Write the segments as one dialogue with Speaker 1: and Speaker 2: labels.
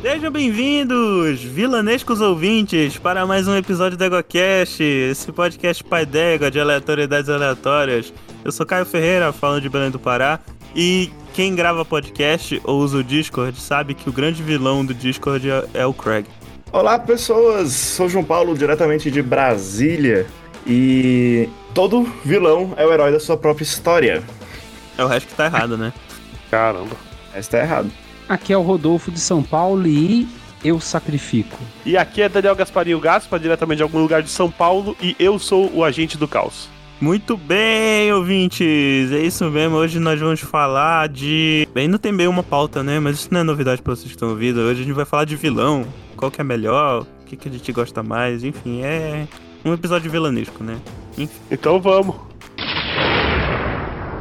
Speaker 1: Sejam bem-vindos, vilanescos ouvintes, para mais um episódio do EgoCast, esse podcast pai da Ego, de aleatoriedades aleatórias. Eu sou Caio Ferreira, falando de Belém do Pará, e quem grava podcast ou usa o Discord sabe que o grande vilão do Discord é- é o Craig.
Speaker 2: Olá pessoas, sou João Paulo, diretamente de Brasília, e todo vilão é o herói da sua própria história.
Speaker 1: É o resto que tá errado, né?
Speaker 3: Caramba.
Speaker 2: Essa tá errado.
Speaker 4: Aqui é o Rodolfo de São Paulo e eu sacrifico.
Speaker 3: E aqui é Daniel Gasparinho Gaspa, diretamente de algum lugar de São Paulo, e eu sou o agente do caos.
Speaker 1: Muito bem, ouvintes! É isso mesmo, hoje nós vamos falar de. Bem, não tem bem uma pauta, né? Mas isso não é novidade pra vocês que estão ouvindo. Hoje a gente vai falar de vilão, qual que é melhor, o que, que a gente gosta mais, enfim, é um episódio vilanesco, né?
Speaker 3: Então vamos.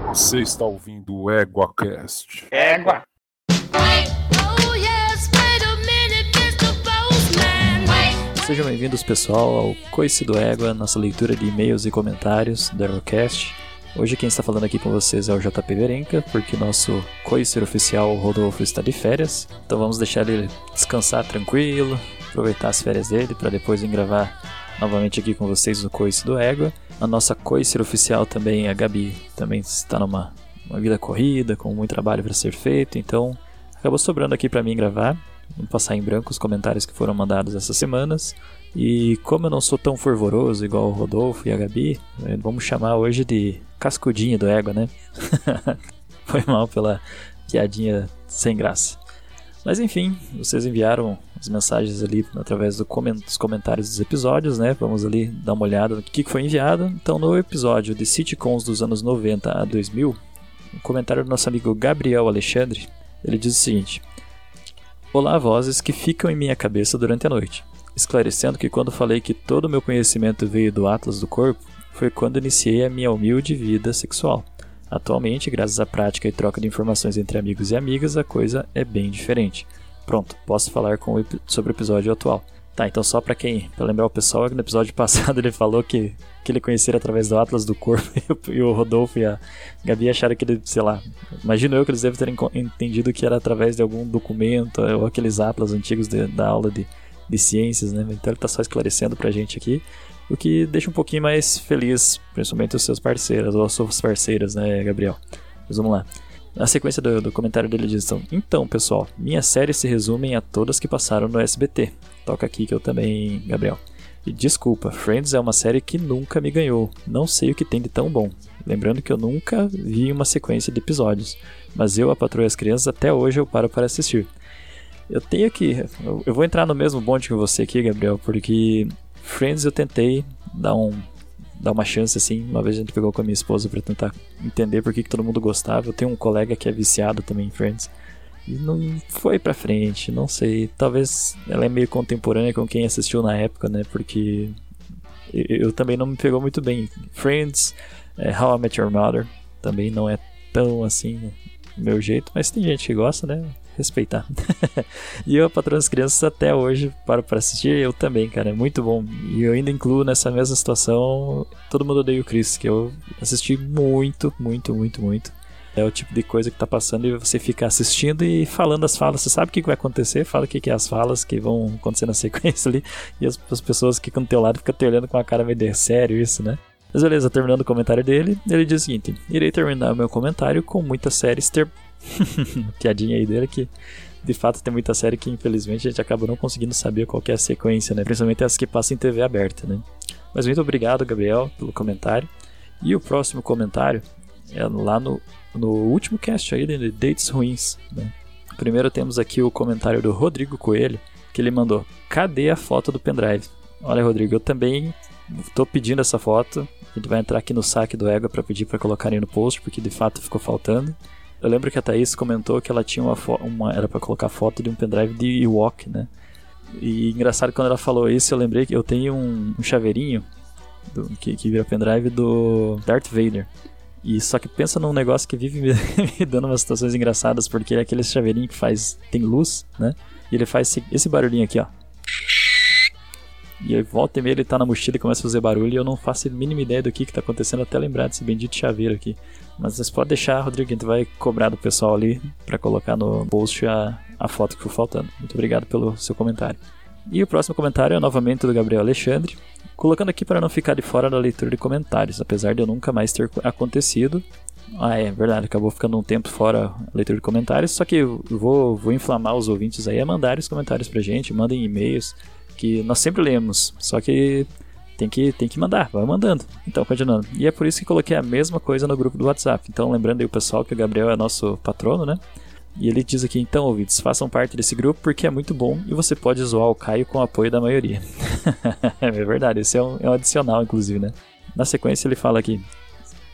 Speaker 5: Você está ouvindo o EguaCast.
Speaker 2: Égua!
Speaker 6: Sejam bem-vindos, pessoal, ao Coice do Égua, nossa leitura de e-mails e comentários do Aerocast. Hoje quem está falando aqui com vocês é o JP Verenca, porque nosso coicer oficial, o Rodolfo, está de férias. Então vamos deixar ele descansar tranquilo, aproveitar as férias dele para depois vir gravar novamente aqui com vocês no Coice do Égua. A nossa coicer oficial também, a Gabi, também está numa uma vida corrida, com muito trabalho para ser feito, então acabou sobrando aqui para mim gravar. Vou passar em branco os comentários que foram mandados essas semanas. E como eu não sou tão fervoroso igual o Rodolfo e a Gabi, eh, vamos chamar hoje de cascudinho do égua, né? Foi mal pela piadinha sem graça. Mas enfim, vocês enviaram as mensagens ali através do comen- dos comentários dos episódios, né? Vamos ali dar uma olhada no que que foi enviado. Então, no episódio de sitcoms dos anos 90 a 2000, um comentário do nosso amigo Gabriel Alexandre, ele diz o seguinte: Olá, vozes que ficam em minha cabeça durante a noite. Esclarecendo que quando falei que todo o meu conhecimento veio do Atlas do Corpo, foi quando iniciei a minha humilde vida sexual. Atualmente, graças à prática e troca de informações entre amigos e amigas, a coisa é bem diferente. Pronto, posso falar com o epi- sobre o episódio atual. Tá, então só pra quem, pra lembrar o pessoal, é que no episódio passado ele falou que, que ele conhecera através do Atlas do Corpo e o- e o Rodolfo e a Gabi acharam que ele, sei lá, Imagino eu que eles devem ter enco- entendido que era através de algum documento ou aqueles atlas antigos de- da aula de, de ciências, né? Então ele tá só esclarecendo pra gente aqui, o que deixa um pouquinho mais feliz, principalmente os seus parceiros ou as suas parceiras, né, Gabriel? Mas vamos lá. Na sequência do, do comentário dele diz então, então, pessoal, minhas séries se resumem a todas que passaram no SBT. Toca aqui que eu também, Gabriel. E desculpa, Friends é uma série que nunca me ganhou. Não sei o que tem de tão bom. Lembrando que eu nunca vi uma sequência de episódios, mas eu, a Patroa e as Crianças, até hoje eu paro para assistir. Eu tenho que. Eu eu vou entrar no mesmo bonde que você aqui, Gabriel, porque Friends eu tentei dar um. Dar uma chance assim, uma vez a gente pegou com a minha esposa para tentar entender por que, que todo mundo gostava. Eu tenho um colega que é viciado também em Friends e não foi pra frente, não sei. Talvez ela é meio contemporânea com quem assistiu na época, né? Porque eu, eu também não me pegou muito bem. Friends, é, How I Met Your Mother também não é tão assim meu jeito, mas tem gente que gosta, né? Respeitar. e eu, a Patroa das Crianças, até hoje paro pra assistir, eu também, cara, é muito bom. E eu ainda incluo nessa mesma situação Todo Mundo Odeia o Chris, que eu assisti muito, muito, muito, muito. É o tipo de coisa que tá passando e você fica assistindo e falando as falas. Você sabe o que que vai acontecer, fala o que que é as falas que vão acontecer na sequência ali. E as, as pessoas que ficam do teu lado ficam te olhando com uma cara meio de sério isso, né? Mas beleza, terminando o comentário dele, ele diz o seguinte: Irei terminar o meu comentário com muitas séries ter. Piadinha aí dele que de fato tem muita série que infelizmente a gente acaba não conseguindo saber qual que é a sequência, né? Principalmente as que passam em TV aberta, né? Mas muito obrigado, Gabriel, pelo comentário. E o próximo comentário é lá no, no último cast aí de Dates Ruins, né? Primeiro temos aqui o comentário do Rodrigo Coelho, que ele mandou: Cadê a foto do pendrive? Olha, Rodrigo, eu também tô pedindo essa foto. A gente vai entrar aqui no saque do Ego para pedir para colocarem no post, porque de fato ficou faltando. Eu lembro que a Thaís comentou que ela tinha uma, fo- uma era para colocar foto de um pendrive de Ewok, né? E engraçado quando ela falou isso, eu lembrei que eu tenho um, um chaveirinho do- que, que vira pendrive do Darth Vader. E só que pensa num negócio que vive me, me dando umas situações engraçadas, porque é aquele chaveirinho que faz tem luz, né? E ele faz esse, esse barulhinho aqui, ó. E aí volta e meia ele tá na mochila e começa a fazer barulho e eu não faço a mínima ideia do que que tá acontecendo até lembrar desse bendito chaveiro aqui. Mas vocês podem deixar, Rodrigo, a gente vai cobrar do pessoal ali pra colocar no post a, a foto que ficou faltando. Muito obrigado pelo seu comentário. E o próximo comentário é novamente do Gabriel Alexandre, colocando aqui para não ficar de fora da leitura de comentários, apesar de eu nunca mais ter acontecido. Ah, é verdade, acabou ficando um tempo fora a leitura de comentários, só que eu vou, vou inflamar os ouvintes aí a mandarem os comentários pra gente, mandem e-mails, que nós sempre lemos, só que tem que, tem que mandar, vai mandando. Então, continuando. E é por isso que coloquei a mesma coisa no grupo do WhatsApp. Então, lembrando aí o pessoal que o Gabriel é nosso patrono, né? E ele diz aqui, então, ouvintes, façam parte desse grupo porque é muito bom e você pode zoar o Caio com o apoio da maioria. é verdade, esse é um, é um adicional, inclusive, né? Na sequência ele fala aqui,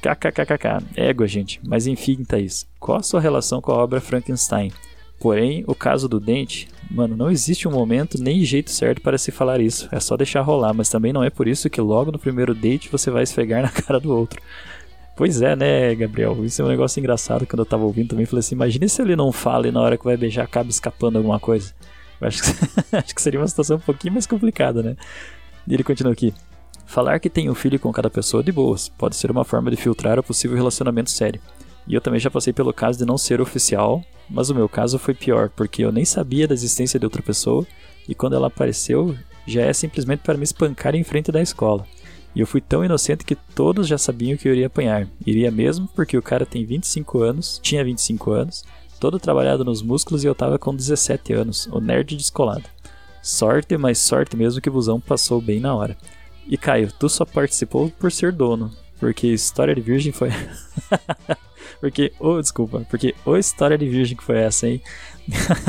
Speaker 6: kkkk, égua, gente. Mas enfim, Thaís, qual a sua relação com a obra Frankenstein? Porém, o caso do dente, mano, não existe um momento nem jeito certo para se falar isso. É só deixar rolar, mas também não é por isso que logo no primeiro date você vai esfregar na cara do outro. Pois é, né, Gabriel? Isso é um negócio engraçado quando eu tava ouvindo também. Falei assim: imagina se ele não fala e na hora que vai beijar acaba escapando alguma coisa. Eu acho, que, acho que seria uma situação um pouquinho mais complicada, né? E ele continua aqui. Falar que tem um filho com cada pessoa de boas pode ser uma forma de filtrar o possível relacionamento sério. E eu também já passei pelo caso de não ser oficial, mas o meu caso foi pior, porque eu nem sabia da existência de outra pessoa e quando ela apareceu já é simplesmente para me espancar em frente da escola. E eu fui tão inocente que todos já sabiam que eu iria apanhar. Iria mesmo porque o cara tem 25 anos, tinha 25 anos, todo trabalhado nos músculos e eu tava com 17 anos, o nerd descolado. Sorte, mas sorte mesmo que o busão passou bem na hora. E Caio, tu só participou por ser dono, porque História de Virgem foi. porque, oh, desculpa, porque ô oh, História de Virgem que foi essa, hein?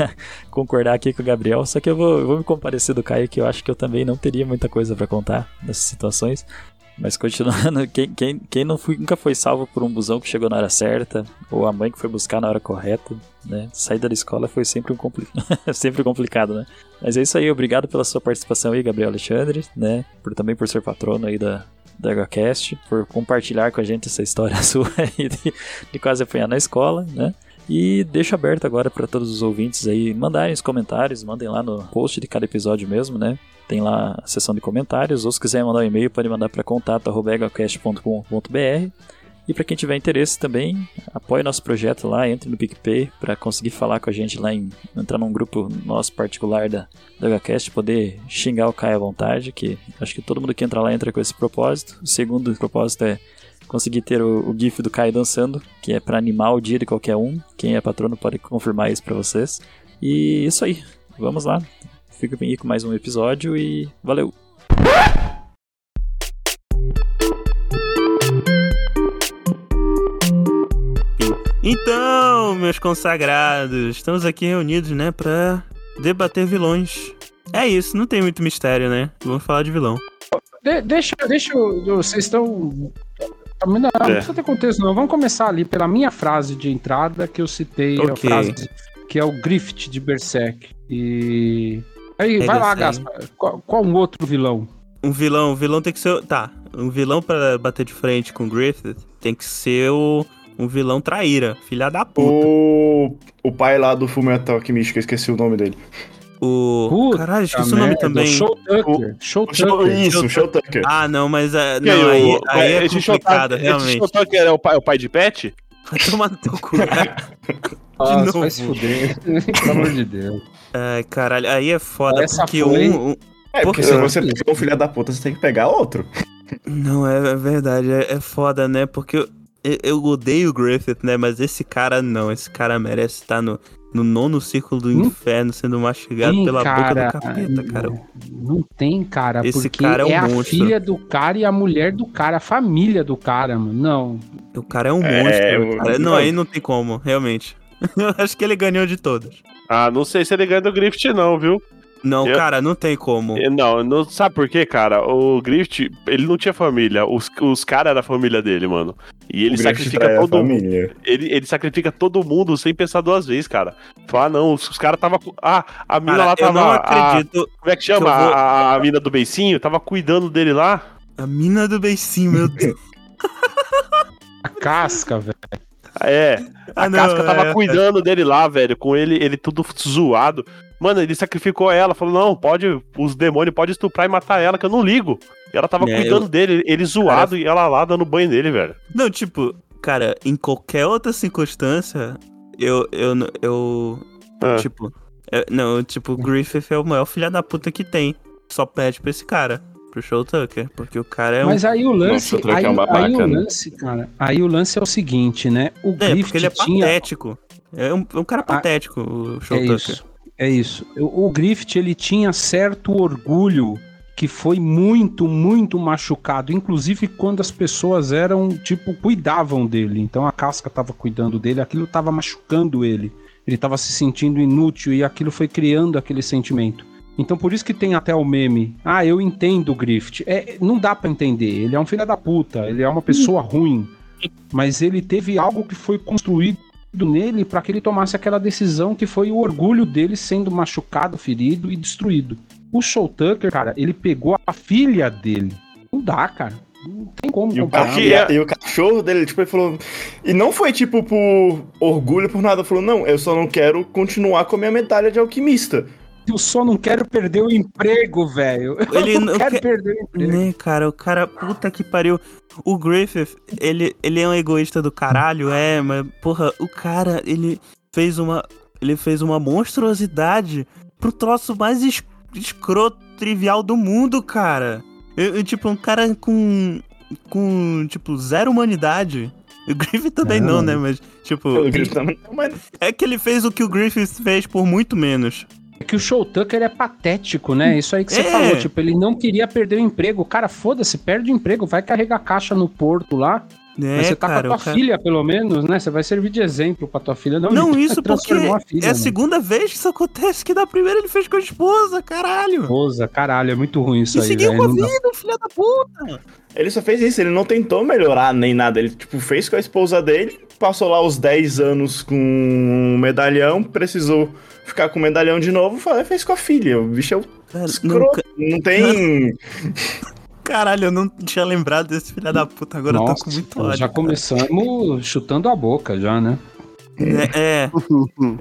Speaker 6: Concordar aqui com o Gabriel, só que eu vou, eu vou me comparecer do Caio, que eu acho que eu também não teria muita coisa para contar nessas situações. Mas continuando, quem, quem, quem não foi, nunca foi salvo por um busão que chegou na hora certa, ou a mãe que foi buscar na hora correta, né? Saída da escola foi sempre, um compli... sempre complicado, né? Mas é isso aí, obrigado pela sua participação aí, Gabriel Alexandre, né? Por, também por ser patrono aí da, da EgoCast, por compartilhar com a gente essa história sua aí de, de quase apanhar na escola, né? E deixo aberto agora para todos os ouvintes aí mandarem os comentários, mandem lá no post de cada episódio mesmo, né? Tem lá a seção de comentários, ou se quiser mandar um e-mail, pode mandar para contato@egocast.com.br. E para quem tiver interesse também, apoie nosso projeto lá, entre no PicPay para conseguir falar com a gente lá, em, entrar num grupo nosso particular da, da HCast, poder xingar o Caio à vontade, que acho que todo mundo que entra lá entra com esse propósito. O segundo propósito é conseguir ter o, o GIF do Caio dançando, que é para animar o dia de qualquer um. Quem é patrono pode confirmar isso para vocês. E isso aí, vamos lá. Fico bem aí com mais um episódio e valeu!
Speaker 1: Então, meus consagrados, estamos aqui reunidos, né, pra debater vilões. É isso, não tem muito mistério, né? Vamos falar de vilão.
Speaker 4: De- deixa, deixa, eu- vocês estão. Tá, Não, não
Speaker 1: É.
Speaker 4: precisa ter contexto, não. Vamos começar ali pela minha frase de entrada que eu citei, a
Speaker 1: Ok.
Speaker 4: frase que é o Griffith de Berserk. E. Aí,
Speaker 1: É
Speaker 4: vai lá,
Speaker 1: Interessante.
Speaker 4: Gaspar. Qual, qual um outro vilão?
Speaker 1: Um vilão, um vilão tem que ser. Tá, um vilão pra bater de frente com o Griffith tem que ser o, um vilão traíra, filha da puta.
Speaker 2: O, o pai lá do Fullmetal Alchemist, que eu esqueci o nome dele.
Speaker 1: O.
Speaker 4: Puta
Speaker 1: Caralho, esqueci o
Speaker 4: merda,
Speaker 1: nome também.
Speaker 4: Show Tucker. Show
Speaker 2: O Show,
Speaker 4: Tucker.
Speaker 2: isso, o Show Tucker.
Speaker 1: Ah, não, mas é,
Speaker 3: E aí,
Speaker 1: não, aí,
Speaker 3: o-
Speaker 1: aí é
Speaker 3: esse
Speaker 4: tá
Speaker 3: Shotak-
Speaker 1: complicado,
Speaker 3: Esse
Speaker 1: realmente.
Speaker 3: Shotak era é o pai, o pai de Pet?
Speaker 1: Vai tomar no teu cu, cara.
Speaker 4: Ah,
Speaker 1: de
Speaker 4: você
Speaker 1: novo.
Speaker 4: vai se fuder. Pelo amor de Deus.
Speaker 1: Ai, caralho, aí é foda,
Speaker 4: Essa
Speaker 1: porque
Speaker 4: foi-
Speaker 1: um, um-
Speaker 2: É, porque
Speaker 1: Por-
Speaker 2: se você pega um filho da puta, você tem que pegar outro.
Speaker 1: Não, é, é verdade, é, é foda, né? Porque eu, eu- eu odeio o Griffith, né? Mas esse cara não, esse cara merece estar no, no nono círculo do
Speaker 4: Hum.
Speaker 1: inferno sendo mastigado
Speaker 4: Sim,
Speaker 1: pela
Speaker 4: cara.
Speaker 1: boca do capeta, cara.
Speaker 4: Não tem, cara.
Speaker 1: Esse
Speaker 4: porque
Speaker 1: cara é
Speaker 4: é,
Speaker 1: um
Speaker 4: a
Speaker 1: monstro.
Speaker 4: filha do cara e a mulher do cara, a família do cara, mano. Não.
Speaker 1: O cara é um
Speaker 2: É,
Speaker 1: monstro,
Speaker 2: o-
Speaker 1: cara. Não, aí não tem como, realmente. Eu acho que ele ganhou de todos.
Speaker 3: Ah, não sei se ele ganha do Griffith, não, viu?
Speaker 1: Não,
Speaker 3: Eu-
Speaker 1: cara, não tem como.
Speaker 3: Eh, Não, não sabe por quê, cara? O Griffith, ele não tinha família. Os, os caras da família dele, mano. E ele
Speaker 2: o Griffith
Speaker 3: sacrifica
Speaker 2: trai a
Speaker 3: todo mundo.
Speaker 2: família.
Speaker 3: Ele, ele sacrifica todo mundo sem pensar duas vezes, cara. Fala, ah, não, os, os caras tava. cu- Ah, a mina
Speaker 1: Cara,
Speaker 3: lá
Speaker 1: eu
Speaker 3: tava.
Speaker 1: não
Speaker 3: a-
Speaker 1: acredito.
Speaker 3: como é que
Speaker 1: que
Speaker 3: chama?
Speaker 1: eu vou-
Speaker 3: A, a mina do beicinho? Tava cuidando dele lá.
Speaker 1: A mina do beicinho, meu Deus.
Speaker 4: A casca, velho.
Speaker 3: É.
Speaker 1: Ah,
Speaker 3: A
Speaker 1: não,
Speaker 3: Casca tava
Speaker 1: é,
Speaker 3: cuidando dele lá, velho, com ele, ele tudo zoado. Mano, ele sacrificou ela, falou: não, pode, os demônios podem estuprar e matar ela, que eu não ligo. E ela tava
Speaker 1: É,
Speaker 3: cuidando dele, ele zoado e ela lá dando banho nele, velho.
Speaker 1: Não, tipo, cara, em qualquer outra circunstância, eu. Eu. eu
Speaker 3: Ah.
Speaker 1: Tipo, É, não, tipo, o Griffith é o maior filha da puta que tem. Só pede pra esse cara, pro Show Tucker, porque o cara é um.
Speaker 4: Mas aí o lance.
Speaker 7: Nossa, o Truck é
Speaker 4: aí,
Speaker 7: um babaca,
Speaker 4: aí o
Speaker 7: né?
Speaker 4: lance, cara. Aí o lance é o seguinte, né? O
Speaker 1: É,
Speaker 4: Griffith
Speaker 1: porque ele é
Speaker 4: tinha. Ah,
Speaker 1: patético. É um, é um cara patético, o Show
Speaker 4: É
Speaker 1: Tucker.
Speaker 4: isso. É isso. O, o Griffith, ele tinha certo orgulho que foi muito, muito machucado, inclusive quando as pessoas eram, tipo, cuidavam dele. Então a casca tava cuidando dele, aquilo tava machucando ele. Ele tava se sentindo inútil e aquilo foi criando aquele sentimento. Então por isso que tem até o meme. Ah, eu entendo o Griffith. É, não dá pra entender. Ele é um filho da puta, ele é uma pessoa ruim. Mas ele teve algo que foi construído do nele para que ele tomasse aquela decisão que foi o orgulho dele sendo machucado, ferido e destruído. O Show Tucker, cara, ele pegou a filha dele. Não dá, cara. Não tem como
Speaker 2: E o,
Speaker 4: comparar.
Speaker 3: Aqui é-
Speaker 2: cachorro, e o cachorro dele, tipo, ele falou. E não foi tipo por orgulho, por nada. Falou, não, eu só não quero continuar com a minha medalha de alquimista.
Speaker 4: Eu só não quero perder o emprego, velho. Eu
Speaker 1: Ele
Speaker 4: não
Speaker 1: não
Speaker 4: quero
Speaker 1: quer-
Speaker 4: perder o emprego.
Speaker 1: Né, cara, o cara, puta que pariu. O Griffith, ele, ele é um egoísta do caralho, é, mas, porra, o cara, ele fez uma. Ele fez uma monstruosidade pro troço mais es- escroto, trivial do mundo, cara. Eu, eu, tipo, um cara com. com, tipo, zero humanidade. O Griffith também não,
Speaker 4: Não.
Speaker 1: né? Mas, tipo.
Speaker 2: Pelo grito também. Mas
Speaker 1: É que ele fez o que o Griffith fez por muito menos.
Speaker 4: É que o Show Tucker é patético, né? Isso aí que você
Speaker 1: É.
Speaker 4: falou, tipo, ele não queria perder o emprego. Cara, foda-se, perde o emprego, vai carregar caixa no porto lá.
Speaker 1: né,
Speaker 4: Mas você tá
Speaker 1: cara,
Speaker 4: com a
Speaker 1: o
Speaker 4: tua
Speaker 1: cara-
Speaker 4: filha, pelo menos, né? Você vai servir de exemplo pra tua filha. Não,
Speaker 1: Não,
Speaker 4: ele
Speaker 1: isso porque
Speaker 4: transformou a filha,
Speaker 1: é a
Speaker 4: né?
Speaker 1: segunda vez que isso acontece, que da primeira ele fez com a esposa, caralho.
Speaker 4: Esposa, caralho, é muito ruim isso
Speaker 1: e
Speaker 4: aí,
Speaker 1: seguiu
Speaker 4: velho.
Speaker 1: com a
Speaker 4: não dá-
Speaker 1: vida, filha da puta.
Speaker 2: Ele só fez isso, ele não tentou melhorar nem nada. Ele, tipo, fez com a esposa dele, passou lá os 10 anos com um medalhão, precisou ficar com o medalhão de novo, foi lá e fez com a filha. O bicho é o
Speaker 1: Cara, não,
Speaker 2: escroto. Não tem.
Speaker 1: caralho, eu não tinha lembrado desse filha da puta, agora eu tô com muito
Speaker 4: pô,
Speaker 1: ódio.
Speaker 4: já começamos chutando a boca, já, né?
Speaker 1: É, é.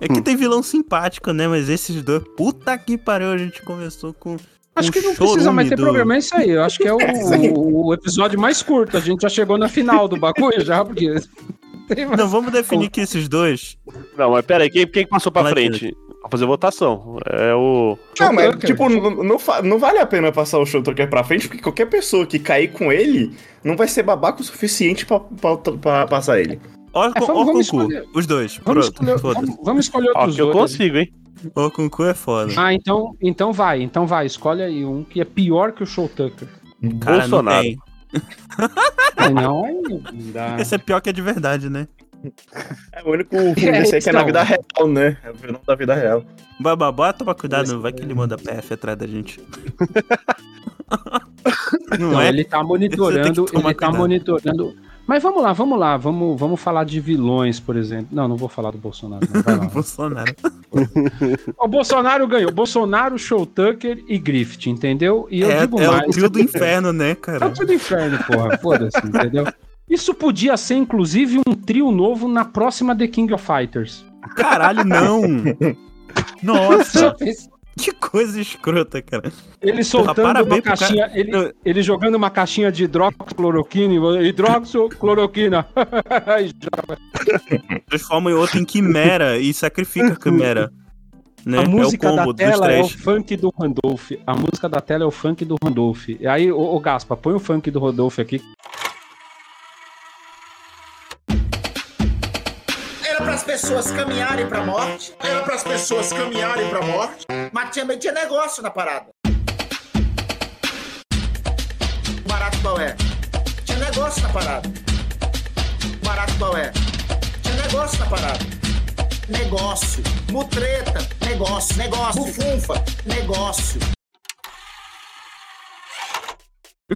Speaker 1: É que tem vilão simpático, né? Mas esses dois, puta que pariu, a gente começou com.
Speaker 4: Acho
Speaker 1: Um
Speaker 4: que não precisa mais ter
Speaker 1: chorume do-
Speaker 4: problema, é isso aí. Eu acho que é o, o episódio mais curto. A gente já chegou na final do bagulho, já, porque. Tem mais-
Speaker 1: Não, vamos definir que esses dois.
Speaker 3: Não, mas pera aí, quem, quem que passou pra
Speaker 1: Fala aí,
Speaker 3: frente? Vamos fazer votação. É o.
Speaker 2: Não, mas,
Speaker 4: Tucker.
Speaker 2: tipo, não, não fa- não vale a pena passar o show Tucker pra frente, porque qualquer pessoa que cair com ele não vai ser babaca o suficiente pra, pra- pra passar ele.
Speaker 1: Orcon,
Speaker 4: É, vamos-
Speaker 1: Orcon
Speaker 4: vamos
Speaker 1: Cu,
Speaker 4: escolher.
Speaker 1: Os dois.
Speaker 4: Vamos
Speaker 1: Pronto,
Speaker 4: escolher,
Speaker 1: foda-se.
Speaker 4: vamos, vamos escolher
Speaker 3: Ó,
Speaker 4: outros
Speaker 3: Ah, que eu
Speaker 4: dois. né?
Speaker 3: consigo, hein?
Speaker 1: Orcon Cu é foda.
Speaker 4: Ah, então, então vai, então vai. Escolhe aí um que é pior que o Show Tucker.
Speaker 1: Cara,
Speaker 3: Bolsonaro.
Speaker 1: Não tem.
Speaker 4: Aí não, aí não dá.
Speaker 1: Esse é pior que é de verdade, né?
Speaker 2: É o único filme desse aí que é na
Speaker 4: então.
Speaker 2: vida real, né? É o vilão da vida real.
Speaker 1: Babá, bora tomar cuidado, vai que ele manda PF atrás da gente. não,
Speaker 4: Não,
Speaker 1: é?
Speaker 4: ele tá
Speaker 1: Você tem
Speaker 4: monitorando,
Speaker 1: que tomar
Speaker 4: ele tá
Speaker 1: cuidado.
Speaker 4: monitorando. Mas vamos lá, vamos lá, vamos, vamos falar de vilões, por exemplo. Não, não vou falar do Bolsonaro. não, vai lá.
Speaker 1: Bolsonaro.
Speaker 4: o Bolsonaro ganhou. Bolsonaro, Show Tucker e Griffith, entendeu? E eu
Speaker 1: é
Speaker 4: digo
Speaker 1: é o
Speaker 4: mais.
Speaker 1: trio do inferno, né,
Speaker 4: É o
Speaker 1: cara?
Speaker 4: trio do inferno, porra. Foda-se, entendeu? Isso podia ser, inclusive, um trio novo na próxima The King of Fighters.
Speaker 1: Caralho, não! Nossa,
Speaker 4: Eles
Speaker 1: que coisa escrota, cara.
Speaker 4: Ele
Speaker 1: Porra,
Speaker 4: soltando
Speaker 1: parabéns pro
Speaker 4: uma
Speaker 1: cara.
Speaker 4: caixinha,
Speaker 1: Não.
Speaker 4: ele, ele jogando uma caixinha de hidroxicloroquina, e- hidroxicloroquina. E
Speaker 1: Transforma em outro em quimera e sacrifica a quimera. Né?
Speaker 4: A música
Speaker 1: é o combo
Speaker 4: da tela é o
Speaker 1: dos três.
Speaker 4: funk do Randolph. A música da tela é o funk do Randolph. E aí, ô, ô Gaspa, põe o funk do Rodolfo aqui.
Speaker 8: Era para as pessoas caminharem para a morte. Era para as pessoas caminharem para a morte. Mas também tinha negócio na parada. Barato Baué. Tinha negócio na parada. Barato Baué. Tinha negócio na parada. Negócio. Mutreta. Negócio. Negócio. Bufunfa. Negócio.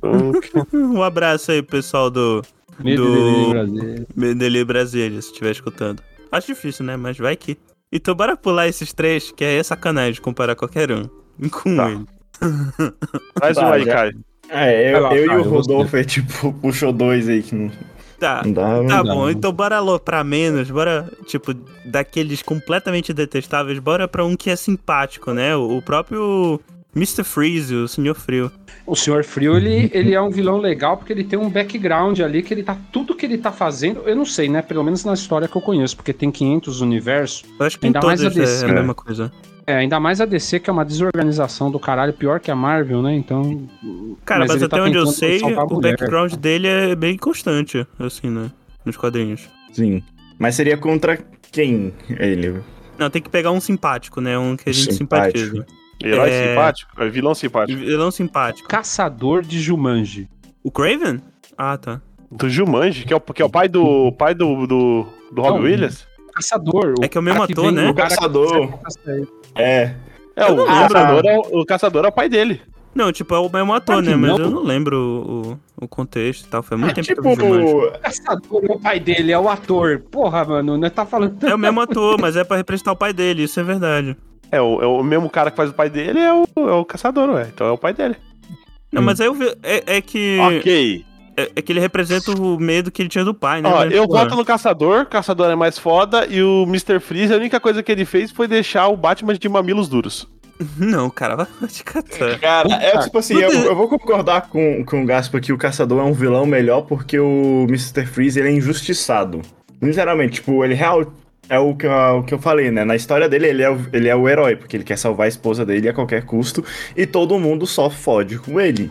Speaker 1: Um abraço aí, pessoal do Do-
Speaker 4: Brasil.
Speaker 1: Medellín Brasília, se estiver escutando. Acho difícil, né? Mas vai que. Então bora pular esses três, que aí é sacanagem comparar qualquer um com
Speaker 3: Tá.
Speaker 1: ele.
Speaker 3: Traz um
Speaker 2: Tá,
Speaker 3: aí,
Speaker 2: já-
Speaker 3: Caio.
Speaker 2: É,
Speaker 4: Vai
Speaker 2: eu,
Speaker 4: lá,
Speaker 2: eu e
Speaker 4: cara, eu
Speaker 2: o
Speaker 4: gostei.
Speaker 2: Rodolfo é tipo, puxou dois aí que não,
Speaker 1: Tá,
Speaker 2: não dá.
Speaker 1: Tá
Speaker 4: dá,
Speaker 1: bom,
Speaker 4: não.
Speaker 1: então bora aloprar menos, bora, tipo, daqueles completamente detestáveis, bora pra um que é simpático, né? O, o próprio Mr. Freeze, o Senhor Frio.
Speaker 4: O Senhor Frio, ele, ele é um vilão legal porque ele tem um background ali que ele tá. Tudo que ele tá fazendo, eu não sei, né? Pelo menos na história que eu conheço, porque tem 500 universos.
Speaker 1: Eu acho que em
Speaker 4: Ainda mais
Speaker 1: todos
Speaker 4: a
Speaker 1: é
Speaker 4: DC,
Speaker 1: a mesma coisa.
Speaker 4: É, ainda mais a DC, que é uma desorganização do caralho, pior que a Marvel, né? Então.
Speaker 1: Cara, mas,
Speaker 4: ele
Speaker 1: até
Speaker 4: tá
Speaker 1: onde eu
Speaker 4: tentando
Speaker 1: sei,
Speaker 4: salvar a
Speaker 1: o
Speaker 4: mulher.
Speaker 1: background dele é bem constante, assim, né? Nos quadrinhos.
Speaker 2: Sim. Mas seria contra quem ele?
Speaker 1: Não, tem que pegar um simpático, né? Um que a gente
Speaker 2: Simpático.
Speaker 1: simpatiza.
Speaker 3: Herói
Speaker 1: É.
Speaker 3: simpático? É vilão simpático.
Speaker 1: Vilão simpático.
Speaker 4: Caçador de Jumanji.
Speaker 1: O Craven? Ah, tá.
Speaker 3: Do Jumanji, que é o, que é o pai do. pai do. do, do Robbie
Speaker 4: Não.
Speaker 3: Williams?
Speaker 4: Caçador.
Speaker 1: É que é o mesmo
Speaker 4: cara
Speaker 1: ator,
Speaker 4: vem-
Speaker 1: né?
Speaker 2: O caçador. É.
Speaker 3: É, o,
Speaker 1: não
Speaker 3: caçador é o, o caçador é o pai dele.
Speaker 1: Não, tipo, é o mesmo ator,
Speaker 4: Claro que
Speaker 1: né? Mas
Speaker 4: não.
Speaker 1: eu não lembro o, o, o contexto e tal. Foi muito
Speaker 2: É
Speaker 1: tempo
Speaker 2: tipo.
Speaker 1: que eu vi Jumanji.
Speaker 4: O caçador é o pai dele, é o ator. Porra, mano, nós tá falando.
Speaker 1: É o mesmo ator, mas é pra representar o pai dele, isso é verdade.
Speaker 3: É o, é o mesmo cara que faz o pai dele, é o, é o caçador, ué. Então é o pai dele.
Speaker 1: Não, mas aí eu vi. É, é que.
Speaker 3: Ok.
Speaker 1: É, é que ele representa o medo que ele tinha do pai, né?
Speaker 3: Ó,
Speaker 1: Mas,
Speaker 3: eu
Speaker 1: pô,
Speaker 3: voto no Caçador, Caçador é mais foda, e o Mr. Freeze, a única coisa que ele fez foi deixar o Batman de mamilos duros.
Speaker 1: Não, cara, vai te catar.
Speaker 2: Cara, é tipo assim, eu,
Speaker 1: Puta.
Speaker 2: eu vou concordar com, com o Gaspa que o Caçador é um vilão melhor porque o Mr. Freeze ele é injustiçado. Literalmente, tipo, ele real. É o que, eu- o que eu falei, né? Na história dele, ele é, o, ele é o herói, porque ele quer salvar a esposa dele a qualquer custo, e todo mundo só fode com ele.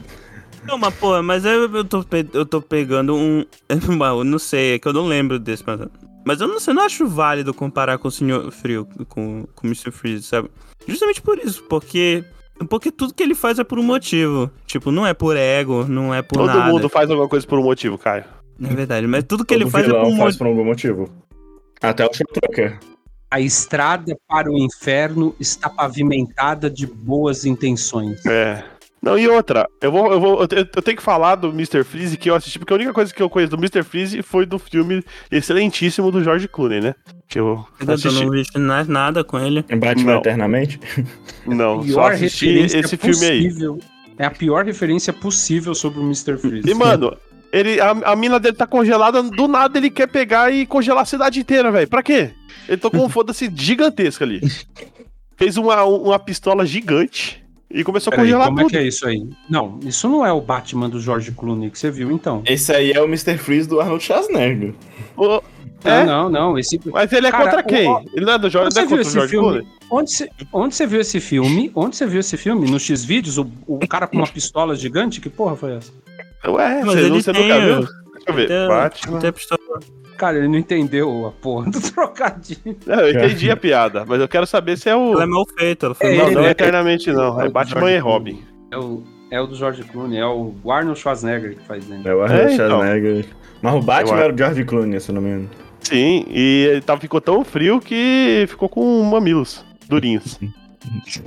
Speaker 1: Não, mas pô, mas eu, eu, tô, pe- eu tô pegando um. Eu não sei, é que eu não lembro desse, mas. Mas eu não sei, eu não acho válido comparar com o Senhor Frio, com, com o Mr. Freeze, sabe? Justamente por isso, porque. Porque tudo que ele faz é por um motivo. Tipo, não é por ego, não é por
Speaker 3: Todo
Speaker 1: nada.
Speaker 3: mundo faz alguma coisa por um motivo, Caio.
Speaker 1: Na verdade, mas tudo que ele
Speaker 2: Todo
Speaker 1: faz é
Speaker 2: vilão
Speaker 1: por um
Speaker 2: faz
Speaker 1: motivo.
Speaker 2: por algum motivo. Até o Shotoka.
Speaker 4: A estrada para o inferno está pavimentada de boas intenções.
Speaker 3: É. Não, e outra, eu vou, eu vou, eu te- eu tenho que falar do Mr. Freeze que eu assisti, porque a única coisa que eu conheço do Mr. Freeze foi do filme excelentíssimo do George Clooney, né? Que eu
Speaker 1: Eu
Speaker 3: assisti.
Speaker 1: não vi mais nada com ele.
Speaker 2: Batman
Speaker 3: Não.
Speaker 2: Eternamente.
Speaker 3: Não, só assisti esse filme aí.
Speaker 4: possível. É a pior referência possível sobre o Mr. Freeze.
Speaker 3: E, mano, ele, a, a mina dele tá congelada, do nada ele quer pegar e congelar a cidade inteira, velho. Pra quê? Ele tocou um foda-se gigantesca ali. Fez uma, uma pistola gigante e começou a
Speaker 4: Peraí,
Speaker 3: congelar
Speaker 4: como é
Speaker 3: tudo.
Speaker 4: que é isso aí? Não, isso não é o Batman do George Clooney que você viu, então.
Speaker 2: Esse aí é o Mr. Freeze do Arnold Schwarzenegger.
Speaker 3: Ô,
Speaker 4: Ah,
Speaker 3: É?
Speaker 4: Não, não, esse...
Speaker 3: Mas ele é
Speaker 4: Cara,
Speaker 3: contra
Speaker 4: o-
Speaker 3: quem?
Speaker 4: o-
Speaker 3: Ele não é do Jorge,
Speaker 4: Você
Speaker 3: não é contra
Speaker 4: viu
Speaker 3: o
Speaker 4: esse
Speaker 3: Jorge
Speaker 4: filme?
Speaker 3: Clooney?
Speaker 4: Onde você, onde você viu esse filme? Onde você viu esse filme? No X-Vídeos? O, o cara com uma pistola gigante? Que porra foi essa?
Speaker 3: Ué,
Speaker 1: Mas
Speaker 3: É, você,
Speaker 1: ele
Speaker 3: não- você nunca
Speaker 1: tem,
Speaker 3: viu?
Speaker 1: ó.
Speaker 3: Deixa eu ver.
Speaker 1: Tem-
Speaker 3: Batman.
Speaker 4: É.
Speaker 1: Tem a pistola.
Speaker 4: Cara, ele não entendeu a porra do trocadilho.
Speaker 3: Não, eu entendi a piada, mas eu quero saber se é o.
Speaker 1: Ela é mal feita, ela foi
Speaker 4: É,
Speaker 1: mal
Speaker 3: Não, não é
Speaker 4: ele-
Speaker 3: eternamente, não. É
Speaker 4: Jorge
Speaker 3: Batman e
Speaker 4: Clooney.
Speaker 3: Robin.
Speaker 4: É o, é o do George Clooney, é o Arnold Schwarzenegger que faz né? dentro.
Speaker 2: É o Arnold
Speaker 3: É, então.
Speaker 2: Schwarzenegger. Mas o Batman
Speaker 3: Eu-
Speaker 2: era o George Clooney, se eu não me engano.
Speaker 3: Sim, e ele tava, ficou tão frio que ficou com um mamilos durinhos.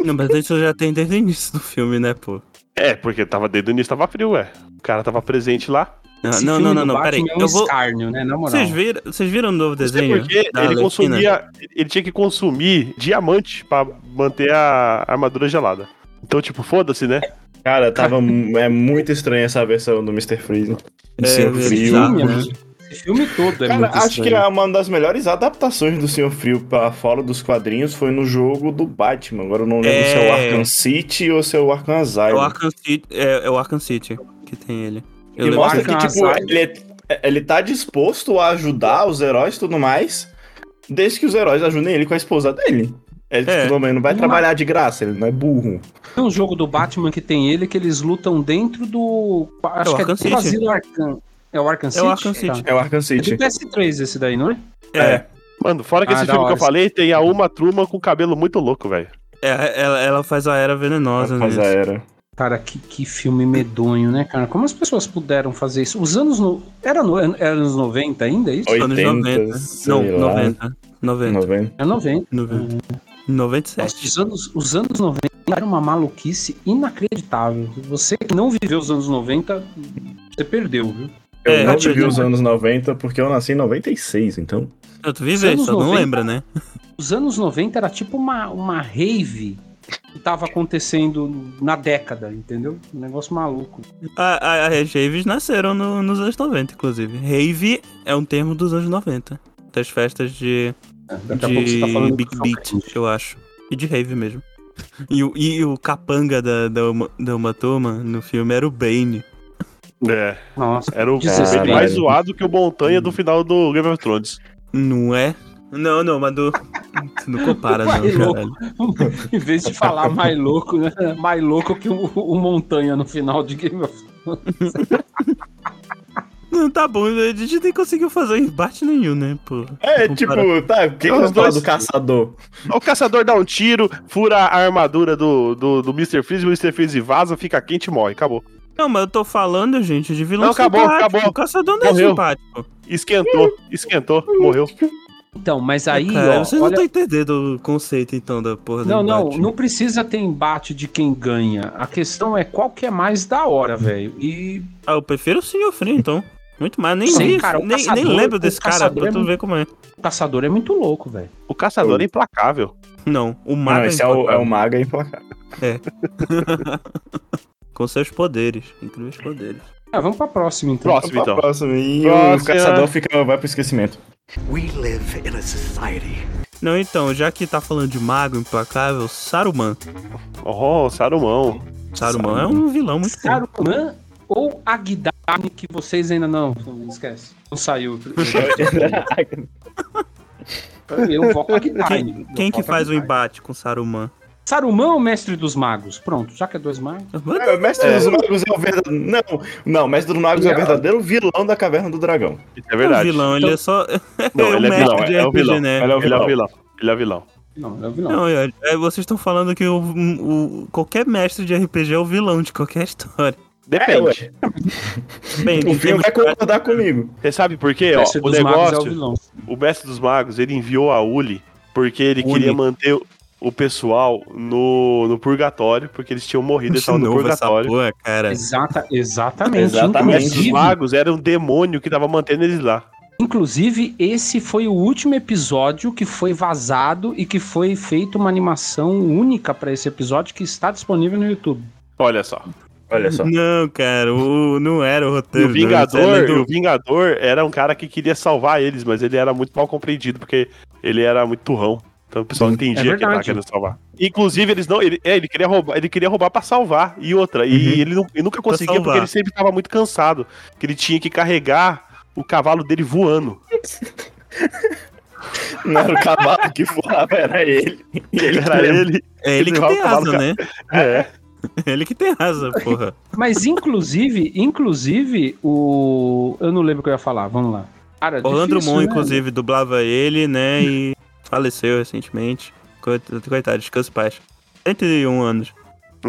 Speaker 1: Não, mas isso já tem desde o início do filme, né, pô?
Speaker 3: É, porque tava desde o início tava frio, ué. O cara tava presente lá.
Speaker 1: Não,
Speaker 4: Esse
Speaker 1: não,
Speaker 4: filme
Speaker 1: não,
Speaker 4: do
Speaker 1: não, não,
Speaker 4: Batman
Speaker 1: peraí.
Speaker 4: É um
Speaker 1: Eu vou.
Speaker 4: escárnio, né? Na moral.
Speaker 1: Vocês viram, vocês viram o novo
Speaker 3: Até
Speaker 1: desenho?
Speaker 3: É
Speaker 4: é.
Speaker 3: porque
Speaker 1: da
Speaker 3: ele
Speaker 1: Arlequina? É
Speaker 3: consumia. Ele tinha que consumir diamante pra manter a armadura gelada. Então, tipo, foda-se, né?
Speaker 2: Cara, tava mu- é muito estranha essa versão do Mr. Freeze.
Speaker 1: É,
Speaker 6: Senhor
Speaker 1: é
Speaker 6: Frio.
Speaker 1: bizarro, né?
Speaker 4: Esse filme todo é
Speaker 2: Cara,
Speaker 4: muito
Speaker 2: acho que
Speaker 4: estranho.
Speaker 2: é uma das melhores adaptações do Senhor Frio pra fora dos quadrinhos foi no jogo do Batman. Agora eu não lembro
Speaker 1: É.
Speaker 2: se é o Arkham City ou se é o Arkham
Speaker 1: É
Speaker 2: Asylum.
Speaker 1: o Arkham City, é, é o Arkham City que tem ele. Eu
Speaker 2: E
Speaker 1: lembro-
Speaker 2: mostra
Speaker 4: Arkham
Speaker 2: que, tipo,
Speaker 4: Asylum.
Speaker 2: ele, ele tá disposto a ajudar os heróis e tudo mais, desde que os heróis ajudem ele com a esposa dele. Ele,
Speaker 1: É.
Speaker 2: tipo, pelo menos não vai
Speaker 4: Uma-
Speaker 2: trabalhar de graça, ele não é burro.
Speaker 4: Tem um jogo do Batman que tem ele que eles lutam dentro do. Acho
Speaker 1: o
Speaker 4: que
Speaker 1: Arkham
Speaker 4: é
Speaker 1: City.
Speaker 4: quase do Arkham. É o Arkham City?
Speaker 1: É o Arkham City.
Speaker 2: É o Arkham
Speaker 4: É do
Speaker 2: City.
Speaker 4: PS3 esse daí, não é?
Speaker 1: É,
Speaker 3: Mano, fora que
Speaker 4: Ah,
Speaker 3: esse
Speaker 4: da
Speaker 3: filme que eu
Speaker 4: hora.
Speaker 3: falei tem a Uma Truma com cabelo muito louco, velho.
Speaker 1: é, ela, ela faz a era venenosa nisso.
Speaker 2: Mas já era.
Speaker 4: Cara, que, que filme medonho, né, cara? Como as pessoas puderam fazer isso? Os anos. No... Era, no... era anos 90 ainda, é isso?
Speaker 1: Anos
Speaker 2: 80,
Speaker 1: 90.
Speaker 2: sei
Speaker 1: Não,
Speaker 2: lá,
Speaker 1: 90. 90.
Speaker 2: 90.
Speaker 4: É 90.
Speaker 1: 90.
Speaker 4: Nossa,
Speaker 1: 97.
Speaker 4: os, anos, os anos 90 era uma maluquice inacreditável. Você que não viveu os anos 90, você perdeu, viu?
Speaker 2: Eu
Speaker 1: É,
Speaker 2: não
Speaker 1: eu
Speaker 2: vivi
Speaker 1: já-
Speaker 2: os anos 90 porque eu nasci em 96, então.
Speaker 1: Eu tu vive,
Speaker 4: Anos
Speaker 1: só não
Speaker 4: 90.
Speaker 1: lembra, né?
Speaker 4: Os anos 90 era tipo uma, uma rave que tava acontecendo na década, entendeu? Um negócio maluco.
Speaker 1: A- a- As raves nasceram no- nos anos 90, inclusive. Rave é um termo dos anos 90. Das festas de
Speaker 4: Daqui a pouco
Speaker 1: de
Speaker 4: você tá falando
Speaker 1: Big
Speaker 4: do
Speaker 1: Beat,
Speaker 4: Socrates.
Speaker 1: eu acho. E de Rave mesmo. E, o- e o capanga da, da, uma, da Uma Toma no filme era o Bane.
Speaker 3: É.
Speaker 4: Nossa,
Speaker 3: Era o
Speaker 4: Desespero.
Speaker 3: ele mais zoado que o Montanha do final do Game of Thrones.
Speaker 1: Não é? Não, não, mas do. Tu não compara, não,
Speaker 4: Vai, louco.
Speaker 1: caralho.
Speaker 4: em vez de falar mais louco, né? Mais louco que o, o Montanha no final de Game of
Speaker 1: Não, tá bom, a gente nem conseguiu fazer embate nenhum, né, pô?
Speaker 2: É,
Speaker 1: Compara-
Speaker 2: tipo, tá, por que que
Speaker 3: Os
Speaker 2: não fala
Speaker 3: dois-
Speaker 2: do caçador?
Speaker 3: O caçador dá um tiro, fura a armadura do, do, do Mr. Freeze, o Mr. Freeze vaza, fica quente e morre. Acabou.
Speaker 1: Não, mas eu tô falando, gente, de vilão
Speaker 3: Não, acabou,
Speaker 1: simpático.
Speaker 3: acabou.
Speaker 1: O caçador não é
Speaker 3: Morreu.
Speaker 1: simpático.
Speaker 3: Esquentou, esquentou, morreu.
Speaker 4: Então, mas aí,
Speaker 1: Cara,
Speaker 4: ó,
Speaker 1: vocês
Speaker 4: olha-
Speaker 1: não estão entendendo o conceito, então, da porra
Speaker 4: Não,
Speaker 1: do
Speaker 4: não,
Speaker 1: embate.
Speaker 4: não precisa ter embate de quem ganha. A questão é qual que é mais da hora, velho. E
Speaker 1: Ah, eu prefiro o Senhor Free, então. Muito mais, nem,
Speaker 4: Sim,
Speaker 1: vi,
Speaker 4: cara, o
Speaker 1: nem,
Speaker 4: caçador-
Speaker 1: nem lembro
Speaker 4: o
Speaker 1: desse cara,
Speaker 4: caçador
Speaker 1: pra
Speaker 4: é
Speaker 1: tu
Speaker 4: muito-
Speaker 1: ver como é.
Speaker 4: o caçador é muito louco, velho.
Speaker 3: O caçador é implacável.
Speaker 1: Não, o mago
Speaker 2: Não, esse é o, é o mago é implacável.
Speaker 1: Com seus poderes, incríveis poderes.
Speaker 4: Ah, vamos pra próxima, então.
Speaker 3: Próximo,
Speaker 2: Vamos pra
Speaker 3: então.
Speaker 2: próxima. E o
Speaker 3: Próxima.
Speaker 2: caçador fica, vai pro esquecimento.
Speaker 1: Não, então, já que tá falando de mago implacável, Saruman.
Speaker 3: Oh, Sarumão.
Speaker 1: Saruman é um vilão muito bom.
Speaker 4: Saruman ou Agdame, que vocês ainda não... Esquece. Não saiu. Eu voto Agdame. Eu
Speaker 1: Quem que
Speaker 4: voto
Speaker 1: faz o
Speaker 4: Agdame.
Speaker 1: embate com Saruman?
Speaker 4: Saruman ou Mestre dos Magos? Pronto, já que é dois magos.
Speaker 1: um
Speaker 2: É, o mestre dos magos é o verdadeiro. Não, não, o mestre dos magos é o verdadeiro vilão da caverna do dragão.
Speaker 3: Isso é
Speaker 1: É um
Speaker 3: verdade.
Speaker 1: vilão, ele é só.
Speaker 3: Não,
Speaker 1: é
Speaker 3: ele é
Speaker 1: um
Speaker 3: vilão,
Speaker 1: mestre de
Speaker 3: é, é um
Speaker 1: RPG,
Speaker 3: vilão.
Speaker 1: né?
Speaker 3: Ele é um vilão. Ele é um vilão.
Speaker 4: Não, não é o vilão.
Speaker 1: Não, é- é, vocês estão falando que o, o- qualquer mestre de RPG é o vilão de qualquer história.
Speaker 3: Depende.
Speaker 1: Bem,
Speaker 2: O filme é- vai concordar comigo.
Speaker 3: Você sabe por quê? Ó,
Speaker 4: Mestre
Speaker 3: o
Speaker 4: dos Magos é o
Speaker 3: negócio,
Speaker 4: vilão.
Speaker 3: o mestre dos magos, ele enviou a Uli porque ele
Speaker 1: Uli.
Speaker 3: queria manter o pessoal no, no purgatório, porque eles tinham morrido e
Speaker 1: de
Speaker 3: estavam no
Speaker 1: novo essa
Speaker 3: purgatório.
Speaker 1: porra, é cara.
Speaker 4: Exata, exatamente.
Speaker 3: O
Speaker 2: Exatamente.
Speaker 3: mestre dos
Speaker 4: Inclusive,
Speaker 3: magos era um demônio que tava mantendo eles lá.
Speaker 4: Inclusive, esse foi o último episódio que foi vazado e que foi feita uma animação única pra esse episódio que está disponível no YouTube.
Speaker 3: Olha só.
Speaker 2: Olha só.
Speaker 1: Não, cara, o, não era o
Speaker 3: E
Speaker 1: roteiro.
Speaker 3: o
Speaker 1: não, isso é
Speaker 3: Vingador,
Speaker 1: além do-
Speaker 3: o Vingador era um cara que queria salvar eles, mas ele era muito mal compreendido, porque ele era muito turrão. Então o pessoal não entendia que ele tava
Speaker 4: verdade.
Speaker 3: querendo salvar. Inclusive, eles não. Ele, é, ele queria roubar, ele queria roubar pra salvar. E outra. E ele, nu- ele nunca conseguia,
Speaker 1: salvar.
Speaker 3: porque ele sempre tava muito cansado. Que ele tinha que carregar o cavalo dele voando.
Speaker 2: Não era o cavalo que voava, era ele.
Speaker 3: Ele
Speaker 2: Ele
Speaker 3: era ele.
Speaker 1: É ele
Speaker 3: Ele
Speaker 1: que
Speaker 3: cava
Speaker 1: tem
Speaker 3: o cavalo,
Speaker 1: asa,
Speaker 3: cara.
Speaker 1: né?
Speaker 3: É.
Speaker 1: Ele que tem asa, porra.
Speaker 4: Mas, inclusive, inclusive, o. Eu não lembro o que eu ia falar, vamos lá. Cara,
Speaker 1: É Orlando
Speaker 4: difícil,
Speaker 1: Drummond,
Speaker 4: né?
Speaker 1: inclusive, dublava ele, né? E faleceu recentemente. Coit- Coitado, descanse em paz. 101 anos.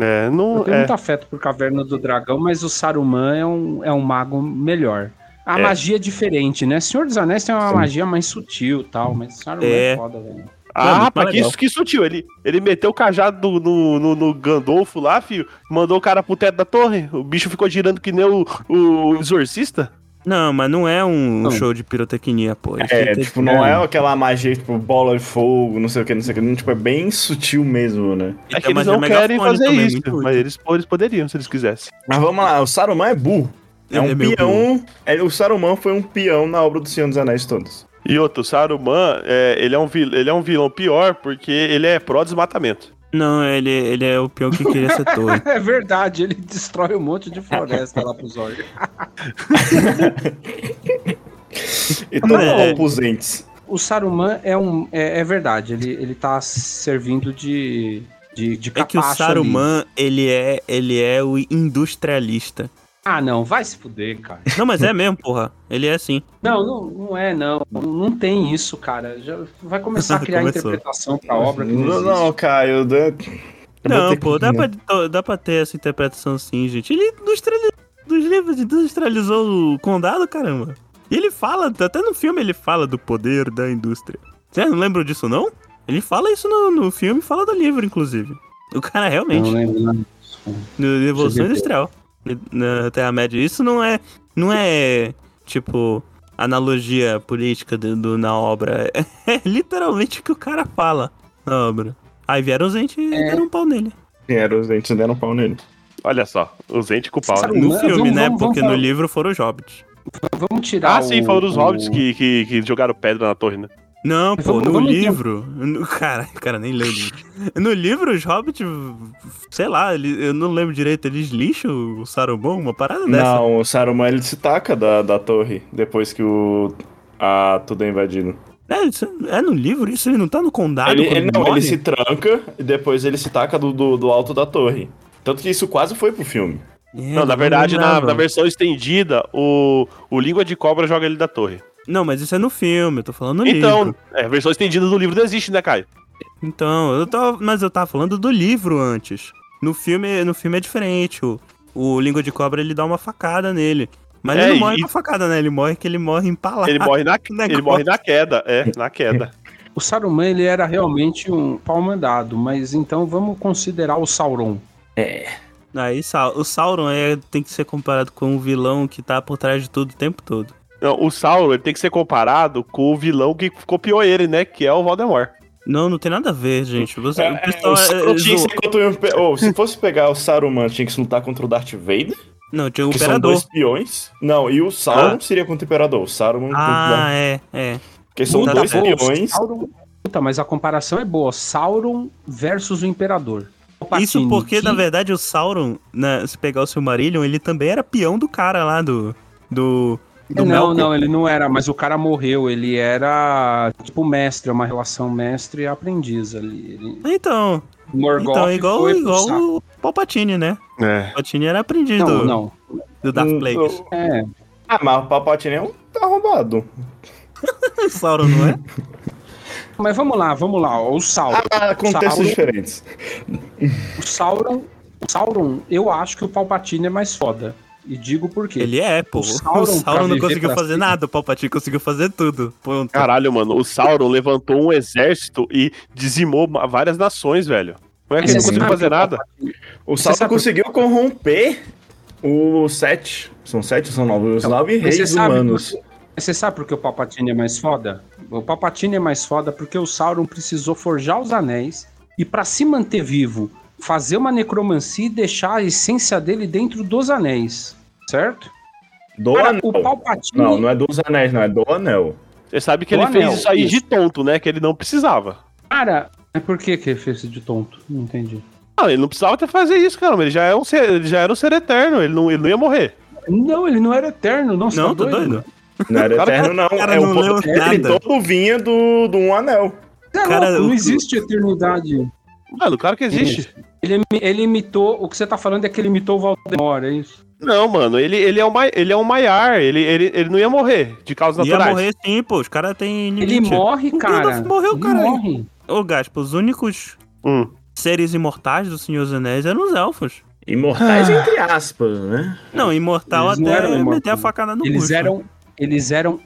Speaker 3: É,
Speaker 4: Eu
Speaker 3: não.
Speaker 4: tenho
Speaker 3: É.
Speaker 4: muito afeto por Caverna do Dragão, mas o Saruman é um, é um mago melhor. A
Speaker 3: É.
Speaker 4: magia é diferente, né? Senhor dos Anéis tem uma magia mais sutil e tal, mas Saruman é,
Speaker 1: É.
Speaker 4: foda, velho.
Speaker 1: Não,
Speaker 3: Ah,
Speaker 1: muito
Speaker 3: rapaz,
Speaker 1: mais
Speaker 3: que,
Speaker 1: legal.
Speaker 3: isso, que sutil. Ele, ele meteu o cajado no, no, no- no Gandolfo lá, filho. Mandou o cara pro teto da torre. O bicho ficou girando que nem o, o exorcista.
Speaker 1: Não, mas não é um
Speaker 4: Não.
Speaker 1: show de pirotecnia, pô. Eles
Speaker 2: É,
Speaker 1: têm que-
Speaker 2: tipo, não é aquela magia, tipo, bola de fogo, não sei o que, não sei o que. Tipo, é bem sutil mesmo, né?
Speaker 1: e tem
Speaker 3: É que eles
Speaker 1: magia
Speaker 3: não querem
Speaker 1: megafone
Speaker 3: fazer
Speaker 1: também,
Speaker 3: isso,
Speaker 1: muito útil.
Speaker 3: mas eles, eles poderiam se eles quisessem.
Speaker 2: Mas vamos lá, o Saruman é burro. É um
Speaker 1: Ele meio burro.
Speaker 2: peão. é- o Saruman foi um peão na obra do Senhor dos Anéis todos.
Speaker 3: E outro, o Saruman, é, ele, é um vil, ele é um vilão pior porque ele é pró-desmatamento.
Speaker 1: Não, ele, ele é o peão que queria ser torre.
Speaker 4: É verdade, ele destrói um monte de floresta lá pros olhos.
Speaker 2: E todos
Speaker 1: É.
Speaker 2: opusentes.
Speaker 4: O Saruman é um. É, é verdade, ele, ele tá servindo de. de, de
Speaker 1: É que o
Speaker 4: capacho ali.
Speaker 1: Saruman, ele é, ele é o industrialista.
Speaker 4: Ah, não, vai se fuder, cara.
Speaker 1: Não, mas é mesmo, porra. Ele é assim.
Speaker 4: Não, não, não é, não. Não- Não tem isso, cara. Já vai começar a criar
Speaker 1: Começou.
Speaker 4: interpretação pra obra que
Speaker 2: Não,
Speaker 4: não,
Speaker 2: não,
Speaker 4: existe.
Speaker 2: Caio. eu- eu vou
Speaker 1: Não,
Speaker 2: ter que-
Speaker 1: pô, dá pra, to- dá pra ter essa interpretação sim, gente. Ele industrializou, dos livros industrializou o condado, caramba. E ele fala, até no filme ele fala do poder da indústria. Você não lembra disso, não? Ele fala isso no, no filme, fala do livro, inclusive. O cara realmente,
Speaker 2: né?
Speaker 4: Não lembro, não.
Speaker 1: no Revolução
Speaker 4: Deixa eu ver.
Speaker 1: Industrial, na Terra-média. Isso não é, não é, tipo, analogia política do, do- na obra. É literalmente o que o cara fala na obra. Aí vieram os entes e
Speaker 2: É.
Speaker 1: deram um pau nele.
Speaker 2: Quem era os dentes deram pau nele.
Speaker 3: Olha só, os entes com pau.
Speaker 4: Sabe-
Speaker 3: Né?
Speaker 1: No
Speaker 4: Vamos-
Speaker 1: filme,
Speaker 4: vamos-
Speaker 1: né?
Speaker 4: vamos-
Speaker 1: Porque
Speaker 4: vamos-
Speaker 1: no livro foram os hobbits.
Speaker 4: Vamos tirar.
Speaker 3: Ah, sim,
Speaker 4: o-
Speaker 3: falando dos
Speaker 4: o-
Speaker 3: hobbits que, que, que jogaram pedra na torre, né?
Speaker 1: Não, pô,
Speaker 4: Vamos-
Speaker 1: no
Speaker 4: vamos-
Speaker 1: livro. No, cara, cara, nem lembro. No livro, os hobbits, sei lá, ele- eu não lembro direito, eles lixam o Saruman, uma parada dessa.
Speaker 2: Não, o Saruman ele se taca da, da torre depois que o. A tudo é invadido.
Speaker 1: É, isso é no livro isso? Ele não tá no condado?
Speaker 2: Ele,
Speaker 1: quando
Speaker 2: ele- não,
Speaker 1: morre? É,
Speaker 2: ele se tranca e depois ele se taca do, do- do alto da torre. Tanto que isso quase foi pro filme.
Speaker 1: É,
Speaker 3: Não, na verdade, na,
Speaker 1: lembrava.
Speaker 3: na versão estendida, o, o Língua de Cobra joga ele da torre.
Speaker 1: Não, mas isso é no filme, eu tô falando no
Speaker 3: então,
Speaker 1: livro.
Speaker 3: é, a versão estendida do livro não existe, né, Caio?
Speaker 1: Então, eu tava, mas eu tava falando do livro antes. No filme, no filme é diferente. O, o Língua de Cobra, ele dá uma facada nele. Mas
Speaker 3: É,
Speaker 1: ele não morre
Speaker 3: e-
Speaker 1: na facada, né? Ele morre que ele morre empalado.
Speaker 3: Ele morre na, ele
Speaker 1: negócio.
Speaker 3: morre na queda, é, na queda.
Speaker 4: O Saruman ele era realmente um pau mandado, mas então vamos considerar o Sauron.
Speaker 1: Aí Sa- o Sauron é, tem que ser comparado com o vilão que tá por trás de tudo o tempo todo.
Speaker 3: Não, o Sauron ele tem que ser comparado com o vilão que copiou ele, né? Que é o Voldemort.
Speaker 1: Não, não tem nada a ver, gente. Você, o pessoal é,
Speaker 2: O Sauron
Speaker 1: é,
Speaker 2: tinha que
Speaker 1: zoou.
Speaker 2: ser contra o Imper- ou, se fosse pegar o Saruman, tinha que se lutar contra o Darth Vader,
Speaker 1: Não, tinha o
Speaker 2: que são dois
Speaker 1: Imperador.
Speaker 2: peões. Não, e o Sauron seria contra o Imperador. O Sauron contra o
Speaker 1: Ah,
Speaker 2: Darth-
Speaker 1: é, é.
Speaker 2: Porque são
Speaker 1: Puta,
Speaker 2: dois
Speaker 1: tá bom.
Speaker 2: peões.
Speaker 4: Sauron... Puta, mas a comparação é boa. Sauron versus o Imperador.
Speaker 1: Isso
Speaker 4: Palpatine,
Speaker 1: porque,
Speaker 4: que-
Speaker 1: na verdade, o Sauron, né, se pegar o Silmarillion, ele também era peão do cara lá do. Do. do
Speaker 4: Não,
Speaker 1: Melkor.
Speaker 4: É, não, ele não era, mas o cara morreu. Ele era tipo mestre, é uma relação mestre e aprendiz ali. Ele...
Speaker 1: Então,
Speaker 4: Morgoth
Speaker 1: então é igual,
Speaker 4: foi pro
Speaker 1: igual
Speaker 4: saco.
Speaker 1: o Palpatine, né?
Speaker 3: É.
Speaker 1: O Palpatine era aprendiz
Speaker 4: Não,
Speaker 1: do,
Speaker 4: não.
Speaker 1: do Darth Plagueis.
Speaker 4: É,
Speaker 2: Ah, mas o Palpatine é um tá arrombado.
Speaker 1: O Sauron não é?
Speaker 4: mas vamos lá, vamos lá. ó, O Sauron.
Speaker 2: Ah, contextos
Speaker 4: Sauron-
Speaker 2: diferentes.
Speaker 4: O Sauron, o Sauron, eu acho que o Palpatine é mais foda. E digo por quê.
Speaker 1: Ele é, pô. O
Speaker 4: O Sauron,
Speaker 1: Sauron,
Speaker 4: pra
Speaker 1: não
Speaker 4: viver
Speaker 1: conseguiu
Speaker 4: pra
Speaker 1: fazer
Speaker 4: sempre.
Speaker 1: nada, o Palpatine conseguiu fazer tudo. Ponto.
Speaker 3: Caralho, mano, o Sauron levantou um exército e dizimou ma- várias nações, velho. Como é que ele
Speaker 4: Mas
Speaker 3: não
Speaker 4: você
Speaker 3: conseguiu
Speaker 4: sabe
Speaker 3: fazer
Speaker 4: que o
Speaker 3: nada?
Speaker 2: O
Speaker 4: Você
Speaker 2: Sauron
Speaker 4: sabe-
Speaker 2: conseguiu corromper o sete. São sete ou são nove? Os nove
Speaker 4: mas
Speaker 2: reis
Speaker 4: você sabe
Speaker 2: humanos.
Speaker 4: Mas Você sabe por que o Palpatine é mais foda? O Palpatine é mais foda porque o Sauron precisou forjar os anéis e pra se manter vivo, fazer uma necromancia e deixar a essência dele dentro dos anéis, certo?
Speaker 2: Do
Speaker 4: Cara,
Speaker 2: anel.
Speaker 4: o Palpatine
Speaker 2: Não, não é dos anéis, não. É do anel.
Speaker 3: Você sabe que
Speaker 4: O
Speaker 3: ele fez
Speaker 4: anel,
Speaker 3: isso aí
Speaker 4: isso.
Speaker 3: de tonto, né? Que ele não precisava.
Speaker 2: é.
Speaker 4: Cara, mas É por que que ele fez isso de tonto? Não entendi.
Speaker 3: Não, Ah, ele não precisava ter fazer isso, cara. mas Ele já, é um ser, ele já era um ser eterno, ele não, ele não ia morrer.
Speaker 4: Não, ele não era eterno, não, você
Speaker 1: Não,
Speaker 4: tá
Speaker 1: tá doido?
Speaker 2: Não era
Speaker 3: Cara,
Speaker 2: eterno, não.
Speaker 1: o cara
Speaker 2: é
Speaker 1: não
Speaker 2: o
Speaker 1: leu
Speaker 2: poder
Speaker 1: nada.
Speaker 2: todo vinha do, do um anel.
Speaker 4: Você é
Speaker 1: Cara,
Speaker 4: louco,
Speaker 1: o-
Speaker 4: não existe eternidade.
Speaker 3: Mano, claro que existe.
Speaker 4: Ele, imi- ele imitou, o que você tá falando é que ele imitou o Voldemort, é isso?
Speaker 3: Não, mano, ele, ele, é, um, mai- ele é um maiar, ele, ele, ele não ia morrer de causas
Speaker 1: Ia
Speaker 3: naturais.
Speaker 1: morrer sim, pô. Os caras têm limite.
Speaker 4: Ele morre,
Speaker 1: O
Speaker 4: cara.
Speaker 1: Gandalf morreu,
Speaker 4: ele
Speaker 1: caralho.
Speaker 4: morre.
Speaker 1: Ô, Gaspa, os únicos
Speaker 3: Hum.
Speaker 1: seres imortais do Senhor dos Anéis eram os elfos.
Speaker 2: Imortais, entre aspas, né?
Speaker 1: Não, imortal
Speaker 4: Eles não
Speaker 1: até
Speaker 4: eram
Speaker 1: meter a
Speaker 4: imortais.
Speaker 1: facada no
Speaker 4: Eles
Speaker 1: bucho.
Speaker 4: eram, eles eram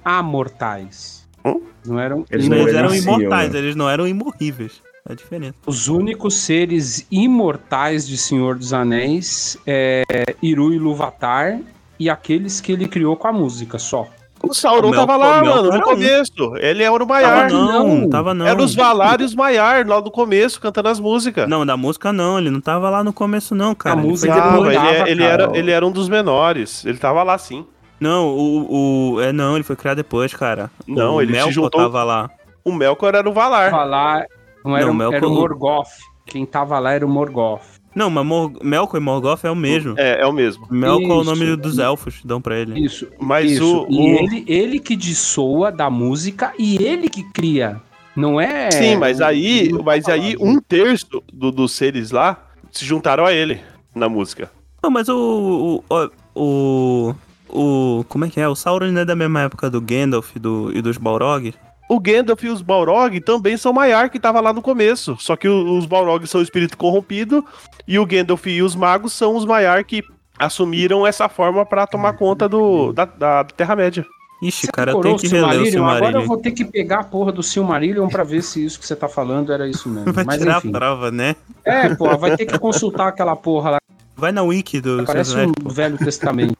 Speaker 4: amortais.
Speaker 3: Hum?
Speaker 4: Não eram
Speaker 2: Eles não
Speaker 1: Eles eram
Speaker 2: renasciam,
Speaker 1: imortais,
Speaker 2: né?
Speaker 1: eles não eram imorríveis. É diferente.
Speaker 4: os únicos seres imortais de Senhor dos Anéis, é Iru e Luvatar e aqueles que ele criou com a música só.
Speaker 3: O Sauron
Speaker 1: O Melkor-
Speaker 3: tava lá,
Speaker 1: o Melkor
Speaker 3: mano, no
Speaker 1: era um.
Speaker 3: começo. Ele era o
Speaker 1: Tava
Speaker 3: maiar.
Speaker 1: não,
Speaker 4: não.
Speaker 1: tava não.
Speaker 3: Era os Valar e os Maiar lá do começo, cantando as músicas.
Speaker 1: Não, da música não, ele não tava lá no começo não, cara.
Speaker 4: a
Speaker 1: Ele
Speaker 4: música
Speaker 3: Tava,
Speaker 4: demorava,
Speaker 3: ele, é- ele
Speaker 4: cara.
Speaker 3: era, ele era um dos menores. Ele tava lá sim.
Speaker 1: Não, o, o. É, não, ele foi criado depois, cara.
Speaker 3: Não,
Speaker 1: o
Speaker 3: ele se
Speaker 1: Melkor
Speaker 3: juntou-
Speaker 1: tava lá.
Speaker 3: O Melkor era o Valar.
Speaker 4: Valar não era, um,
Speaker 1: Não, é Melkor-
Speaker 4: era o Morgoth. Quem tava lá era o Morgoth.
Speaker 1: Não, mas Mor- Melkor e Morgoth é o mesmo.
Speaker 3: É, é o mesmo.
Speaker 1: Melkor é o nome
Speaker 4: Isso.
Speaker 1: dos elfos, dão pra ele.
Speaker 4: Isso.
Speaker 3: Mas
Speaker 4: isso.
Speaker 3: o.
Speaker 4: E
Speaker 3: o-
Speaker 4: ele, ele que dissoa da música e ele que cria. Não é.
Speaker 3: Sim, mas aí,
Speaker 4: Não
Speaker 3: mas
Speaker 4: tá
Speaker 3: aí
Speaker 4: falando.
Speaker 3: um terço do- dos seres lá se juntaram a ele na música.
Speaker 1: Não, mas o. O. O. o- o- como é que é? O Sauron não é da mesma época do Gandalf do, e dos Balrog?
Speaker 3: O Gandalf e os Balrog também são Maiar, que tava lá no começo. Só que o- os Balrog são o espírito corrompido e o Gandalf e os magos são os Maiar que assumiram essa forma pra tomar conta do, da, da Terra-média.
Speaker 1: Ixi,
Speaker 4: Você
Speaker 1: cara, eu
Speaker 4: decorou
Speaker 1: tenho que reler o
Speaker 4: Agora eu
Speaker 1: Silmarillion.
Speaker 4: vou ter que pegar a porra do Silmarillion pra ver se isso que você tá falando era isso mesmo.
Speaker 1: Vai
Speaker 4: mas
Speaker 1: tirar
Speaker 4: enfim.
Speaker 1: a prova, né?
Speaker 4: É, porra, vai ter que consultar aquela porra lá.
Speaker 1: Vai na wiki do
Speaker 4: Parece
Speaker 1: Senhor dos Anéis,
Speaker 4: um Velho Testamento.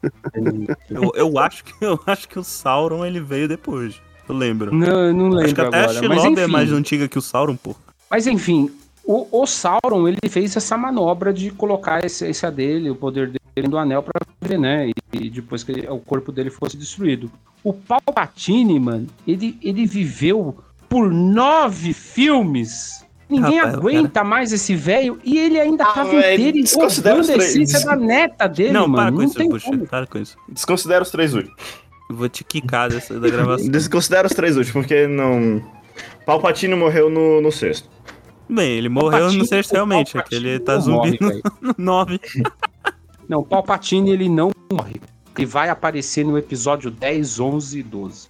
Speaker 1: Eu, eu acho que, eu acho que o Sauron ele veio depois. Eu lembro.
Speaker 4: não, eu não
Speaker 1: acho que
Speaker 4: lembro
Speaker 1: até a
Speaker 4: agora. Mas
Speaker 1: Shiloh
Speaker 4: enfim,
Speaker 1: é mais antiga que o Sauron, pô.
Speaker 4: mas enfim, o, o Sauron ele fez essa manobra de colocar a essência dele, o poder dele do anel pra ver, né? E, e depois que ele- o corpo dele fosse destruído. O Palpatine, mano, ele, ele viveu por nove filmes. Ninguém
Speaker 1: Rapaz, o
Speaker 4: aguenta mais esse velho e ele ainda
Speaker 2: Ah,
Speaker 4: tava
Speaker 2: velho,
Speaker 4: inteiro
Speaker 2: desconsidera
Speaker 4: enrolando
Speaker 2: os
Speaker 4: a
Speaker 2: três.
Speaker 4: essência da neta dele,
Speaker 1: não,
Speaker 4: mano.
Speaker 1: para com
Speaker 4: não
Speaker 1: isso,
Speaker 4: tem
Speaker 1: Buxa.
Speaker 4: como.
Speaker 1: Para com isso.
Speaker 2: Desconsidera os três últimos.
Speaker 1: Vou te quicar dessa, da gravação.
Speaker 2: Desconsidera os três últimos, porque não. Palpatine morreu no, no sexto.
Speaker 1: Bem, ele morreu, não sei se realmente, é que ele tá zumbi
Speaker 4: Morre,
Speaker 1: no 9.
Speaker 4: Não, o Palpatine ele não morre. Ele vai aparecer no episódio 10, 11 e 12.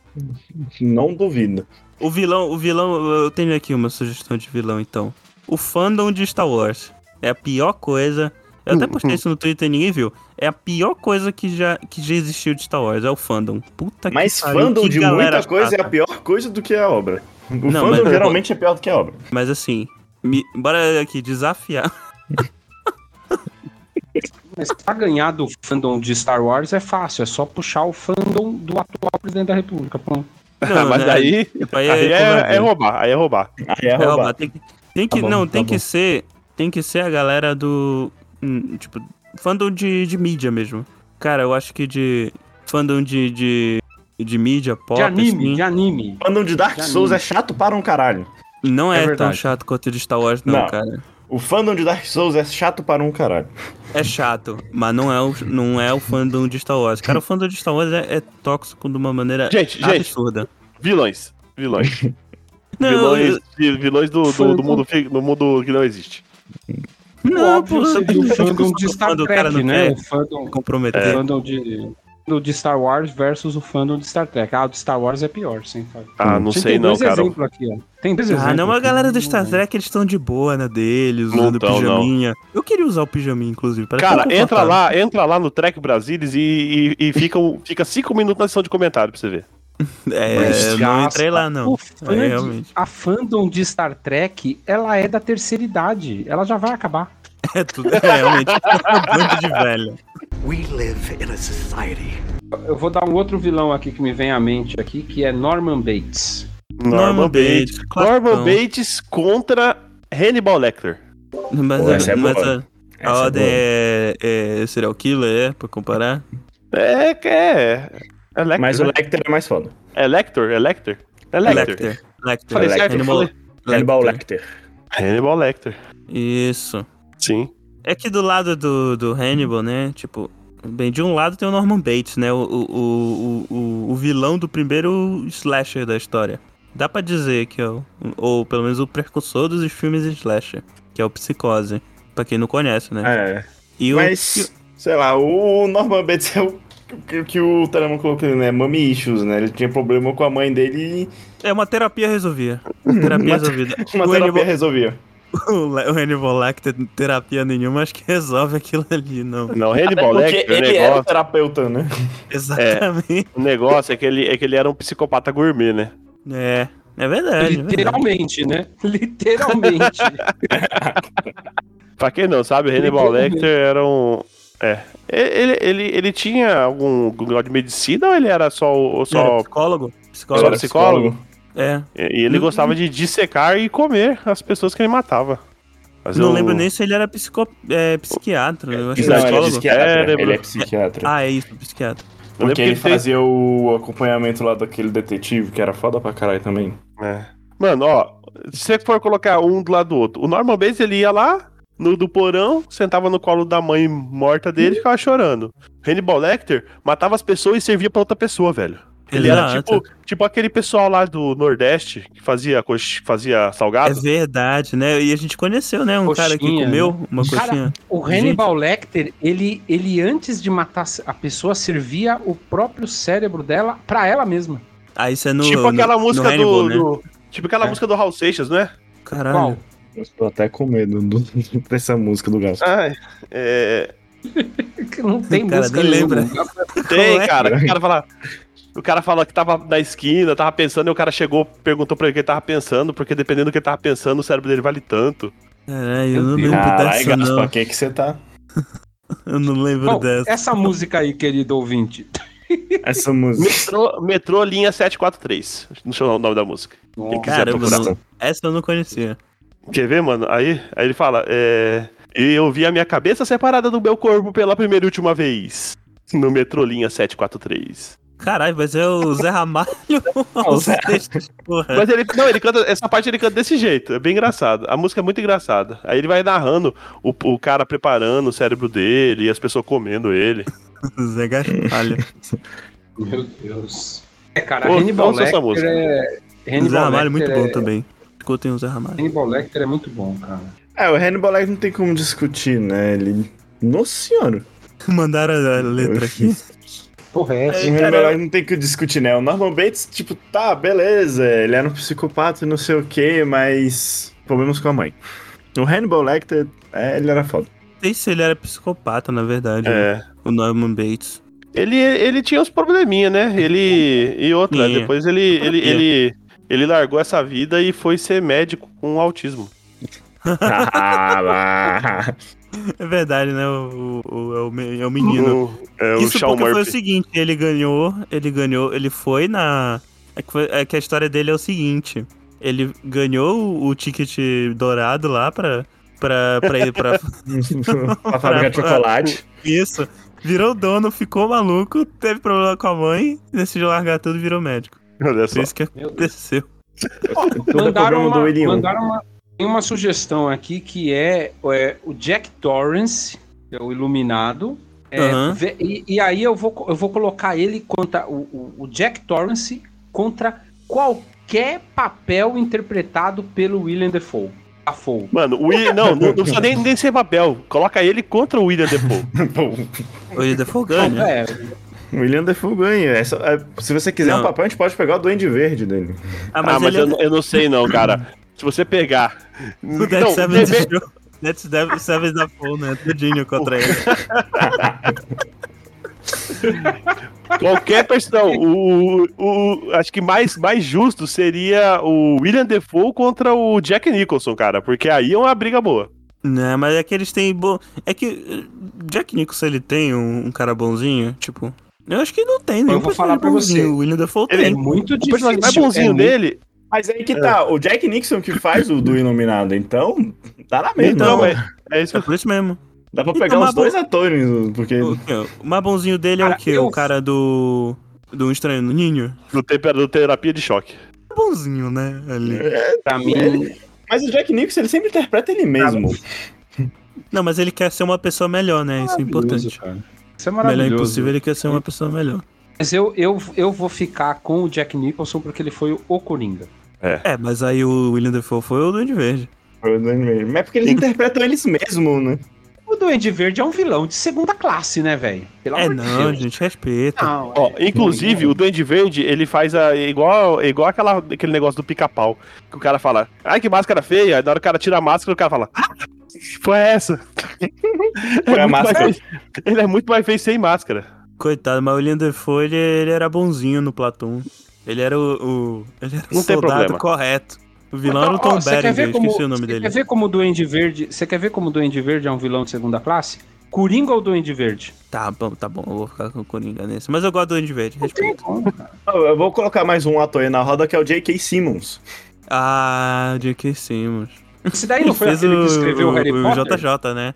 Speaker 2: Não duvido.
Speaker 1: O vilão, o vilão, eu tenho aqui uma sugestão de vilão então. O fandom de Star Wars é a pior coisa. Eu
Speaker 2: Hum,
Speaker 1: até postei isso no Twitter e ninguém viu. É a pior coisa que já, que já existiu de Star Wars, é o fandom. Puta
Speaker 2: Mas
Speaker 1: que pariu,
Speaker 2: fandom
Speaker 1: que
Speaker 2: de
Speaker 1: galera
Speaker 2: muita coisa
Speaker 1: chata.
Speaker 2: é a pior coisa do que a obra. O
Speaker 1: Não,
Speaker 2: fandom
Speaker 1: mas-
Speaker 2: geralmente é pior do que a obra.
Speaker 1: Mas assim, me- bora aqui desafiar.
Speaker 4: Mas pra ganhar do fandom de Star Wars é fácil, é só puxar o fandom do atual presidente da República. Pronto.
Speaker 1: Não,
Speaker 3: Ah, Mas
Speaker 1: né?
Speaker 3: daí
Speaker 1: Aí
Speaker 3: aí
Speaker 1: covardia.
Speaker 3: é, é roubar, aí é roubar.
Speaker 2: Aí é
Speaker 1: É,
Speaker 2: roubado.
Speaker 1: Alba, tem que, tem que-
Speaker 2: Tá bom,
Speaker 1: não, tem
Speaker 2: tá
Speaker 1: que
Speaker 2: bom.
Speaker 1: ser, tem que ser a galera do, hum, tipo, fandom de, de mídia mesmo. Cara, eu acho que de fandom de, de, de mídia, pop,
Speaker 4: de anime,
Speaker 1: assim,
Speaker 4: de anime.
Speaker 2: Fandom de Dark
Speaker 4: Já
Speaker 2: Souls
Speaker 4: li.
Speaker 2: é chato para um caralho.
Speaker 1: não
Speaker 2: É
Speaker 1: é, tão
Speaker 2: verdade.
Speaker 1: chato quanto o de Star Wars, não,
Speaker 2: Não.
Speaker 1: cara.
Speaker 2: O fandom de Dark Souls é chato para um caralho.
Speaker 1: É chato, mas não é, o, não é o fandom de Star Wars. Cara, o fandom de Star Wars é, é tóxico de uma maneira
Speaker 3: Gente, gente,
Speaker 1: absurda.
Speaker 3: vilões. Vilões.
Speaker 1: Não,
Speaker 2: é
Speaker 3: vilões
Speaker 1: eu-
Speaker 3: de- vilões do, do, do mundo, fi- do mundo que não existe.
Speaker 1: não,
Speaker 4: Óbvio,
Speaker 1: pô, você
Speaker 4: seria o fandom
Speaker 1: o
Speaker 4: de Star
Speaker 1: fandom, o cara
Speaker 4: Trek,
Speaker 1: não É.
Speaker 4: né?
Speaker 1: quer
Speaker 4: O fandom,
Speaker 1: comprometer.
Speaker 4: o fandom de, fandom de Star Wars versus o fandom de Star Trek. Ah, o de Star Wars é pior, sim. Fábio.
Speaker 3: Ah, não
Speaker 4: Sim,
Speaker 3: sei
Speaker 4: tem
Speaker 3: não,
Speaker 4: dois
Speaker 3: cara.
Speaker 4: exemplos Aqui, ó. Tem dois
Speaker 1: Ah,
Speaker 4: exemplos.
Speaker 1: não, a
Speaker 4: aqui.
Speaker 1: galera do Star Trek, eles estão de boa na deles,
Speaker 3: Não
Speaker 1: usando
Speaker 3: tão, não.
Speaker 1: pijaminha. Eu queria usar o pijaminha, inclusive. parece
Speaker 3: Cara,
Speaker 1: tão
Speaker 3: entra
Speaker 1: confortável.
Speaker 3: lá, entra lá no Trek Brasilis e, e, e fica, um- fica cinco minutos na sessão de comentário pra você ver.
Speaker 1: É, eu não
Speaker 4: Desgasta.
Speaker 1: entrei lá, não.
Speaker 4: O fã
Speaker 1: É,
Speaker 4: de-
Speaker 1: realmente.
Speaker 4: a fandom de Star Trek, ela é da terceira idade. Ela já vai acabar.
Speaker 1: É tudo, é, realmente. um bando de velho.
Speaker 4: Eu vou dar um outro vilão aqui que me vem à mente aqui, que é Norman Bates.
Speaker 1: Norman Bates.
Speaker 3: Norman
Speaker 1: classicão.
Speaker 3: Bates contra Hannibal Lecter.
Speaker 1: Mas,
Speaker 2: Pô, essa é
Speaker 1: mas
Speaker 2: boa.
Speaker 1: a, a ordem Ah, é, é serial killer, é, pra comparar.
Speaker 3: É, que é. É Lecter.
Speaker 2: Mas o
Speaker 3: né?
Speaker 2: Lecter é mais foda.
Speaker 3: É Lecter, é Lecter. É Lecter.
Speaker 1: Lecter. Lecter.
Speaker 3: Falei certo, eu
Speaker 1: Hannibal-
Speaker 3: falei.
Speaker 2: Hannibal
Speaker 1: Lecter.
Speaker 2: Lecter.
Speaker 3: Hannibal Lecter.
Speaker 1: Isso.
Speaker 3: Sim.
Speaker 1: É que do lado do, do Hannibal, né? Tipo, bem, de um lado tem o Norman Bates, né? O, o, o, o, o vilão do primeiro slasher da história. Dá pra dizer que é o. Ou pelo menos o precursor dos filmes slasher, que é o Psicose. Pra quem não conhece, né?
Speaker 2: É.
Speaker 1: E o-
Speaker 2: Mas, sei lá, o Norman Bates é o que, que o Tarama colocou, né? Mami issues, né? Ele tinha problema com a mãe dele
Speaker 1: É uma terapia resolvia. Terapia
Speaker 2: Uma-
Speaker 1: resolvida.
Speaker 2: e uma
Speaker 1: o,
Speaker 2: terapia
Speaker 1: Hannibal,
Speaker 2: resolvia.
Speaker 1: o Le- o Hannibal Lecter, terapia nenhuma, acho que resolve aquilo ali, não.
Speaker 3: Não, Hannibal
Speaker 2: Porque
Speaker 3: Lecter, o
Speaker 2: ele era o
Speaker 3: negócio,
Speaker 2: terapeuta, né?
Speaker 1: Exatamente.
Speaker 3: o negócio é, que ele, é que ele era um psicopata gourmet, né?
Speaker 1: É. É, verdade. é verdade.
Speaker 4: Literalmente, né? Literalmente.
Speaker 3: Pra quem não sabe, Hannibal
Speaker 4: gourmet.
Speaker 3: Lecter era um... É. Ele, ele, ele tinha algum grau de medicina ou ele era só, o-
Speaker 1: Ele era
Speaker 3: só
Speaker 1: psicólogo.
Speaker 3: Só
Speaker 1: Psicólogo.
Speaker 3: era psicólogo?
Speaker 1: É.
Speaker 3: E ele gostava
Speaker 2: Uhum.
Speaker 3: de dissecar e comer as pessoas que ele matava. Mas
Speaker 1: Não
Speaker 3: eu-
Speaker 1: lembro nem se ele era psico... é, psiquiatra. Eu acho que
Speaker 2: Não,
Speaker 1: era
Speaker 3: Não,
Speaker 2: ele é
Speaker 1: psicólogo.
Speaker 2: psiquiatra.
Speaker 3: Cérebro.
Speaker 2: Ele é psiquiatra.
Speaker 1: Ah, é isso, psiquiatra.
Speaker 3: Eu lembro
Speaker 2: Porque
Speaker 3: que
Speaker 2: ele
Speaker 3: ele fez-
Speaker 2: fazia o acompanhamento lá daquele detetive, que era foda pra caralho também.
Speaker 3: É. Mano, ó, se você for colocar um do lado do outro, o Norman Bates ele ia lá no do porão, sentava no colo da mãe morta dele e ficava chorando. Hannibal Lecter matava as pessoas e servia pra outra pessoa, velho. Ele era
Speaker 1: Exato.
Speaker 3: tipo, tipo aquele pessoal lá do Nordeste que fazia, cox- fazia
Speaker 1: É
Speaker 3: salgado.
Speaker 1: verdade, né? E a gente conheceu, né? Um cara que
Speaker 4: Coxinha, né?
Speaker 1: comeu uma
Speaker 4: Cara,
Speaker 1: coxinha.
Speaker 4: o Hannibal Lecter, ele, ele antes de matar a pessoa, servia o próprio cérebro dela pra ela mesma.
Speaker 1: Aí você Ah, é no.
Speaker 3: tipo
Speaker 1: no-
Speaker 3: aquela
Speaker 1: no
Speaker 3: música
Speaker 1: Hannibal,
Speaker 3: do,
Speaker 1: né?
Speaker 3: do- Tipo aquela música do Raul Seixas, né?
Speaker 1: Caralho.
Speaker 4: Qual?
Speaker 2: Eu tô até com medo dessa música do Gas.
Speaker 3: Ai, é,
Speaker 4: Que Não tem
Speaker 1: Cara,
Speaker 4: música
Speaker 1: nem
Speaker 4: nenhuma.
Speaker 3: Tem,
Speaker 1: Qual é?
Speaker 3: cara. O cara fala. O cara fala que tava na esquina, tava pensando, e o cara chegou, perguntou pra ele o que ele tava pensando, porque dependendo do que ele tava pensando, o cérebro dele vale tanto.
Speaker 1: Caralho, eu não lembro
Speaker 2: Caralho,
Speaker 1: dessa,
Speaker 2: Gas, pra
Speaker 1: não.
Speaker 2: que que você tá?
Speaker 1: Eu não lembro
Speaker 4: Bom,
Speaker 1: dessa.
Speaker 4: essa música aí, querido ouvinte.
Speaker 2: Essa música.
Speaker 3: Metrô, metrô linha 743. Não sei o nome da música. Quem quiser
Speaker 1: Caramba,
Speaker 3: procurar.
Speaker 1: não. Essa eu não conhecia.
Speaker 3: Quer ver, mano? Aí, aí ele fala, é. E eu vi a minha cabeça separada do meu corpo pela primeira e última vez. No metrô linha 743.
Speaker 1: Caralho, mas é o Zé Ramalho.
Speaker 2: o Zé-
Speaker 1: Sextas, porra.
Speaker 3: É. Mas ele. Não, ele canta. Essa parte ele canta desse jeito. É bem engraçado. A música é muito engraçada. Aí ele vai narrando o, o cara preparando o cérebro dele e as pessoas comendo ele.
Speaker 1: Zé Gaspalho.
Speaker 7: Meu Deus.
Speaker 4: É, cara,
Speaker 3: Ô,
Speaker 4: Hannibal
Speaker 3: ouça essa
Speaker 4: Lecter
Speaker 3: música.
Speaker 4: é...
Speaker 1: O Zé
Speaker 4: Hannibal
Speaker 1: Ramalho é muito
Speaker 4: Lecter
Speaker 1: bom
Speaker 4: é-
Speaker 1: também. Escutem o Zé Ramalho.
Speaker 4: Hannibal Lecter é muito bom, cara.
Speaker 2: É, o Hannibal Lecter não tem como discutir, né? Ele. Nossa senhora.
Speaker 1: Mandaram a letra aqui.
Speaker 7: Porra, é essa?
Speaker 2: O Hannibal
Speaker 1: cara.
Speaker 2: Lecter Um não tem o que discutir, né? O Norman Bates, tipo, tá, beleza. Ele era um psicopata e não sei o quê, mas. Problemas com a mãe. O Hannibal Lecter, é, ele era foda.
Speaker 1: Não sei se ele era psicopata, na verdade. né?
Speaker 3: É.
Speaker 1: O Norman Bates.
Speaker 3: Ele, ele tinha uns probleminha, né? Ele. E outra,
Speaker 1: Tinha.
Speaker 3: depois ele, ele, ele, ele largou essa vida e foi ser médico com autismo.
Speaker 2: Ah,
Speaker 1: É verdade, né? O, o- o- é, o, me- é o menino.
Speaker 3: O, é, o
Speaker 1: Isso
Speaker 3: Shawn
Speaker 1: porque foi o
Speaker 3: Murphy.
Speaker 1: seguinte, ele ganhou, ele ganhou, ele foi na... É que, foi- é que a história dele é o seguinte, ele ganhou o, o ticket dourado lá pra, pra, pra ir pra...
Speaker 2: a fábrica de chocolate.
Speaker 1: Isso, virou dono, ficou maluco, teve problema com a mãe, decidiu largar tudo e virou médico.
Speaker 3: Olha só.
Speaker 1: Foi isso que
Speaker 7: Meu Deus.
Speaker 1: aconteceu.
Speaker 2: Todo
Speaker 4: mandaram
Speaker 2: é programa
Speaker 4: uma,
Speaker 2: do um. William.
Speaker 4: mandaram uma, tem uma sugestão aqui que é, é, o Jack Torrance, que é o Iluminado. é,
Speaker 1: Aham.
Speaker 4: ve- e, e aí eu vou, co- eu vou colocar ele contra o, o- o Jack Torrance contra qualquer papel interpretado pelo William Defoe. Dafoe.
Speaker 3: Mano, o William. Não, não, não precisa nem, nem ser papel. Coloca ele contra o William Defoe.
Speaker 2: Bom,
Speaker 1: O Ida Fogania.
Speaker 4: É,
Speaker 2: o William Defoe ganha. É só- é, se você quiser
Speaker 1: Não.
Speaker 2: um papel, a gente pode pegar o Duende Verde dele.
Speaker 1: Ah,
Speaker 3: ah, mas
Speaker 1: ele
Speaker 3: eu, não- eu não sei, não, cara. Se você pegar.
Speaker 1: O Dead
Speaker 3: Não,
Speaker 1: Seven
Speaker 3: deve-
Speaker 1: destruiu. Dead Seven Seven da Full, né? Tudinho contra ele.
Speaker 3: Qualquer personagem. O, o, o- acho que mais, mais justo seria o William Defoe contra o Jack Nicholson, cara. Porque aí é uma briga boa.
Speaker 1: Não, mas é que eles têm bom. É que eh, Jack Nicholson ele tem um, um cara bonzinho, tipo. Eu acho que não tem, nenhum
Speaker 7: Eu vou falar
Speaker 1: personagem
Speaker 7: pra você.
Speaker 1: bonzinho. O William Defoe
Speaker 3: Ele
Speaker 4: é
Speaker 1: tem.
Speaker 4: muito
Speaker 3: O personagem mais
Speaker 4: difícil, é
Speaker 3: bonzinho
Speaker 4: muito-
Speaker 3: dele.
Speaker 2: Mas aí que tá, o Jack Nixon que faz o do Iluminado, então tá na mesma.
Speaker 3: Então,
Speaker 2: né?
Speaker 3: é, é isso
Speaker 1: É
Speaker 3: que
Speaker 1: por isso mesmo.
Speaker 2: Dá pra
Speaker 1: Então,
Speaker 2: pegar
Speaker 1: mas
Speaker 2: os dois atores, porque.
Speaker 1: O, o mais bonzinho dele é o
Speaker 4: Cara,
Speaker 1: quê?
Speaker 4: eu-
Speaker 1: O cara do. Do Um Estranho no Ninho?
Speaker 3: do, ter- do terapia de choque.
Speaker 1: É bonzinho, né? Ali.
Speaker 4: Pra mim, é
Speaker 2: Mas o Jack Nixon, ele sempre interpreta ele
Speaker 1: Tá.
Speaker 2: mesmo.
Speaker 1: Não, mas ele quer ser uma pessoa melhor, né? Isso é importante.
Speaker 7: Cara.
Speaker 4: isso é
Speaker 1: Melhor
Speaker 4: maravilhoso.
Speaker 1: impossível, ele quer ser uma pessoa melhor.
Speaker 4: Mas eu, eu, eu vou ficar com o Jack Nicholson porque ele foi o Coringa.
Speaker 1: É, mas aí o William Defoe foi o Duende Verde.
Speaker 2: Mas é porque eles interpretam eles mesmos, né?
Speaker 4: O Duende Verde é um vilão de segunda classe, né, velho? Pelo
Speaker 1: É
Speaker 4: amor de
Speaker 1: não,
Speaker 4: Deus. Ah,
Speaker 1: gente, respeita.
Speaker 4: Não, é,
Speaker 3: Ó, inclusive, o Duende Verde, ele faz a, igual, igual aquela, aquele negócio do pica-pau. Que o cara fala, ai que máscara feia. Aí na hora que o cara tira a máscara, o cara fala, ah, foi essa. É
Speaker 2: Foi a
Speaker 3: muito
Speaker 2: máscara.
Speaker 3: mais feio- ele é muito mais feio sem máscara.
Speaker 1: Coitado, mas o William Defoe, ele, ele era bonzinho no Platão. Ele era o, o- ele era o
Speaker 3: Não tem
Speaker 1: soldado
Speaker 3: problema.
Speaker 1: correto. O vilão era o
Speaker 4: Então, Ó,
Speaker 1: Tom
Speaker 4: você quer
Speaker 1: Berenger,
Speaker 4: ver como-
Speaker 1: esqueci o nome
Speaker 4: você
Speaker 1: dele.
Speaker 4: Quer ver como o Duende Verde, você quer ver como o Duende Verde é um vilão de segunda classe? Coringa ou Duende Verde?
Speaker 1: Tá bom, tá bom, eu vou ficar com o Coringa nesse. Mas eu gosto do Andy Verde, respeito.
Speaker 2: Eu vou colocar mais um ator aí na roda, que é o J.K. Simmons.
Speaker 1: Ah, J.K. Simmons.
Speaker 4: Esse daí não foi
Speaker 1: Fez
Speaker 4: aquele que escreveu
Speaker 1: o,
Speaker 4: Harry
Speaker 1: o
Speaker 4: Potter?
Speaker 1: JJ, né?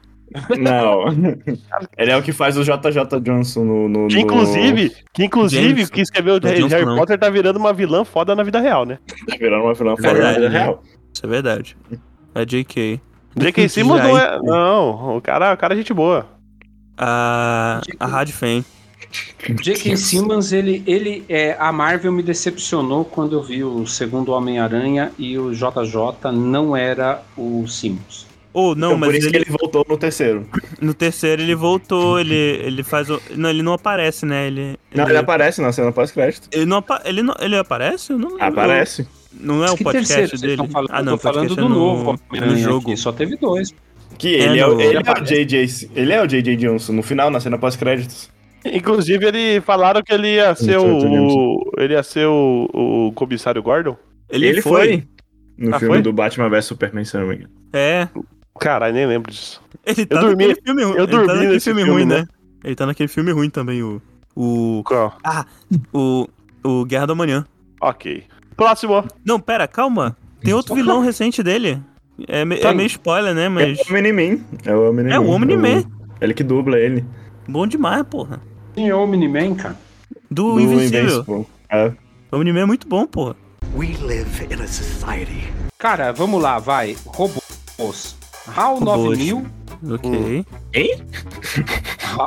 Speaker 2: Não. ele é o que faz o JJ Johnson no... no-
Speaker 3: Que inclusive, que inclusive,
Speaker 1: James.
Speaker 3: o que escreveu
Speaker 1: Não,
Speaker 3: Harry,
Speaker 1: Johnson
Speaker 3: Harry
Speaker 1: não.
Speaker 3: Potter tá virando uma vilã foda na vida real, né?
Speaker 2: no- Virando uma vilã foda na
Speaker 1: Verdade,
Speaker 2: vida
Speaker 1: né?
Speaker 2: real.
Speaker 1: Isso é verdade. É J.K.
Speaker 3: J.K. Simmons não é. Não, o cara, o cara é gente boa.
Speaker 1: A, a Rad Fan.
Speaker 4: J.K. Simmons, ele, ele é, a Marvel me decepcionou quando eu vi o segundo Homem-Aranha e o JJ não era o Simmons.
Speaker 1: Ou não,
Speaker 2: Então,
Speaker 1: mas
Speaker 2: por isso
Speaker 1: ele,
Speaker 2: que ele voltou no terceiro.
Speaker 1: no terceiro ele voltou, ele, ele faz o... Não, ele não aparece, né? Ele,
Speaker 2: Não,
Speaker 1: ele,
Speaker 2: ele aparece na cena pós-crédito.
Speaker 1: ele não, apa- ele não Ele aparece? Eu não lembro.
Speaker 2: Aparece.
Speaker 1: Não é o
Speaker 4: Que
Speaker 1: podcast
Speaker 4: terceiro vocês
Speaker 1: dele?
Speaker 4: tão falando?
Speaker 1: ah, não,
Speaker 4: Eu tô falando
Speaker 1: podcast
Speaker 4: do
Speaker 1: é no-
Speaker 4: novo
Speaker 1: é no
Speaker 4: Homem-Aranha
Speaker 1: jogo.
Speaker 4: aqui, só teve dois.
Speaker 2: Que ele é,
Speaker 1: É,
Speaker 2: o-
Speaker 1: no-
Speaker 2: ele é o J.J. Ele é o J.J. Johnson no final, na cena pós-créditos.
Speaker 3: Inclusive, ele falaram que ele ia ser
Speaker 2: Richard
Speaker 3: o. Ele ia ser o, o comissário Gordon.
Speaker 1: Ele, foi.
Speaker 2: No
Speaker 3: Ah,
Speaker 2: filme
Speaker 3: foi?
Speaker 2: do Batman vs Superman, se eu não me engano.
Speaker 1: É.
Speaker 3: Caralho, nem lembro disso.
Speaker 1: Ele tá
Speaker 3: dormi-
Speaker 1: naquele filme ruim.
Speaker 3: eu
Speaker 1: Ele
Speaker 3: dormi
Speaker 1: tá naquele
Speaker 3: nesse
Speaker 1: filme,
Speaker 3: filme,
Speaker 1: ruim,
Speaker 3: né?
Speaker 1: né? Ele tá naquele filme ruim também, o. O.
Speaker 3: Qual?
Speaker 1: O. O Guerra da Manhã.
Speaker 3: Ok. Próximo.
Speaker 1: Não, pera, calma. Tem outro vilão recente dele. É, me- é
Speaker 3: Tá.
Speaker 1: meio spoiler, né? Mas.
Speaker 2: É o Omni-Man. É o Omni-Man.
Speaker 1: É o Omni-Man.
Speaker 2: Ele que dubla ele.
Speaker 1: Bom demais, porra.
Speaker 4: Quem é o Omni-Man, cara?
Speaker 1: Do,
Speaker 2: Do
Speaker 1: Invencível.
Speaker 2: Invincible. É.
Speaker 1: O Omni-Man é muito bom, porra.
Speaker 4: Cara, vamos lá, vai. Robôs. HAL
Speaker 1: Robôs.
Speaker 4: 9000,
Speaker 1: Ok.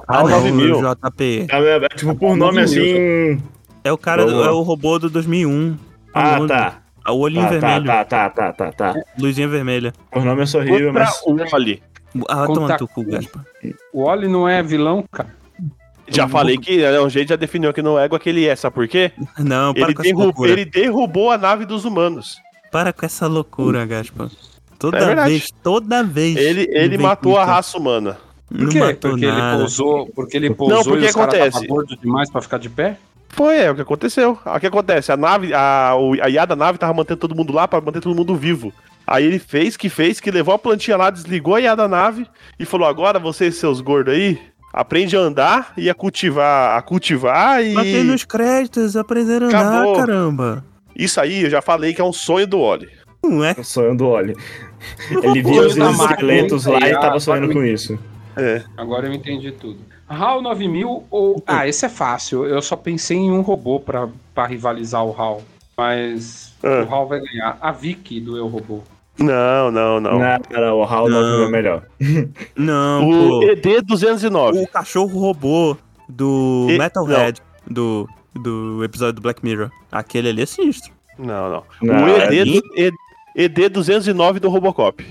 Speaker 1: Ah, não,
Speaker 3: mil.
Speaker 1: o JP.
Speaker 2: É, é, tipo, por nome assim.
Speaker 1: É o cara,
Speaker 2: Vamos
Speaker 1: do,
Speaker 2: lá.
Speaker 1: é o robô do 2001.
Speaker 2: Ah,
Speaker 1: Mundo.
Speaker 2: tá.
Speaker 1: É um. O olhinho
Speaker 2: Tá, tá,
Speaker 1: vermelho,
Speaker 2: tá, tá, tá, tá, tá.
Speaker 1: luzinha vermelha.
Speaker 2: Por nome é eu sou horrível,
Speaker 3: Contra
Speaker 2: mas.
Speaker 3: o Oli.
Speaker 1: Ah,
Speaker 4: Conta-
Speaker 1: toma no teu cu, Gaspa.
Speaker 4: O Oli não é vilão, cara.
Speaker 3: Já falei que é um jeito já definiu que não é égua que ele é, sabe por quê?
Speaker 1: Não, para
Speaker 3: Ele,
Speaker 1: com essa
Speaker 3: derru-
Speaker 1: loucura.
Speaker 3: ele derrubou a nave dos humanos.
Speaker 1: Para com essa loucura, Gaspa. Toda
Speaker 3: É verdade.
Speaker 1: vez, toda vez.
Speaker 3: Ele,
Speaker 1: vem
Speaker 3: ele matou
Speaker 1: com
Speaker 3: a
Speaker 1: isso.
Speaker 3: raça humana.
Speaker 1: Não
Speaker 4: Por quê?
Speaker 1: matou
Speaker 4: Porque ele
Speaker 1: nada.
Speaker 4: pousou, porque ele pousou
Speaker 3: porque
Speaker 4: e os caras
Speaker 3: acontece.
Speaker 4: estavam gordos demais pra ficar de pé?
Speaker 3: Foi, é o que aconteceu. Ah, O que acontece? A nave, a, o- a IA da nave tava mantendo todo mundo lá pra manter todo mundo vivo. Aí ele fez que fez, que levou a plantinha lá, desligou a IA da nave e falou: agora vocês, seus gordos aí, aprende a andar e a cultivar, a cultivar e.
Speaker 1: Matei nos créditos, aprenderam a
Speaker 3: Acabou.
Speaker 1: andar, caramba.
Speaker 3: Isso aí eu já falei que é um sonho do Oli.
Speaker 1: Não é?
Speaker 2: O sonho do Oli. Ele viu
Speaker 4: Olho
Speaker 2: os
Speaker 4: da máquina.
Speaker 2: esqueletos lá e
Speaker 4: Ah,
Speaker 2: tava
Speaker 4: para
Speaker 2: sonhando
Speaker 4: mim.
Speaker 2: com isso.
Speaker 4: Agora eu entendi tudo. HAL 9000 ou. Ah, esse é fácil. Eu só pensei em um robô pra, pra rivalizar o HAL. Mas
Speaker 3: Ah.
Speaker 4: o HAL vai ganhar. A Vicky do Eu Robô.
Speaker 3: Não, não, não.
Speaker 2: Não, não, o Hal
Speaker 1: Não.
Speaker 2: não é melhor.
Speaker 1: Não,
Speaker 3: O
Speaker 1: pô.
Speaker 3: ED209.
Speaker 1: O cachorro robô do
Speaker 3: E-
Speaker 1: Metalhead, do, do episódio do Black Mirror. Aquele ali é sinistro.
Speaker 3: Não, não.
Speaker 2: Não,
Speaker 3: o ED,
Speaker 1: é ali-
Speaker 3: do- E- ED209 do Robocop.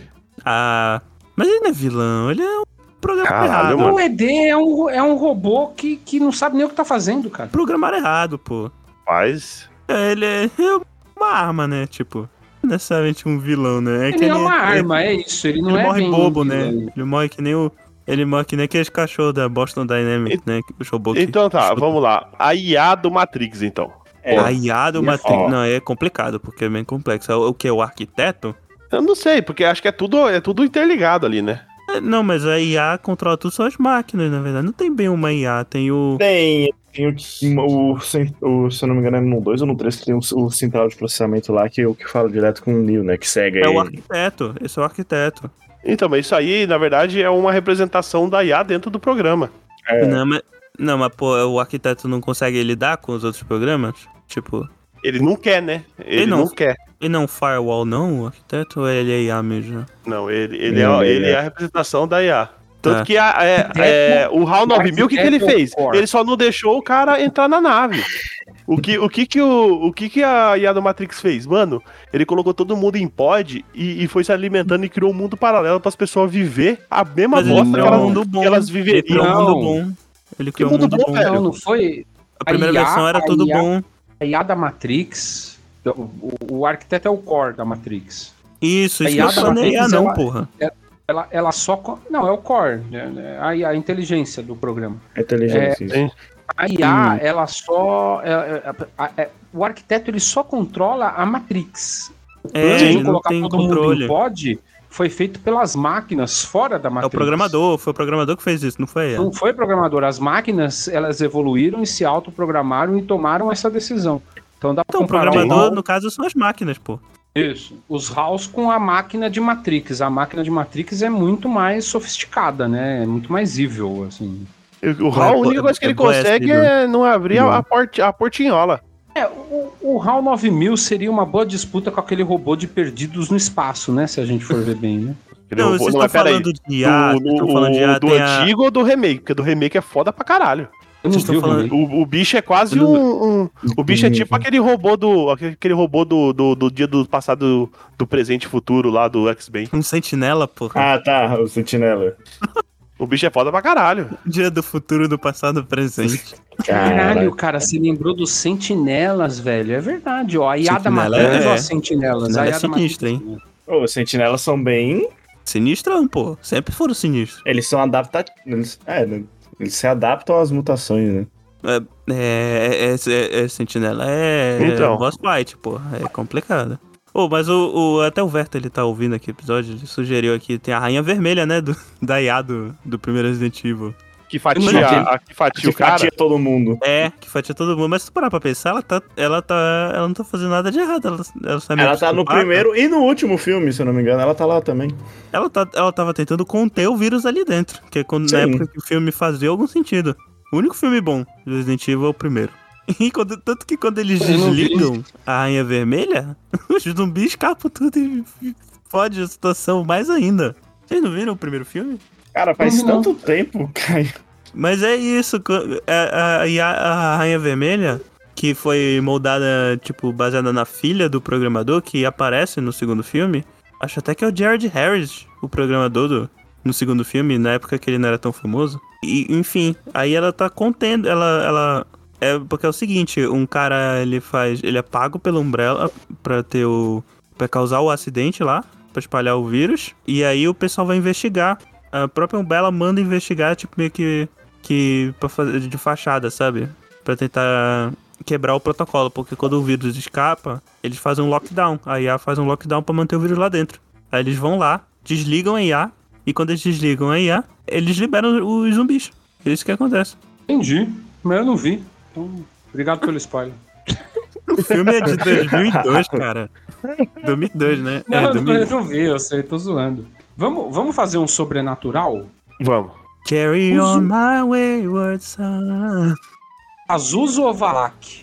Speaker 1: Ah, mas ele não é vilão, ele é um programa
Speaker 3: Caralho,
Speaker 1: errado.
Speaker 3: mano.
Speaker 4: O ED é um, é um robô que, que não sabe nem o que tá fazendo, cara.
Speaker 1: Programar errado, pô.
Speaker 3: Mas.
Speaker 1: É, Ele é uma arma, né? Tipo, não necessariamente um vilão, né?
Speaker 4: Ele é uma arma, é isso. Ele não
Speaker 1: Ele
Speaker 4: é
Speaker 1: morre
Speaker 4: bem
Speaker 1: bobo, né?
Speaker 4: vilão.
Speaker 1: Ele morre que nem o. Ele morre que nem aqueles cachorros da Boston Dynamics, né? Os robôs que.
Speaker 3: Então tá, vamos lá. A IA do Matrix, então.
Speaker 2: É,
Speaker 1: A IA do
Speaker 4: Ó.
Speaker 1: Matrix. Não, é complicado, porque é bem complexo. É O o que? O arquiteto?
Speaker 3: Eu não sei, porque acho que é tudo, é tudo interligado ali, né?
Speaker 1: É, Não, mas a IA controla tudo só as máquinas, na verdade. Não tem bem uma IA, tem o.
Speaker 2: Tem, tem o, o, o- se eu não me engano, é no 2 ou no 3 que tem o, o central de processamento lá, que eu que falo direto com o Neil, né? Que segue
Speaker 1: É o
Speaker 2: ele.
Speaker 1: arquiteto. Esse é o arquiteto.
Speaker 3: Então, mas isso aí, na verdade, é uma representação da IA dentro do programa.
Speaker 2: É.
Speaker 1: Não, mas. Não, mas pô, o arquiteto não consegue lidar com os outros programas? Tipo.
Speaker 3: Ele não quer, né? Ele,
Speaker 1: Ele
Speaker 3: não.
Speaker 1: não.
Speaker 3: quer.
Speaker 1: E não firewall, não? O arquiteto ou ele é IA mesmo?
Speaker 3: Não, ele, ele, é,
Speaker 2: Não,
Speaker 3: ele
Speaker 2: ele
Speaker 3: é a representação da IA. Tanto
Speaker 1: É.
Speaker 3: que a- é- é, o HAL 9000, o que, que ele fez? Ele só não deixou o cara entrar na nave. O que, o que, que, o, o que, que a IA do Matrix fez? Mano, ele colocou todo mundo em pod e, e foi se alimentando e criou um mundo paralelo para as pessoas viver a mesma
Speaker 1: Mas ele
Speaker 3: bosta que
Speaker 1: criou um
Speaker 3: elas,
Speaker 1: mundo bom.
Speaker 3: que elas
Speaker 1: Ele criou
Speaker 3: viveriam.
Speaker 1: um mundo
Speaker 4: Não.
Speaker 1: bom. Ele
Speaker 3: Que
Speaker 1: criou um
Speaker 3: mundo
Speaker 1: mundo
Speaker 3: bom,
Speaker 1: bom.
Speaker 3: velho?
Speaker 4: Não, não foi.
Speaker 1: A primeira
Speaker 4: A IA,
Speaker 1: versão era
Speaker 4: a
Speaker 1: tudo
Speaker 4: IA.
Speaker 1: bom.
Speaker 4: A IA da Matrix. O, o- o arquiteto é o core da Matrix.
Speaker 1: Isso,
Speaker 4: A
Speaker 1: isso
Speaker 4: IA
Speaker 1: não é
Speaker 4: da
Speaker 1: só na
Speaker 4: Matrix,
Speaker 1: IA, não,
Speaker 4: ela-
Speaker 1: porha.
Speaker 4: Ela, ela só. co- Não, é o core. Né? A, IA, a inteligência do programa.
Speaker 2: É inteligência. isso.
Speaker 4: A IA, ela só. é- é- a- é- o arquiteto ele só controla a Matrix.
Speaker 1: É,
Speaker 4: Antes de
Speaker 1: ele não tem
Speaker 4: em
Speaker 1: controle.
Speaker 4: pod, foi feito pelas máquinas fora da
Speaker 1: É
Speaker 4: Matrix.
Speaker 1: o programador, é. foi o programador que fez isso, não foi ela.
Speaker 4: Não foi programador. As máquinas, elas evoluíram e se autoprogramaram e tomaram essa decisão. Então dá pra
Speaker 1: Então, o
Speaker 4: comparar
Speaker 1: programador,
Speaker 4: o HAL-
Speaker 1: no caso, são as máquinas, pô.
Speaker 4: Isso. Os HALs com a máquina de Matrix. A máquina de Matrix é muito mais sofisticada, né? É muito mais evil, assim.
Speaker 3: O HAL, a única
Speaker 1: É
Speaker 3: coisa que ele
Speaker 1: bo- é
Speaker 3: consegue
Speaker 1: boa
Speaker 3: é não abrir a, a, porti- a portinhola.
Speaker 4: É, o, o HAL 9000 seria uma boa disputa com aquele robô de perdidos no espaço, né? Se a gente for ver bem, né?
Speaker 1: Não,
Speaker 3: Eu vou-
Speaker 1: vocês
Speaker 3: mas
Speaker 1: estão
Speaker 3: peraí,
Speaker 1: tá falando de IA,
Speaker 3: do,
Speaker 1: vocês estão
Speaker 3: do-
Speaker 1: falando de IA,
Speaker 3: do
Speaker 1: tem a...
Speaker 3: antigo ou do remake? Porque do remake é foda pra caralho.
Speaker 4: Eu não
Speaker 1: Vocês
Speaker 4: vi
Speaker 1: estão falando-
Speaker 4: o remake.
Speaker 3: O, o bicho é quase
Speaker 1: Do-
Speaker 3: um, um- O bicho é
Speaker 2: Uhum.
Speaker 3: tipo aquele robô do. Aquele robô do, do, do dia do passado, do presente e futuro lá do X-Men.
Speaker 1: Um sentinela, porra.
Speaker 2: Ah, tá, o Sentinela.
Speaker 3: O bicho é foda pra caralho.
Speaker 1: Um Dia do futuro, do passado, presente.
Speaker 4: Caralho, cara, você lembrou dos sentinelas, velho. É verdade, ó. A IA da
Speaker 1: Sentinela
Speaker 4: Matrix,
Speaker 1: é-
Speaker 4: ó, sentinelas. A
Speaker 1: Sentinela é
Speaker 4: IA da
Speaker 1: sinistra,
Speaker 4: Matrix, né?
Speaker 2: Ô, Os sentinelas são bem.
Speaker 1: Sinistrão, pô. Sempre foram sinistros.
Speaker 2: Eles são adaptativos. É, né? Eles se adaptam às mutações, né?
Speaker 1: É, é, é- é- é sentinela é,
Speaker 3: Então.
Speaker 1: é boss fight, pô. É complicado. Ô, mas o, o- até o Verta, ele tá ouvindo aqui o episódio, ele sugeriu aqui, tem a Rainha Vermelha, né, do, da IA do, do primeiro Resident Evil.
Speaker 3: Que
Speaker 4: Eu
Speaker 3: fatia,
Speaker 4: não sei.
Speaker 3: a- que fatia o
Speaker 2: Que
Speaker 3: cara.
Speaker 2: fatia todo mundo.
Speaker 1: É, que fatia todo mundo, mas se tu parar pra pensar, ela tá, ela tá, ela não tá fazendo nada de errado, ela, ela, sai meio
Speaker 2: Ela tá no
Speaker 1: psicopata.
Speaker 2: primeiro e no último filme, se eu não me engano. Ela tá lá também.
Speaker 1: Ela, tá, ela tava tentando conter o vírus ali dentro, que é quando, na
Speaker 2: Sim.
Speaker 1: época que o filme fazia algum sentido. O único filme bom do Resident Evil é o primeiro. E quando- tanto que quando eles
Speaker 4: Eu não vi.
Speaker 1: desligam a Rainha Vermelha, os zumbis escapam tudo e e fode a situação mais ainda. Vocês não viram o primeiro filme?
Speaker 4: Uhum.
Speaker 2: Cara, faz
Speaker 4: Não vi, não.
Speaker 2: tanto tempo, Caio.
Speaker 1: Mas é isso. co- é- é- E a, a Rainha Vermelha, que foi moldada, tipo, baseada na filha do programador, que aparece no segundo filme. Acho até que é o Jared Harris, o programador do, no segundo filme, na época que ele não era tão famoso. E, enfim, aí ela tá contendo. Ela. ela é porque é o seguinte, um cara ele faz. Ele é pago pela Umbrella pra ter o. pra causar o acidente lá, pra espalhar o vírus. E aí o pessoal vai investigar. A própria Umbrella manda investigar, tipo, meio que. que. Pra fazer de fachada, sabe? Pra tentar quebrar o protocolo, porque quando o vírus escapa, eles fazem um lockdown. A IA faz um lockdown pra manter o vírus lá dentro. Aí eles vão lá, desligam a IA, e quando eles desligam a IA, eles liberam os zumbis. É isso que acontece.
Speaker 4: Entendi, mas eu não vi. Então, obrigado pelo spoiler.
Speaker 1: O filme é de 2002, cara. 2002, né?
Speaker 4: Não,
Speaker 1: é,
Speaker 4: eu não-
Speaker 1: 2002.
Speaker 4: eu não vi, eu sei, tô zoando. Vamos, vamos fazer um sobrenatural?
Speaker 3: Vamos.
Speaker 1: Carry on my wayward son.
Speaker 4: Azuso ou Valak?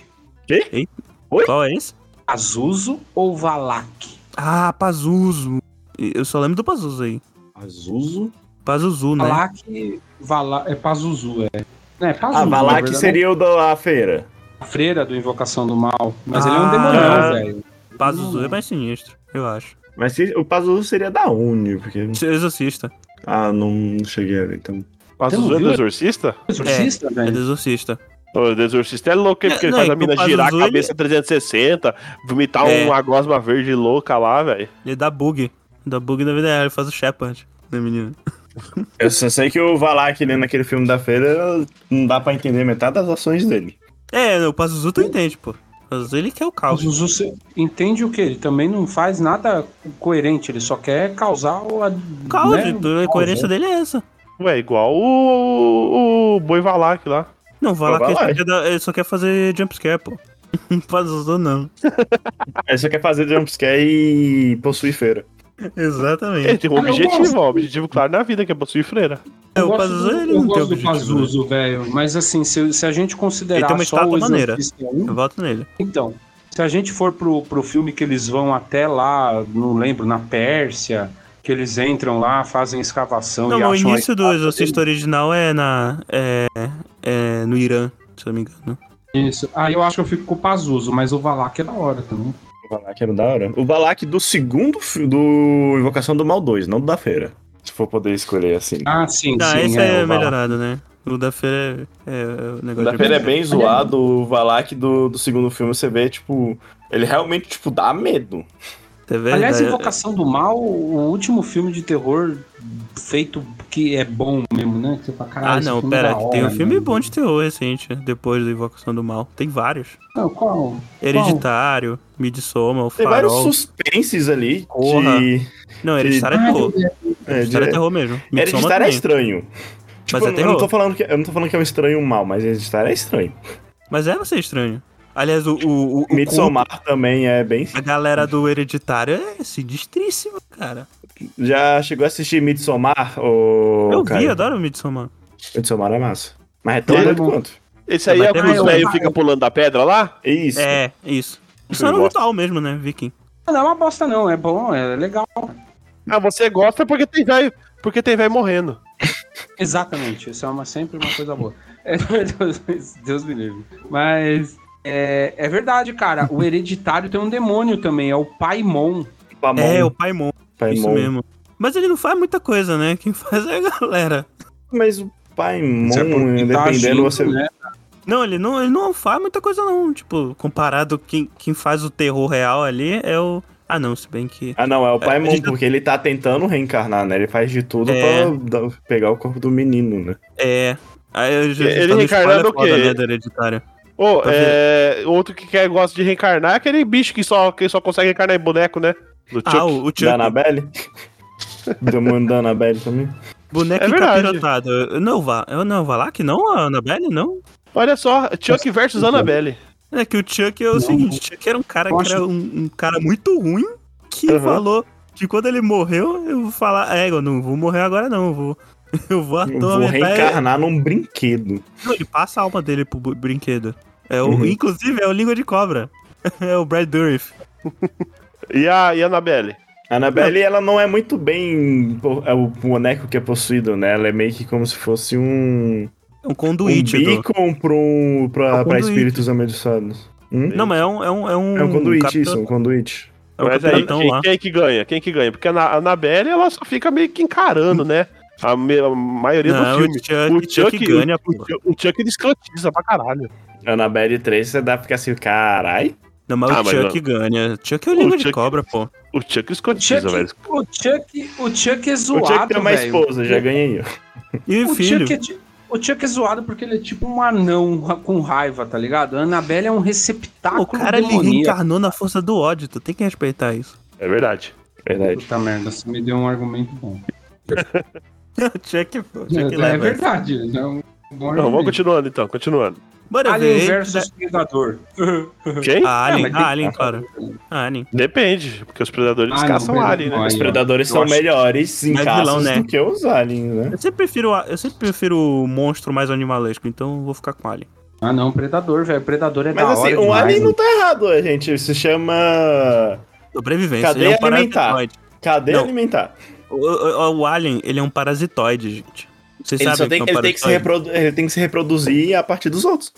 Speaker 1: Qual é esse?
Speaker 4: Azuso ou Valak?
Speaker 1: Ah, Pazuzu. Eu só lembro do Pazuzu aí.
Speaker 7: Azuso.
Speaker 1: Pazuzu, né?
Speaker 4: Valak, Vala, é Pazuzu, é. Não, é Pazuzu,
Speaker 2: Ah, vai
Speaker 4: na
Speaker 2: lá que
Speaker 4: verdade,
Speaker 2: seria o da feira.
Speaker 4: é a freira do Invocação do Mal. Mas ele é um
Speaker 1: Ah.
Speaker 4: demonião, velho.
Speaker 1: Pazuzu é mais sinistro, eu acho.
Speaker 2: Mas se- o Pazuzu seria da Uni, porque.
Speaker 1: é Exorcista.
Speaker 2: Ah, não cheguei a ver, então.
Speaker 3: Mas
Speaker 4: Então,
Speaker 3: o Zé
Speaker 4: viu?
Speaker 3: do Exorcista?
Speaker 4: Exorcista,
Speaker 1: É
Speaker 4: velho.
Speaker 1: do Exorcista.
Speaker 3: O do Exorcista é louco, hein? porque ele
Speaker 1: Não, então
Speaker 3: faz
Speaker 1: e
Speaker 3: a mina
Speaker 1: pro
Speaker 3: girar a
Speaker 1: Pazuzu, ele-
Speaker 3: cabeça 360, vomitar
Speaker 1: É.
Speaker 3: uma gosma verde louca lá, velho.
Speaker 1: Ele dá bug. Dá bug na vida real, ele faz o Shepard, né, menino?
Speaker 2: Eu só sei que o Valak né, naquele filme da feira não dá pra entender metade das ações dele.
Speaker 1: É, o Pazuzu tu entende, pô. Pazuzu ele quer o caos.
Speaker 4: Pazuzu você entende o que? Ele também não faz nada coerente, ele só quer causar o. a-
Speaker 1: O caos,
Speaker 4: né?
Speaker 1: a coerência dele é essa.
Speaker 3: Ué, igual o, o Boi Valak lá.
Speaker 1: Não, vai lá
Speaker 2: Então
Speaker 1: que
Speaker 2: vai
Speaker 1: ele só,
Speaker 2: lá.
Speaker 1: quer dar- ele só quer fazer jumpscare, pô. Não faz isso não.
Speaker 2: Ele só quer fazer jumpscare e possuir feira.
Speaker 1: Exatamente.
Speaker 3: Ele tem um
Speaker 4: Ah, eu
Speaker 3: objetivo,
Speaker 4: gosto.
Speaker 3: ó, um objetivo claro na vida, que é possuir freira.
Speaker 1: É,
Speaker 4: Eu
Speaker 1: o
Speaker 4: gosto
Speaker 1: Pazuzu
Speaker 4: do-
Speaker 1: ele
Speaker 4: eu
Speaker 1: não tem
Speaker 4: gosto do
Speaker 1: objetivo. né?
Speaker 4: Pazuzu, velho. Mas assim, se, se a gente
Speaker 1: Ele
Speaker 4: considerar
Speaker 1: tem uma
Speaker 4: só
Speaker 1: estátua
Speaker 4: o
Speaker 1: maneira.
Speaker 4: Exorcista 1,
Speaker 1: Eu voto nele.
Speaker 4: Então, se a gente for pro, pro filme que eles vão até lá, não lembro, na Pérsia, que eles entram lá, fazem escavação
Speaker 1: Não,
Speaker 4: e
Speaker 1: mas o
Speaker 4: acham... a
Speaker 1: início do
Speaker 4: estátua
Speaker 1: Exorcista original é na. É, é no Irã, se eu não me engano.
Speaker 4: dele. Isso. Aí Ah, eu acho que eu fico com o Pazuzu, mas o Valak é da hora também.
Speaker 2: O Valak era da hora. O Valak do segundo fi- do Invocação do Mal 2, não do da feira. Se for poder escolher assim.
Speaker 4: Ah, sim,
Speaker 1: Não,
Speaker 4: sim.
Speaker 1: esse
Speaker 4: o
Speaker 1: é,
Speaker 4: Valak.
Speaker 1: melhorado, né? O da feira é, é o
Speaker 2: O
Speaker 1: negócio
Speaker 2: da
Speaker 1: de-
Speaker 2: feira é bem zoado, o Valak do, do segundo filme você vê, tipo, ele realmente, tipo, dá medo.
Speaker 1: É verdade.
Speaker 4: Aliás, Invocação do Mal, o último filme de terror feito que é bom mesmo, né? Que você fala, caralho,
Speaker 1: Ah,
Speaker 4: esse
Speaker 1: não,
Speaker 4: filme é
Speaker 1: pera,
Speaker 4: da
Speaker 1: que tem um
Speaker 4: hora,
Speaker 1: filme
Speaker 4: né?
Speaker 1: bom de terror recente, depois do Invocação do Mal. Tem vários.
Speaker 4: Não, qual?
Speaker 1: Hereditário, Midsommar, O
Speaker 2: Tem vários
Speaker 1: Farol.
Speaker 2: suspenses ali
Speaker 1: Corra.
Speaker 2: de.
Speaker 1: Não, Hereditário é
Speaker 4: Ah,
Speaker 1: terror.
Speaker 2: É, de
Speaker 1: Hereditário é terror mesmo. Midsommar
Speaker 2: Hereditário é
Speaker 1: também.
Speaker 2: estranho. Tipo,
Speaker 1: Mas é
Speaker 2: eu, não
Speaker 1: terror.
Speaker 2: tô falando que, eu não tô falando que é um estranho mal, mas Hereditário é estranho.
Speaker 1: Mas é você estranho. Aliás, o, o, o, o
Speaker 4: é,
Speaker 2: Midsommar também é bem.
Speaker 1: culto, a galera do Hereditário é sinistríssima, cara.
Speaker 2: Já chegou a assistir Midsommar? Ô,
Speaker 1: eu vi,
Speaker 2: Caio?
Speaker 1: adoro o Midsommar.
Speaker 2: Midsommar é massa. Mas é tão
Speaker 3: Ele-
Speaker 2: doido quanto.
Speaker 3: Esse aí
Speaker 1: Mas
Speaker 3: é o que
Speaker 1: tem
Speaker 3: os
Speaker 1: um-
Speaker 3: velhos ficam pulando da pedra lá?
Speaker 2: Isso.
Speaker 1: É, isso. Isso
Speaker 2: Eu
Speaker 1: era um
Speaker 2: gosto.
Speaker 1: ritual mesmo, né, Viking?
Speaker 4: Ah, não é uma bosta não, é bom, é legal.
Speaker 3: Ah, você gosta porque tem velho. Porque tem velho morrendo.
Speaker 4: Exatamente, isso é uma, sempre uma coisa boa. É, Deus, Deus me livre. Mas é, é verdade, cara. O hereditário tem um demônio também, é o Paimon.
Speaker 2: Paimon,
Speaker 1: É, o Paimon,
Speaker 2: Paimon.
Speaker 1: isso mesmo. Mas ele não faz muita coisa, né? Quem faz é a galera.
Speaker 2: Mas o Paimon,
Speaker 1: Hum,
Speaker 4: Isso é porque tá
Speaker 2: dependendo,
Speaker 4: agindo,
Speaker 2: você.
Speaker 4: né?
Speaker 1: Não, ele não, ele não faz muita coisa, não. Tipo, comparado quem, quem faz o terror real ali é o. Ah, não, se bem que.
Speaker 2: Ah, não, é o Paimon,
Speaker 1: a gente-
Speaker 2: porque ele tá tentando reencarnar, né? Ele faz de tudo
Speaker 1: É.
Speaker 2: pra dar- pegar o corpo do menino, né?
Speaker 1: É. Aí eu já já tô
Speaker 3: Ele
Speaker 1: no spoiler
Speaker 3: reencarnando o
Speaker 1: foda,
Speaker 3: quê?
Speaker 1: né, do hereditário.
Speaker 3: Ô,
Speaker 1: Tá
Speaker 3: é, outro que quer, gosta de reencarnar é aquele bicho que só, que só consegue reencarnar em boneco, né? Do
Speaker 1: Ah,
Speaker 3: Chuck.
Speaker 1: o, o
Speaker 2: Da
Speaker 1: Chuck,
Speaker 2: Annabelle? Demônio da Annabelle também.
Speaker 1: boneco
Speaker 3: É verdade.
Speaker 1: encapirotado. Não, vá, não é o Valak, não? A Annabelle, não?
Speaker 3: Olha só, Chuck versus Annabelle.
Speaker 1: É que o Chuck é o seguinte, o Chuck era um cara que
Speaker 4: Poxa.
Speaker 1: era um, um cara muito ruim que
Speaker 3: Aham.
Speaker 1: falou que quando ele morreu, eu vou falar, é, eu não vou morrer agora não, eu vou, eu vou
Speaker 2: Eu Vou
Speaker 1: atormentar ele.
Speaker 2: reencarnar num brinquedo.
Speaker 1: Não, ele passa a alma dele pro bu- brinquedo. É o,
Speaker 2: Uhum.
Speaker 1: Inclusive, é o Língua de Cobra. É o Brad Dourif.
Speaker 3: E a e a Annabelle?
Speaker 2: A Annabelle, ela não é muito bem po- é o boneco que é possuído, né? Ela é meio que como se fosse um.
Speaker 1: É um
Speaker 2: Um
Speaker 1: conduíte. do-
Speaker 2: beacon pro, pra,
Speaker 1: É um
Speaker 2: pra
Speaker 1: conduíte.
Speaker 2: espíritos amedroçados. Hum?
Speaker 1: Não, mas é um. É um, é um,
Speaker 2: É um conduíte,
Speaker 1: capitão-
Speaker 2: isso, um conduíte.
Speaker 1: É um
Speaker 3: Mas aí,
Speaker 1: capitão lá.
Speaker 3: quem, quem é que ganha? Quem é que ganha? Porque a Na- a Anabelle, ela só fica meio que encarando, né? A, me- a maioria
Speaker 1: Não, é
Speaker 3: do filme.
Speaker 1: o Chuck, o Chuck, ganha,
Speaker 3: o,
Speaker 1: pô.
Speaker 3: Chuck- o Chuck ele escrotiza pra caralho.
Speaker 2: Annabelle 3, você dá pra ficar assim, carai.
Speaker 1: Não, mas
Speaker 3: Ah,
Speaker 1: o
Speaker 3: mas
Speaker 1: Chuck ganha. Chuck é o língua de
Speaker 3: Chuck-
Speaker 1: cobra, pô.
Speaker 3: O Chuck
Speaker 4: O Chuck,
Speaker 3: escrotiza, velho.
Speaker 4: o, Chuck, o Chuck é
Speaker 2: Eu tinha que
Speaker 4: zoado,
Speaker 2: ter uma
Speaker 4: velho.
Speaker 2: esposa, já ganhei.
Speaker 1: E o
Speaker 4: O
Speaker 1: filho.
Speaker 4: Chuck, é, ti- o Chuck é zoado porque ele é tipo um anão ra- com raiva, tá ligado? A Annabelle é um receptáculo
Speaker 1: O cara é ele
Speaker 4: demoníaco.
Speaker 1: reencarnou na força do ódio, tu tem que respeitar isso.
Speaker 3: É verdade.
Speaker 2: Verdade.
Speaker 4: Puta merda, você me deu um argumento bom.
Speaker 1: o Chuck, pô, o
Speaker 4: É,
Speaker 1: Chuck
Speaker 4: é
Speaker 1: leva. isso.
Speaker 4: verdade, é um bom
Speaker 3: Não, vamos
Speaker 4: argumento.
Speaker 3: continuando então, continuando.
Speaker 1: Bora
Speaker 4: Alien
Speaker 1: ver.
Speaker 4: versus Predador.
Speaker 3: Quem?
Speaker 1: A
Speaker 4: Ah,
Speaker 1: Alien,
Speaker 4: mas tem-
Speaker 1: a Alien, claro. A Alien.
Speaker 3: Depende, porque os predadores
Speaker 4: Ah, não,
Speaker 3: caçam
Speaker 4: Pedro,
Speaker 3: alien, né?
Speaker 4: não,
Speaker 2: Os
Speaker 4: Aí, ó,
Speaker 2: predadores
Speaker 4: eu
Speaker 2: são
Speaker 4: acho-
Speaker 2: melhores em
Speaker 1: Mas
Speaker 2: caças
Speaker 1: vilão, né?
Speaker 2: do que os aliens, né?
Speaker 1: Eu sempre prefiro, a- eu sempre prefiro o monstro mais animalesco, então eu vou ficar com a Alien.
Speaker 4: Ah não, Predador, velho. Predador é
Speaker 2: Mas
Speaker 4: da
Speaker 2: assim,
Speaker 4: hora
Speaker 2: um
Speaker 4: demais,
Speaker 2: alien não
Speaker 4: mano.
Speaker 2: tá errado, a gente. Se chama.
Speaker 1: Sobrevivência.
Speaker 2: Cadeia
Speaker 1: ele é um
Speaker 2: alimentar.
Speaker 1: parasitoide.
Speaker 2: Cadê
Speaker 1: Não.
Speaker 2: alimentar?
Speaker 1: O, o, o Alien, ele é um parasitoide, gente. Vocês
Speaker 2: Ele,
Speaker 1: sabem
Speaker 2: só tem,
Speaker 1: que é um
Speaker 2: ele, tem que se
Speaker 1: parasitoide?
Speaker 2: reprodu- ele tem que se reproduzir a partir dos outros.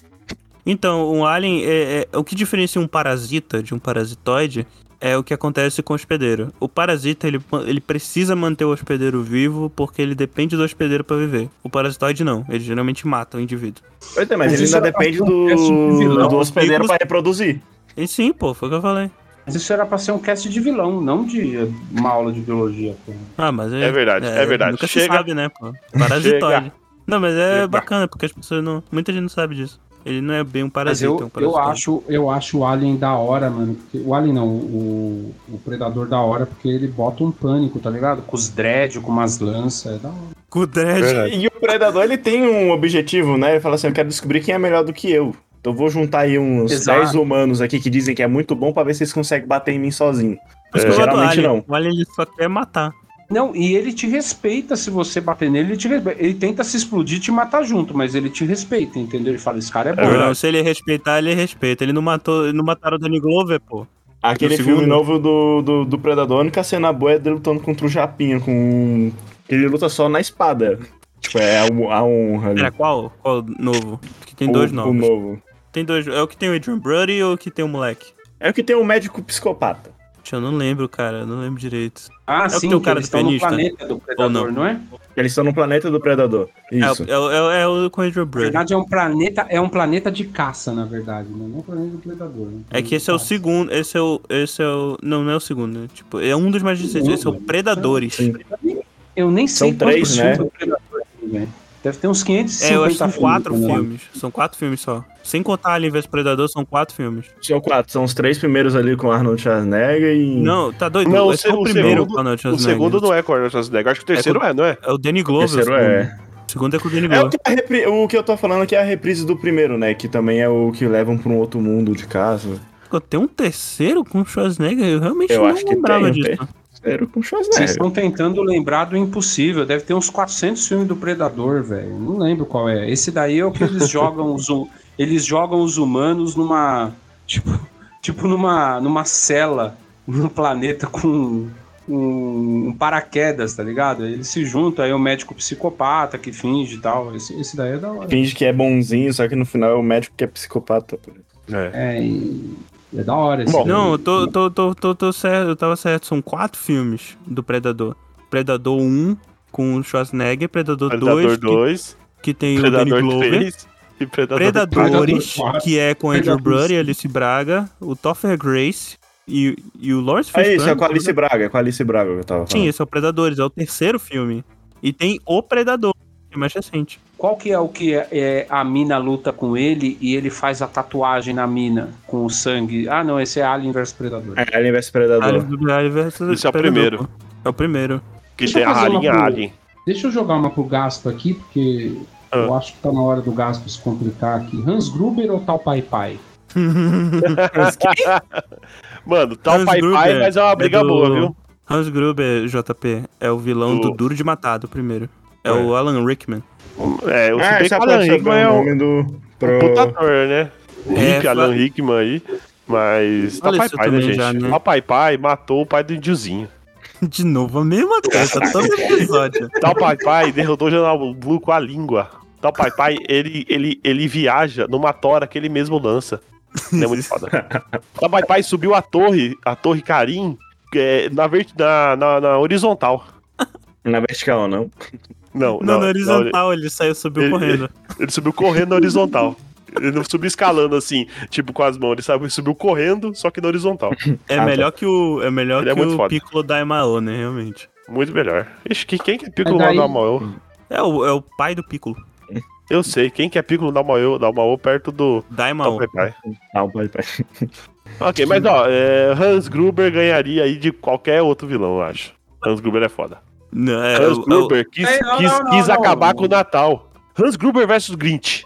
Speaker 1: Então, um alien, é, é- o que diferencia um parasita de um parasitoide é o que acontece com o hospedeiro. O parasita, ele, ele precisa manter o hospedeiro vivo porque ele depende do hospedeiro pra viver. O parasitoide não, ele geralmente mata o indivíduo.
Speaker 2: Pois é, mas
Speaker 4: Mas
Speaker 2: ele
Speaker 4: isso
Speaker 2: ainda
Speaker 4: era pra
Speaker 2: depende
Speaker 4: ser um teste de
Speaker 2: do,
Speaker 4: vilão.
Speaker 2: do hospedeiro
Speaker 1: Os
Speaker 2: pra reproduzir.
Speaker 1: E sim, pô, foi o que eu falei.
Speaker 4: Mas isso era pra ser um cast de vilão, não de uma aula de biologia. Pô.
Speaker 1: Ah, mas
Speaker 3: É verdade, é verdade.
Speaker 1: Nunca se
Speaker 3: Chega.
Speaker 1: sabe, né, pô? Parasitoide. Não, mas é
Speaker 3: Chega.
Speaker 1: bacana porque as pessoas não, muita gente não sabe disso. Ele não é bem um
Speaker 4: Mas
Speaker 1: parasita, é um
Speaker 4: eu, eu,
Speaker 1: parasitoide.
Speaker 4: acho, eu acho o Alien da hora, mano. porque- o Alien não, o, o Predador da hora, porque ele bota um pânico, tá ligado? Com os dread, com umas lanças, é da hora.
Speaker 1: Com o dread.
Speaker 2: E o predador, ele tem um objetivo, né? Ele fala assim: eu quero descobrir quem é melhor do que eu. Então eu vou juntar aí uns
Speaker 4: Exato.
Speaker 2: 10 humanos aqui que dizem que é muito bom pra ver se eles conseguem bater em mim sozinho.
Speaker 1: Por isso que eu gosto do
Speaker 2: Geralmente
Speaker 1: alien.
Speaker 2: não.
Speaker 1: O alien ele só quer matar.
Speaker 4: Não, e ele te respeita se você bater nele, ele te respeita. Ele tenta se explodir e te matar junto, mas ele te respeita, entendeu? Ele fala, esse cara é bom.
Speaker 1: Pô, não, se ele respeitar, ele respeita. Ele não matou, ele não mataram o Danny Glover, pô.
Speaker 2: Aquele
Speaker 1: Do
Speaker 2: filme
Speaker 1: segundo?
Speaker 2: novo do, do, do Predador, a única cena boa é dele lutando contra o Japinha, com. um- Ele luta só na espada. Tipo, é a, hon- a honra ali.
Speaker 1: Era qual? Qual novo? Que tem dois
Speaker 2: O-
Speaker 1: novos.
Speaker 2: O novo.
Speaker 1: Tem dois. É o que tem o Adrian Brody ou o que tem o moleque?
Speaker 2: É o que tem o médico psicopata.
Speaker 1: Tch, Eu não lembro, cara. Eu não lembro direito.
Speaker 4: Ah,
Speaker 1: que
Speaker 4: sim,
Speaker 1: tem o
Speaker 4: que
Speaker 1: um cara
Speaker 4: eles
Speaker 1: do
Speaker 4: estão no
Speaker 1: pianista.
Speaker 4: planeta do Predador,
Speaker 1: não?
Speaker 4: não é?
Speaker 2: Eles estão no planeta do Predador.
Speaker 1: É,
Speaker 2: Isso.
Speaker 1: é, é, é o com o Adrian
Speaker 4: Na
Speaker 1: Brody.
Speaker 4: verdade, é um planeta, é um planeta de caça, na verdade, né? Não é um planeta do predador. né?
Speaker 1: É que esse é o
Speaker 4: Caça.
Speaker 1: segundo. Esse é o. Esse é o. Não, não é o segundo. né? Tipo, é um dos mais recentes. Esse é o Predadores.
Speaker 2: Sim.
Speaker 4: Eu nem
Speaker 2: São
Speaker 4: sei
Speaker 2: três,
Speaker 4: quantos
Speaker 2: né?
Speaker 4: filmes do predador tem, velho. Deve ter uns
Speaker 1: É,
Speaker 4: 550
Speaker 1: eu acho que são quatro
Speaker 4: né?
Speaker 1: filmes. São quatro filmes só. Sem contar Alien vs Predador, são quatro filmes.
Speaker 2: São quatro, são os três primeiros ali com Arnold Schwarzenegger e.
Speaker 1: Não, tá doido?
Speaker 3: Não, o
Speaker 1: esse é
Speaker 3: se-
Speaker 1: o
Speaker 3: o
Speaker 1: primeiro
Speaker 3: segundo-
Speaker 1: com Arnold
Speaker 3: O
Speaker 1: Schwarzenegger.
Speaker 3: segundo não é com o Arnold Schwarzenegger, acho que o terceiro é, não é?
Speaker 1: É o Danny
Speaker 2: O
Speaker 1: Glover.
Speaker 2: terceiro
Speaker 1: o segundo.
Speaker 2: é.
Speaker 1: O segundo é com o Danny
Speaker 2: É o,
Speaker 1: Glover.
Speaker 2: que a repri- o que eu tô falando aqui é a reprise do primeiro, né? Que também é o que levam pra um outro mundo de casa.
Speaker 1: Pô, Tem um terceiro com o Schwarzenegger? Eu realmente
Speaker 2: Eu
Speaker 1: não
Speaker 2: acho que
Speaker 1: lembrava
Speaker 2: tem,
Speaker 1: disso.
Speaker 2: Era com
Speaker 4: Vocês
Speaker 2: Schwarzenegger.
Speaker 4: estão tentando lembrar do impossível. Deve ter uns 400 filmes do Predador, velho. Não lembro qual é. Esse daí é o que eles jogam os hu- eles jogam os humanos numa tipo, tipo numa numa cela num planeta com um, um paraquedas, tá ligado? Eles se juntam aí o médico psicopata que finge e tal. Esse, esse daí é da hora.
Speaker 2: Finge que é bonzinho, só que no final é o médico que é psicopata.
Speaker 3: É.
Speaker 4: É, e- é da hora esse
Speaker 3: Bom,
Speaker 4: daí.
Speaker 1: Não, eu tô, tô, tô, tô, tô certo, eu tava certo. São quatro filmes do Predador. Predador 1 com o Schwarzenegger, Predador,
Speaker 3: Predador
Speaker 1: 2, que-
Speaker 3: 2,
Speaker 1: Que, tem o Danny
Speaker 3: Predador
Speaker 1: Glover.
Speaker 3: 3 e Predador
Speaker 1: Predadores,
Speaker 4: Predador quatro.
Speaker 1: que é com Andrew
Speaker 4: Predador
Speaker 1: Brody,
Speaker 4: cinco.
Speaker 1: Alice Braga, o Topher Grace e, e o Lawrence
Speaker 2: É isso,
Speaker 1: Fishburne.
Speaker 2: é com a
Speaker 4: né?
Speaker 2: Alice Braga, é com a Alice Braga que eu tava
Speaker 1: Sim,
Speaker 2: falando.
Speaker 1: esse é o Predadores, é o terceiro filme. E tem O Predador, que é mais recente.
Speaker 4: Qual que é o que é, é, a mina luta com ele e ele faz a tatuagem na mina com o sangue? Ah, não, esse é Alien vs Predador.
Speaker 2: É Alien vs Predador.
Speaker 1: Alien versus
Speaker 3: Esse é o
Speaker 1: Predador,
Speaker 3: primeiro.
Speaker 1: pô. É o primeiro.
Speaker 3: que
Speaker 4: Deixa
Speaker 3: tem
Speaker 4: eu
Speaker 3: a
Speaker 4: fazer uma
Speaker 3: Alien
Speaker 4: pergunta.
Speaker 3: Alien.
Speaker 4: Deixa eu jogar uma pro Gasto aqui, porque
Speaker 3: Ah.
Speaker 4: eu acho que tá na hora do Gasto se complicar aqui. Hans Gruber ou tal Pai Pai?
Speaker 3: Mano, tá o
Speaker 1: Hans
Speaker 3: pai pai,
Speaker 1: Gruber
Speaker 3: mas é uma
Speaker 1: é
Speaker 3: briga
Speaker 1: do-
Speaker 3: boa, viu?
Speaker 1: Hans Gruber, JP, é o vilão
Speaker 3: Do-
Speaker 1: do Duro de Matar, do primeiro. É,
Speaker 3: É.
Speaker 1: o Alan Rickman.
Speaker 3: É, eu
Speaker 2: Ah,
Speaker 3: sei que
Speaker 2: essa
Speaker 3: o Alan
Speaker 2: pode saber
Speaker 3: Rickman
Speaker 4: né?
Speaker 3: é
Speaker 2: o
Speaker 3: um
Speaker 2: nome do. Pro...
Speaker 3: puta ator, né?
Speaker 1: É,
Speaker 3: Hip
Speaker 1: fa-
Speaker 3: Alan Rickman aí. Mas tá pai
Speaker 1: Faleceu
Speaker 3: pai, né,
Speaker 1: também
Speaker 3: gente?
Speaker 1: já, né?
Speaker 3: Tá pai pai matou o pai do índiozinho.
Speaker 1: De novo a mesma coisa, todo episódio.
Speaker 3: Tá pai pai derrotou o General Blue com a língua. Então, pai, pai, ele, ele, ele viaja numa tora que ele mesmo lança. É muito foda. Então, pai, pai subiu a torre, a torre Karim, é, na, vert- na, na, na horizontal.
Speaker 2: Na vertical, não.
Speaker 3: Não,
Speaker 1: Não,
Speaker 3: na-
Speaker 1: no
Speaker 3: na hori-
Speaker 1: horizontal ele saiu, subiu
Speaker 3: Ele-
Speaker 1: correndo.
Speaker 3: Ele subiu correndo na horizontal. Ele não subiu escalando assim, tipo com as mãos. Ele sabe, subiu correndo, só que na horizontal.
Speaker 1: É
Speaker 2: Ah,
Speaker 1: melhor que o, é melhor
Speaker 3: Ele é
Speaker 1: que
Speaker 3: muito
Speaker 1: o
Speaker 3: foda.
Speaker 1: Piccolo Daimao, né, realmente.
Speaker 3: Muito melhor. Ixi, que- quem que é Piccolo
Speaker 9: Mas daí-
Speaker 3: na Maô?
Speaker 1: É o, é o pai do Piccolo,
Speaker 3: Eu sei, quem que é Piccolo na Maô, na Maô perto do
Speaker 1: Daimao.
Speaker 3: do Pai Pai.
Speaker 2: Ah, pode, pode.
Speaker 3: Ok, mas ó, é, Hans Gruber ganharia aí de qualquer outro vilão, eu acho. Hans Gruber é foda.
Speaker 1: Não, é,
Speaker 3: Hans
Speaker 1: o-
Speaker 3: Gruber quis,
Speaker 4: É, não,
Speaker 3: quis,
Speaker 4: não,
Speaker 3: quis
Speaker 4: não,
Speaker 3: acabar
Speaker 4: não.
Speaker 3: com o Natal. Hans Gruber versus Grinch.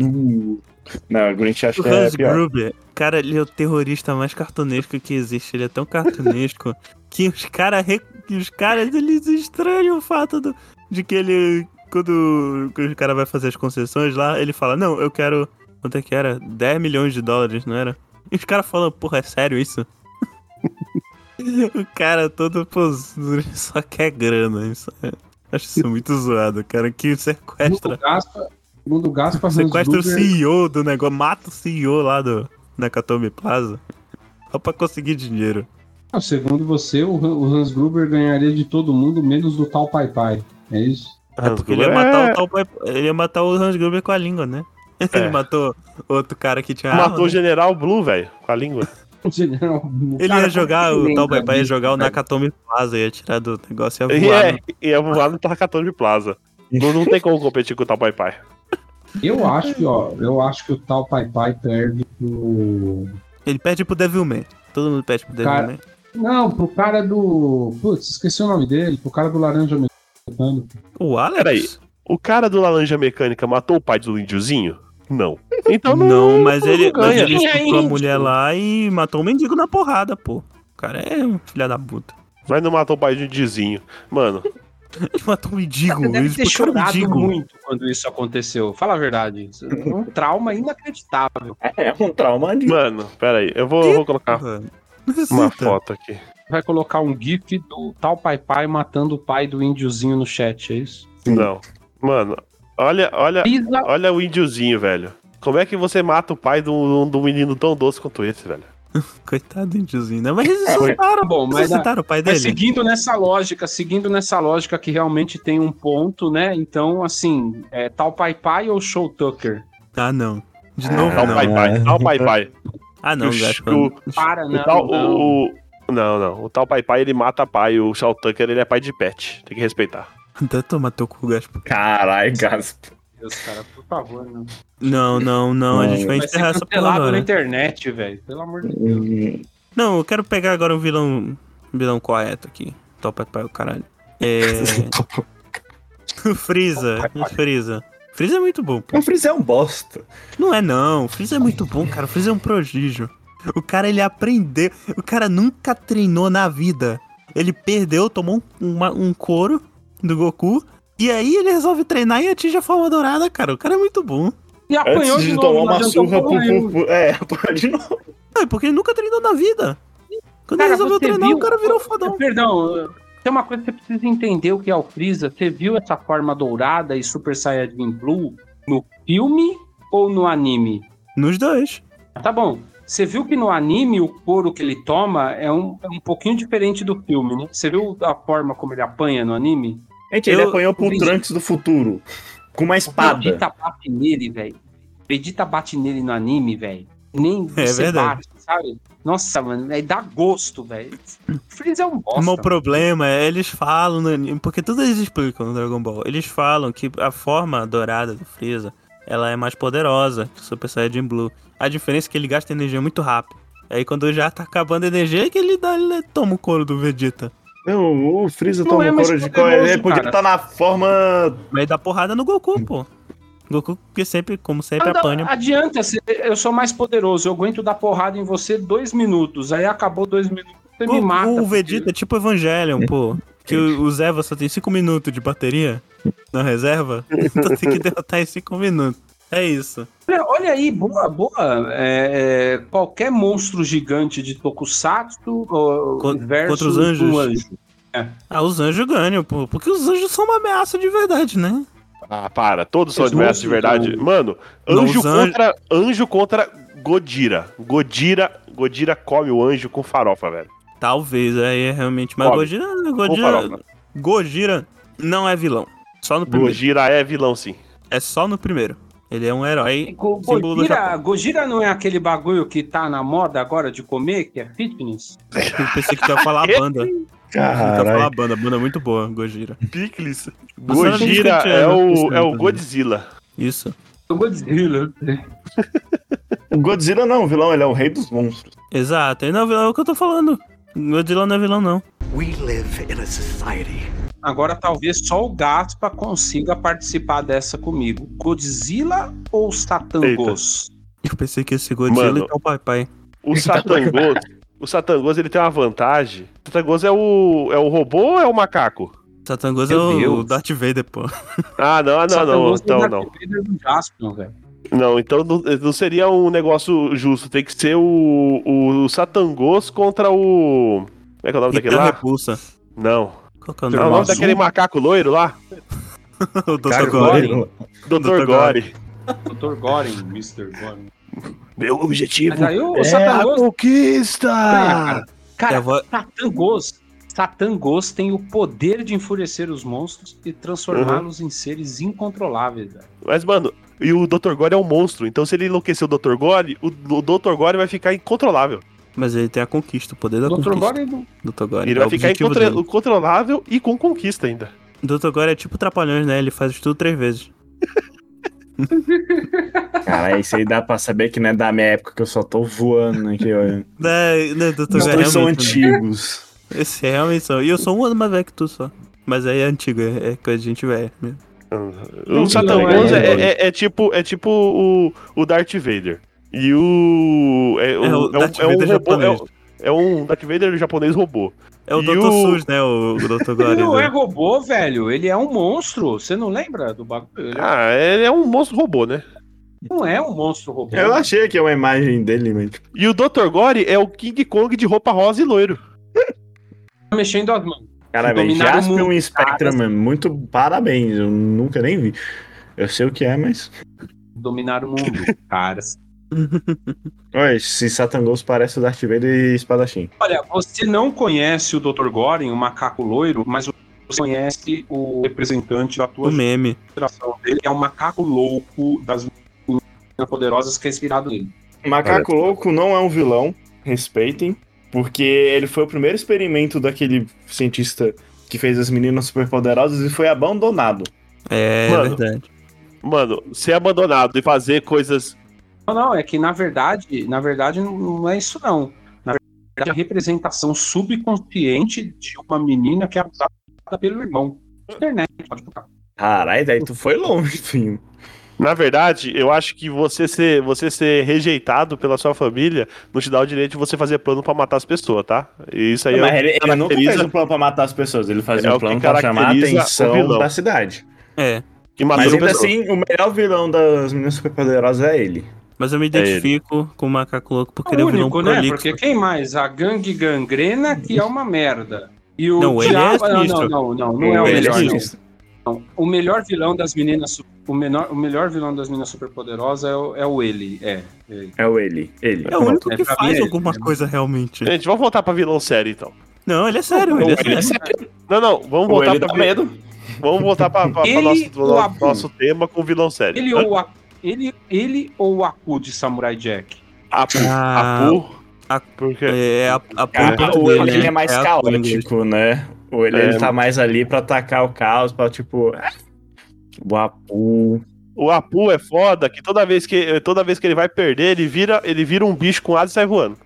Speaker 2: Uh, Não, o Grinch acho
Speaker 1: O
Speaker 2: que é
Speaker 1: Hans
Speaker 2: pior.
Speaker 1: Gruber, cara, ele é o terrorista mais cartunesco que existe. Ele é tão cartunesco que os caras, os caras, eles estranham o fato do, de que ele, quando que o cara vai fazer as concessões lá, ele fala, não, eu quero, quanto é que era? 10 milhões de dólares, não era? E os caras falam, porra, é sério isso? o cara todo, pô, só quer grana, isso é... Acho isso muito zoado, cara, que sequestra
Speaker 4: Mundo Gaspa, Mundo Gaspa Hans
Speaker 1: Sequestra o
Speaker 3: é-
Speaker 4: Gruber-
Speaker 1: CEO do negócio, mata o CEO lá do Nakatomi Plaza. Só pra conseguir dinheiro.
Speaker 4: Ah, segundo você, o Han- o Hans Gruber ganharia de todo mundo, menos do tal Pai Pai. É isso?
Speaker 3: Hans
Speaker 1: Porque ele ia matar o tal pai- Ele ia matar o Hans Gruber com a língua, né? Ele
Speaker 3: É.
Speaker 1: matou outro cara que tinha. arma,
Speaker 3: Matou o
Speaker 1: né?
Speaker 3: General Blue, velho, com a língua.
Speaker 4: O general- o
Speaker 1: Ele
Speaker 4: cara- tá
Speaker 1: ia jogar, o
Speaker 4: lembra
Speaker 1: tal pai pai ia
Speaker 4: disso,
Speaker 1: jogar o
Speaker 4: velho?
Speaker 1: Nakatomi Plaza, ia tirar do negócio e ia
Speaker 3: E
Speaker 1: voar.
Speaker 3: é,
Speaker 1: né?
Speaker 3: e é voar no Takatone de Plaza. Não, não tem como competir com o Tal Pai Pai.
Speaker 4: Eu acho que, ó, eu acho que o tal Pai Pai perde pro.
Speaker 1: Ele pede pro Devilman. Todo mundo pede pro
Speaker 4: Cara-
Speaker 1: Devilman.
Speaker 4: Não, pro cara do. Putz, esqueci o nome dele, pro cara do Laranja Mecânico.
Speaker 1: O Alex?
Speaker 3: Peraí. O cara do Laranja Mecânica matou o pai do Índiozinho? Não. Então não. né? É
Speaker 1: Não, mas ele, mas
Speaker 3: ganha.
Speaker 1: ele estuprou a mulher lá e matou um mendigo na porrada, pô. O cara é um filha da puta.
Speaker 3: Mas não matou o pai do Índiozinho. Mano,
Speaker 1: Ele matou um mendigo.
Speaker 4: Você
Speaker 1: Ele
Speaker 4: deve ter
Speaker 1: expulsou um
Speaker 4: chorado
Speaker 1: mendigo.
Speaker 4: muito quando isso aconteceu. Fala a verdade. Isso é um trauma inacreditável.
Speaker 2: É, é um trauma ali.
Speaker 3: mano, peraí. Eu vou, eu vou
Speaker 1: Ah.
Speaker 3: colocar uma
Speaker 1: Necessita.
Speaker 3: foto aqui.
Speaker 4: Vai colocar um GIF do tal Pai Pai matando o pai do índiozinho no chat, é isso?
Speaker 3: Não. Mano, olha, olha,
Speaker 1: É
Speaker 4: Pisa
Speaker 3: olha o Índiozinho, velho. Como é que você mata o pai de um, de um menino tão doce quanto esse, velho?
Speaker 1: Coitado do índiozinho, né? Mas ressuscitaram.
Speaker 4: bom, mas. é assim
Speaker 1: ressuscitaram o pai
Speaker 4: Mas
Speaker 1: dele.
Speaker 4: seguindo nessa lógica, seguindo nessa lógica que realmente tem um ponto, né? Então, assim, é tal Pai Pai ou Show Tucker?
Speaker 1: Ah, não. De novo,
Speaker 3: Tal
Speaker 1: não. é.
Speaker 3: Pai Pai. Tal Pai Pai.
Speaker 1: Ah, não,
Speaker 3: o,
Speaker 1: Gaspar.
Speaker 3: o,
Speaker 4: Para,
Speaker 3: o
Speaker 4: não.
Speaker 3: tal,
Speaker 4: não.
Speaker 3: o, o- não, não. O tal Pai Pai, ele mata pai. O Shao Tucker, ele é pai de pet. Tem que respeitar.
Speaker 1: Até tomar teu cu, Gaspar.
Speaker 2: Caralho, Gaspo.
Speaker 4: Deus, cara, por favor, não.
Speaker 1: Não, não, não. A
Speaker 2: Não,
Speaker 1: gente vai
Speaker 4: Vai ser
Speaker 1: encerrar essa porra né?
Speaker 4: cancelado na
Speaker 1: agora.
Speaker 4: internet, velho. Pelo amor de Deus.
Speaker 2: Hum,
Speaker 1: Não, eu quero pegar agora um vilão. um vilão correto aqui. Topa pai, o caralho. É. o Freeza. o Freeza. Freeza é muito bom, pô.
Speaker 2: O Freeze é um bosta.
Speaker 1: Não é não, o Freeza é muito bom, cara. O Freeza é um prodígio. O cara, ele aprendeu. O cara nunca treinou na vida. Ele perdeu, tomou um, uma- um couro do Goku. E aí ele resolve treinar e atinge a forma dourada, cara. O cara é muito bom.
Speaker 4: E apanhou
Speaker 2: Antes
Speaker 4: de,
Speaker 2: de
Speaker 4: novo.
Speaker 2: tomar
Speaker 4: não
Speaker 2: uma
Speaker 4: adiantou
Speaker 2: surra pro.
Speaker 4: porra nenhuma.
Speaker 2: pro- pro- É, apanhar de novo.
Speaker 1: Não, é porque ele nunca treinou na vida. Quando
Speaker 4: Cara,
Speaker 1: ele resolveu
Speaker 4: você
Speaker 1: treinar,
Speaker 4: viu?
Speaker 1: o cara virou fodão.
Speaker 4: Perdão, tem uma coisa que você precisa entender o que é o Freeza. Você viu essa forma dourada e Super Saiyajin Blue no filme ou no anime?
Speaker 1: Nos dois.
Speaker 4: Tá bom. Você viu que no anime o couro que ele toma é um, é um pouquinho diferente do filme, né? Você viu a forma como ele apanha no anime?
Speaker 2: Gente, ele
Speaker 1: Eu-
Speaker 2: apanhou pro
Speaker 4: Freeze-
Speaker 2: Trunks do futuro. Com uma
Speaker 4: O
Speaker 2: espada.
Speaker 4: Vegeta bate nele, velho. O Vegeta bate nele no anime, velho. Nem
Speaker 1: É
Speaker 4: você
Speaker 1: verdade.
Speaker 4: bate, sabe? Nossa, mano, aí dá gosto, velho. O Freeza é um bosta.
Speaker 1: Mas o
Speaker 4: mano.
Speaker 1: problema é, eles falam no anime, porque tudo eles explicam no Dragon Ball. Eles falam que a forma dourada do Freeza, ela é mais poderosa que o Super Saiyajin Blue. A diferença é que ele gasta energia muito rápido. Aí quando já tá acabando a energia, é que ele, dá, ele toma o couro do Vegeta.
Speaker 2: Não, o Freeza
Speaker 4: Não
Speaker 2: toma
Speaker 4: é
Speaker 2: um
Speaker 4: mais
Speaker 2: couro de
Speaker 4: poderoso,
Speaker 2: coelho. Ele podia
Speaker 4: cara.
Speaker 2: estar na forma.
Speaker 1: Mas dá porrada no Goku, pô. Goku, que sempre, como sempre,
Speaker 4: Não, não,
Speaker 1: apanha.
Speaker 4: adianta, se- eu sou mais poderoso, eu aguento dar porrada em você dois minutos, aí acabou dois minutos, você
Speaker 1: O,
Speaker 4: me mata.
Speaker 1: o
Speaker 4: porque-
Speaker 1: Vegeta é tipo Evangelion, pô. Que o, o Zeva só tem 5 minutos de bateria na reserva. Então tem que derrotar em 5 minutos. É isso.
Speaker 4: Olha, olha aí, boa, boa. é, é, qualquer monstro gigante de Tokusatsu ó,
Speaker 1: Co-
Speaker 4: versus
Speaker 1: contra os anjos.
Speaker 4: um anjo.
Speaker 1: Ah, os anjos ganham, pô. Porque os anjos são uma ameaça de verdade, né?
Speaker 3: Ah, para. Todos são
Speaker 4: Eles
Speaker 3: adversos de
Speaker 4: não-
Speaker 3: verdade. Mano,
Speaker 1: é Não,
Speaker 3: anjo
Speaker 1: os an-
Speaker 3: contra anjo contra Godira. Godira, Godira come o anjo com farofa, velho.
Speaker 1: Talvez, aí é realmente. Mas
Speaker 3: Óbvio.
Speaker 1: Gojira,
Speaker 3: Com
Speaker 1: Gojira,
Speaker 3: farofa.
Speaker 1: Gojira não é vilão. Só no primeiro.
Speaker 3: Godira é vilão, sim.
Speaker 1: É só no primeiro. Ele é um herói.
Speaker 4: Go-
Speaker 1: Símbolo do
Speaker 4: Gojira,
Speaker 1: Japão.
Speaker 4: Gojira não é aquele bagulho que tá na moda agora de comer, que é fitness?
Speaker 1: Eu pensei que tu ia falar a banda. Eu ia falar a
Speaker 2: Caralho.
Speaker 1: banda. A banda é muito boa, Gojira.
Speaker 3: Picles.
Speaker 1: Você era
Speaker 3: Gojira
Speaker 1: bem
Speaker 3: é o,
Speaker 1: cristiano,
Speaker 3: é o
Speaker 1: né?
Speaker 3: Godzilla.
Speaker 1: Isso.
Speaker 4: O Godzilla.
Speaker 2: O Godzilla não, é um vilão, ele é o rei dos monstros.
Speaker 1: Exato. Ele não é vilão, é o que eu tô falando. Godzilla não é vilão, não.
Speaker 4: Agora talvez só o Gaspa consiga participar dessa comigo. Godzilla ou Satangos?
Speaker 1: Eu pensei que esse Godzilla então é
Speaker 3: Mano.
Speaker 1: e tal Pai Pai.
Speaker 3: O Satangos. O Satangos ele tem uma vantagem. O Satangos é o é o robô ou é o macaco?
Speaker 1: Satangos é
Speaker 4: Meu
Speaker 1: o
Speaker 4: Deus.
Speaker 1: Darth Vader, pô.
Speaker 3: Ah, não, ah, não, não,
Speaker 4: é
Speaker 3: então não.
Speaker 4: Jaspion, velho.
Speaker 3: Não, então não, não seria um negócio justo. Tem que ser o, o, Satangos contra o. Como é que é o nome daquele
Speaker 1: Guitarra
Speaker 3: lá?
Speaker 1: repulsa.
Speaker 3: Não.
Speaker 1: Qual que é o
Speaker 3: Não, é o nome
Speaker 1: nome?
Speaker 3: daquele macaco loiro lá?
Speaker 1: O Dr.
Speaker 4: Cara,
Speaker 1: Gore.
Speaker 4: Gore.
Speaker 3: Dr. Gore.
Speaker 4: Dr. Goring, Mr. Goring.
Speaker 3: Meu objetivo
Speaker 4: Mas aí o
Speaker 3: é ah. a
Speaker 4: Satangos
Speaker 3: conquista!
Speaker 4: cara.
Speaker 1: É a
Speaker 4: Cara,
Speaker 1: voz-
Speaker 4: Satangos. Satangos tem o poder de enfurecer os monstros e transformá-los em seres incontroláveis, velho.
Speaker 3: Mas, mano, e o Dr. Gore é um monstro. Então, se ele enlouquecer o Dr. Gore, o, o Dr. Gore vai ficar incontrolável.
Speaker 1: Mas ele tem a conquista, o poder da
Speaker 4: Dr.
Speaker 1: conquista.
Speaker 4: Goring não-
Speaker 1: Dr. Gore.
Speaker 3: Ele
Speaker 1: é o
Speaker 3: vai ficar
Speaker 1: objetivo
Speaker 3: incontra-
Speaker 1: dele.
Speaker 3: incontrolável e com conquista ainda.
Speaker 1: Dr. Gore é tipo Trapalhões, né? Ele faz tudo três vezes.
Speaker 2: Cara, isso aí dá pra saber que não é da minha época que eu só tô voando aqui, olha.
Speaker 1: Né, né, Dr.
Speaker 2: Os
Speaker 1: Gore
Speaker 2: dois são
Speaker 1: realmente, né?
Speaker 2: antigos.
Speaker 1: Esse é realmente são. E eu sou um ano mais velho que tu só. Mas aí é antigo, é é coisa de gente velha. mesmo.
Speaker 3: O
Speaker 2: Não,
Speaker 3: Satangos
Speaker 2: não,
Speaker 3: é,
Speaker 2: é-
Speaker 3: é- é tipo, é tipo o, o Darth Vader. E o. É, o-
Speaker 1: É, o
Speaker 3: é um-
Speaker 1: Darth
Speaker 3: é um
Speaker 1: Vader
Speaker 3: robô-
Speaker 1: japonês.
Speaker 3: é um- é um Darth Vader japonês robô.
Speaker 1: É o
Speaker 3: E
Speaker 1: Dr.
Speaker 3: o-
Speaker 1: SUS, né? O, o Dr. Gore.
Speaker 4: Ele não é
Speaker 1: né?
Speaker 4: robô, velho. Ele é um monstro. Você não lembra do bagulho? Ele
Speaker 3: Ah, ele é um monstro robô, né?
Speaker 4: não é um monstro robô.
Speaker 2: Eu achei que é uma imagem dele, mas tipo,
Speaker 3: E o Dr. Gore é o King Kong de roupa rosa e loiro.
Speaker 4: Tá mexendo as mãos.
Speaker 2: cara, velho,
Speaker 4: Dominaram o
Speaker 2: Jaspion
Speaker 4: mundo,
Speaker 2: e um Spectrum, mano, muito parabéns, eu nunca nem vi. Eu sei o que é, mas...
Speaker 4: Dominar o mundo, caras.
Speaker 2: Olha, se Satangos parece o Darth Vader e Espadachim.
Speaker 4: Olha, você não conhece o Dr. Goring, o macaco loiro, mas você conhece o representante da
Speaker 1: O
Speaker 4: tua
Speaker 1: meme.
Speaker 4: geração dele, que é o macaco louco das meninas poderosas que é inspirado nele.
Speaker 2: Macaco Louco não é um vilão, respeitem, porque ele foi o primeiro experimento daquele cientista que fez as meninas superpoderosas e foi abandonado.
Speaker 1: É,
Speaker 3: Mano.
Speaker 1: verdade.
Speaker 3: Mano, ser abandonado e fazer coisas.
Speaker 4: Não, não, é que na verdade, na verdade não- não é isso não. Na verdade, é a representação subconsciente de uma menina que é abusada pelo irmão. Internet, pode botar.
Speaker 2: Caralho, daí tu foi longe, filho.
Speaker 3: Na verdade, eu acho que você ser, você ser rejeitado pela sua família não te dá o direito de você fazer plano pra matar as pessoas, tá? E isso aí é o
Speaker 2: Mas
Speaker 3: que
Speaker 2: ele, ele nunca fez
Speaker 3: caracteriza-
Speaker 2: um plano pra matar as pessoas, ele fazia
Speaker 3: É o
Speaker 2: um
Speaker 3: que
Speaker 2: plano pra chamar a
Speaker 3: caracteriza o
Speaker 2: atenção
Speaker 3: vilão.
Speaker 2: da cidade.
Speaker 1: É.
Speaker 3: que
Speaker 2: Mas,
Speaker 3: matou
Speaker 2: ainda
Speaker 3: pessoas.
Speaker 2: assim, o melhor vilão das meninas superpoderosas é ele.
Speaker 1: Mas eu me
Speaker 3: ele.
Speaker 1: identifico com o macaco louco porque
Speaker 4: É
Speaker 1: ele é
Speaker 4: o
Speaker 1: um vilão
Speaker 4: único, né?
Speaker 1: prolixo.
Speaker 4: Porque quem mais? A gangue gangrena, que é uma merda. E o
Speaker 1: Não, ele
Speaker 4: diabo... Ah,
Speaker 1: é
Speaker 4: não, não,
Speaker 1: sinistro.
Speaker 4: não, não, não é o
Speaker 2: Ele
Speaker 4: melhor, não.
Speaker 2: sinistro.
Speaker 4: Não, O melhor vilão das meninas... su- O, menor, o melhor vilão das meninas superpoderosas é o, é o ele, é.
Speaker 2: É o ele, ele.
Speaker 1: É o único
Speaker 4: É,
Speaker 1: que
Speaker 4: pra mim é
Speaker 1: faz
Speaker 4: ele,
Speaker 1: alguma
Speaker 4: né?
Speaker 1: coisa realmente.
Speaker 3: Gente, vamos voltar pra vilão sério, então.
Speaker 1: Não, ele é sério, ele é sério.
Speaker 3: É. Não, não, vamos
Speaker 2: Ou
Speaker 3: voltar
Speaker 2: ele tá
Speaker 3: pra
Speaker 2: dá
Speaker 3: medo. Vamos voltar pra, pra- pra
Speaker 4: Ele
Speaker 3: nosso, pro
Speaker 4: ou a
Speaker 3: nosso, nosso tema com vilão sério.
Speaker 4: Ele ou, a, ele, ele ou o Aku de Samurai Jack?
Speaker 3: Apu.
Speaker 1: Ah,
Speaker 3: Apu.
Speaker 1: a-
Speaker 3: Porque...
Speaker 1: É, a, a
Speaker 2: Cara,
Speaker 1: ponta
Speaker 2: o
Speaker 1: dele,
Speaker 2: ele, ele
Speaker 1: né?
Speaker 2: é mais
Speaker 1: a ponta dele.
Speaker 2: caótico, né? O ele,
Speaker 3: É.
Speaker 2: ele tá mais ali pra atacar o caos, pra tipo. ah, O Apu.
Speaker 3: O Apu é foda que toda vez que, toda vez que ele vai perder, ele vira, ele vira um bicho com asa e sai voando.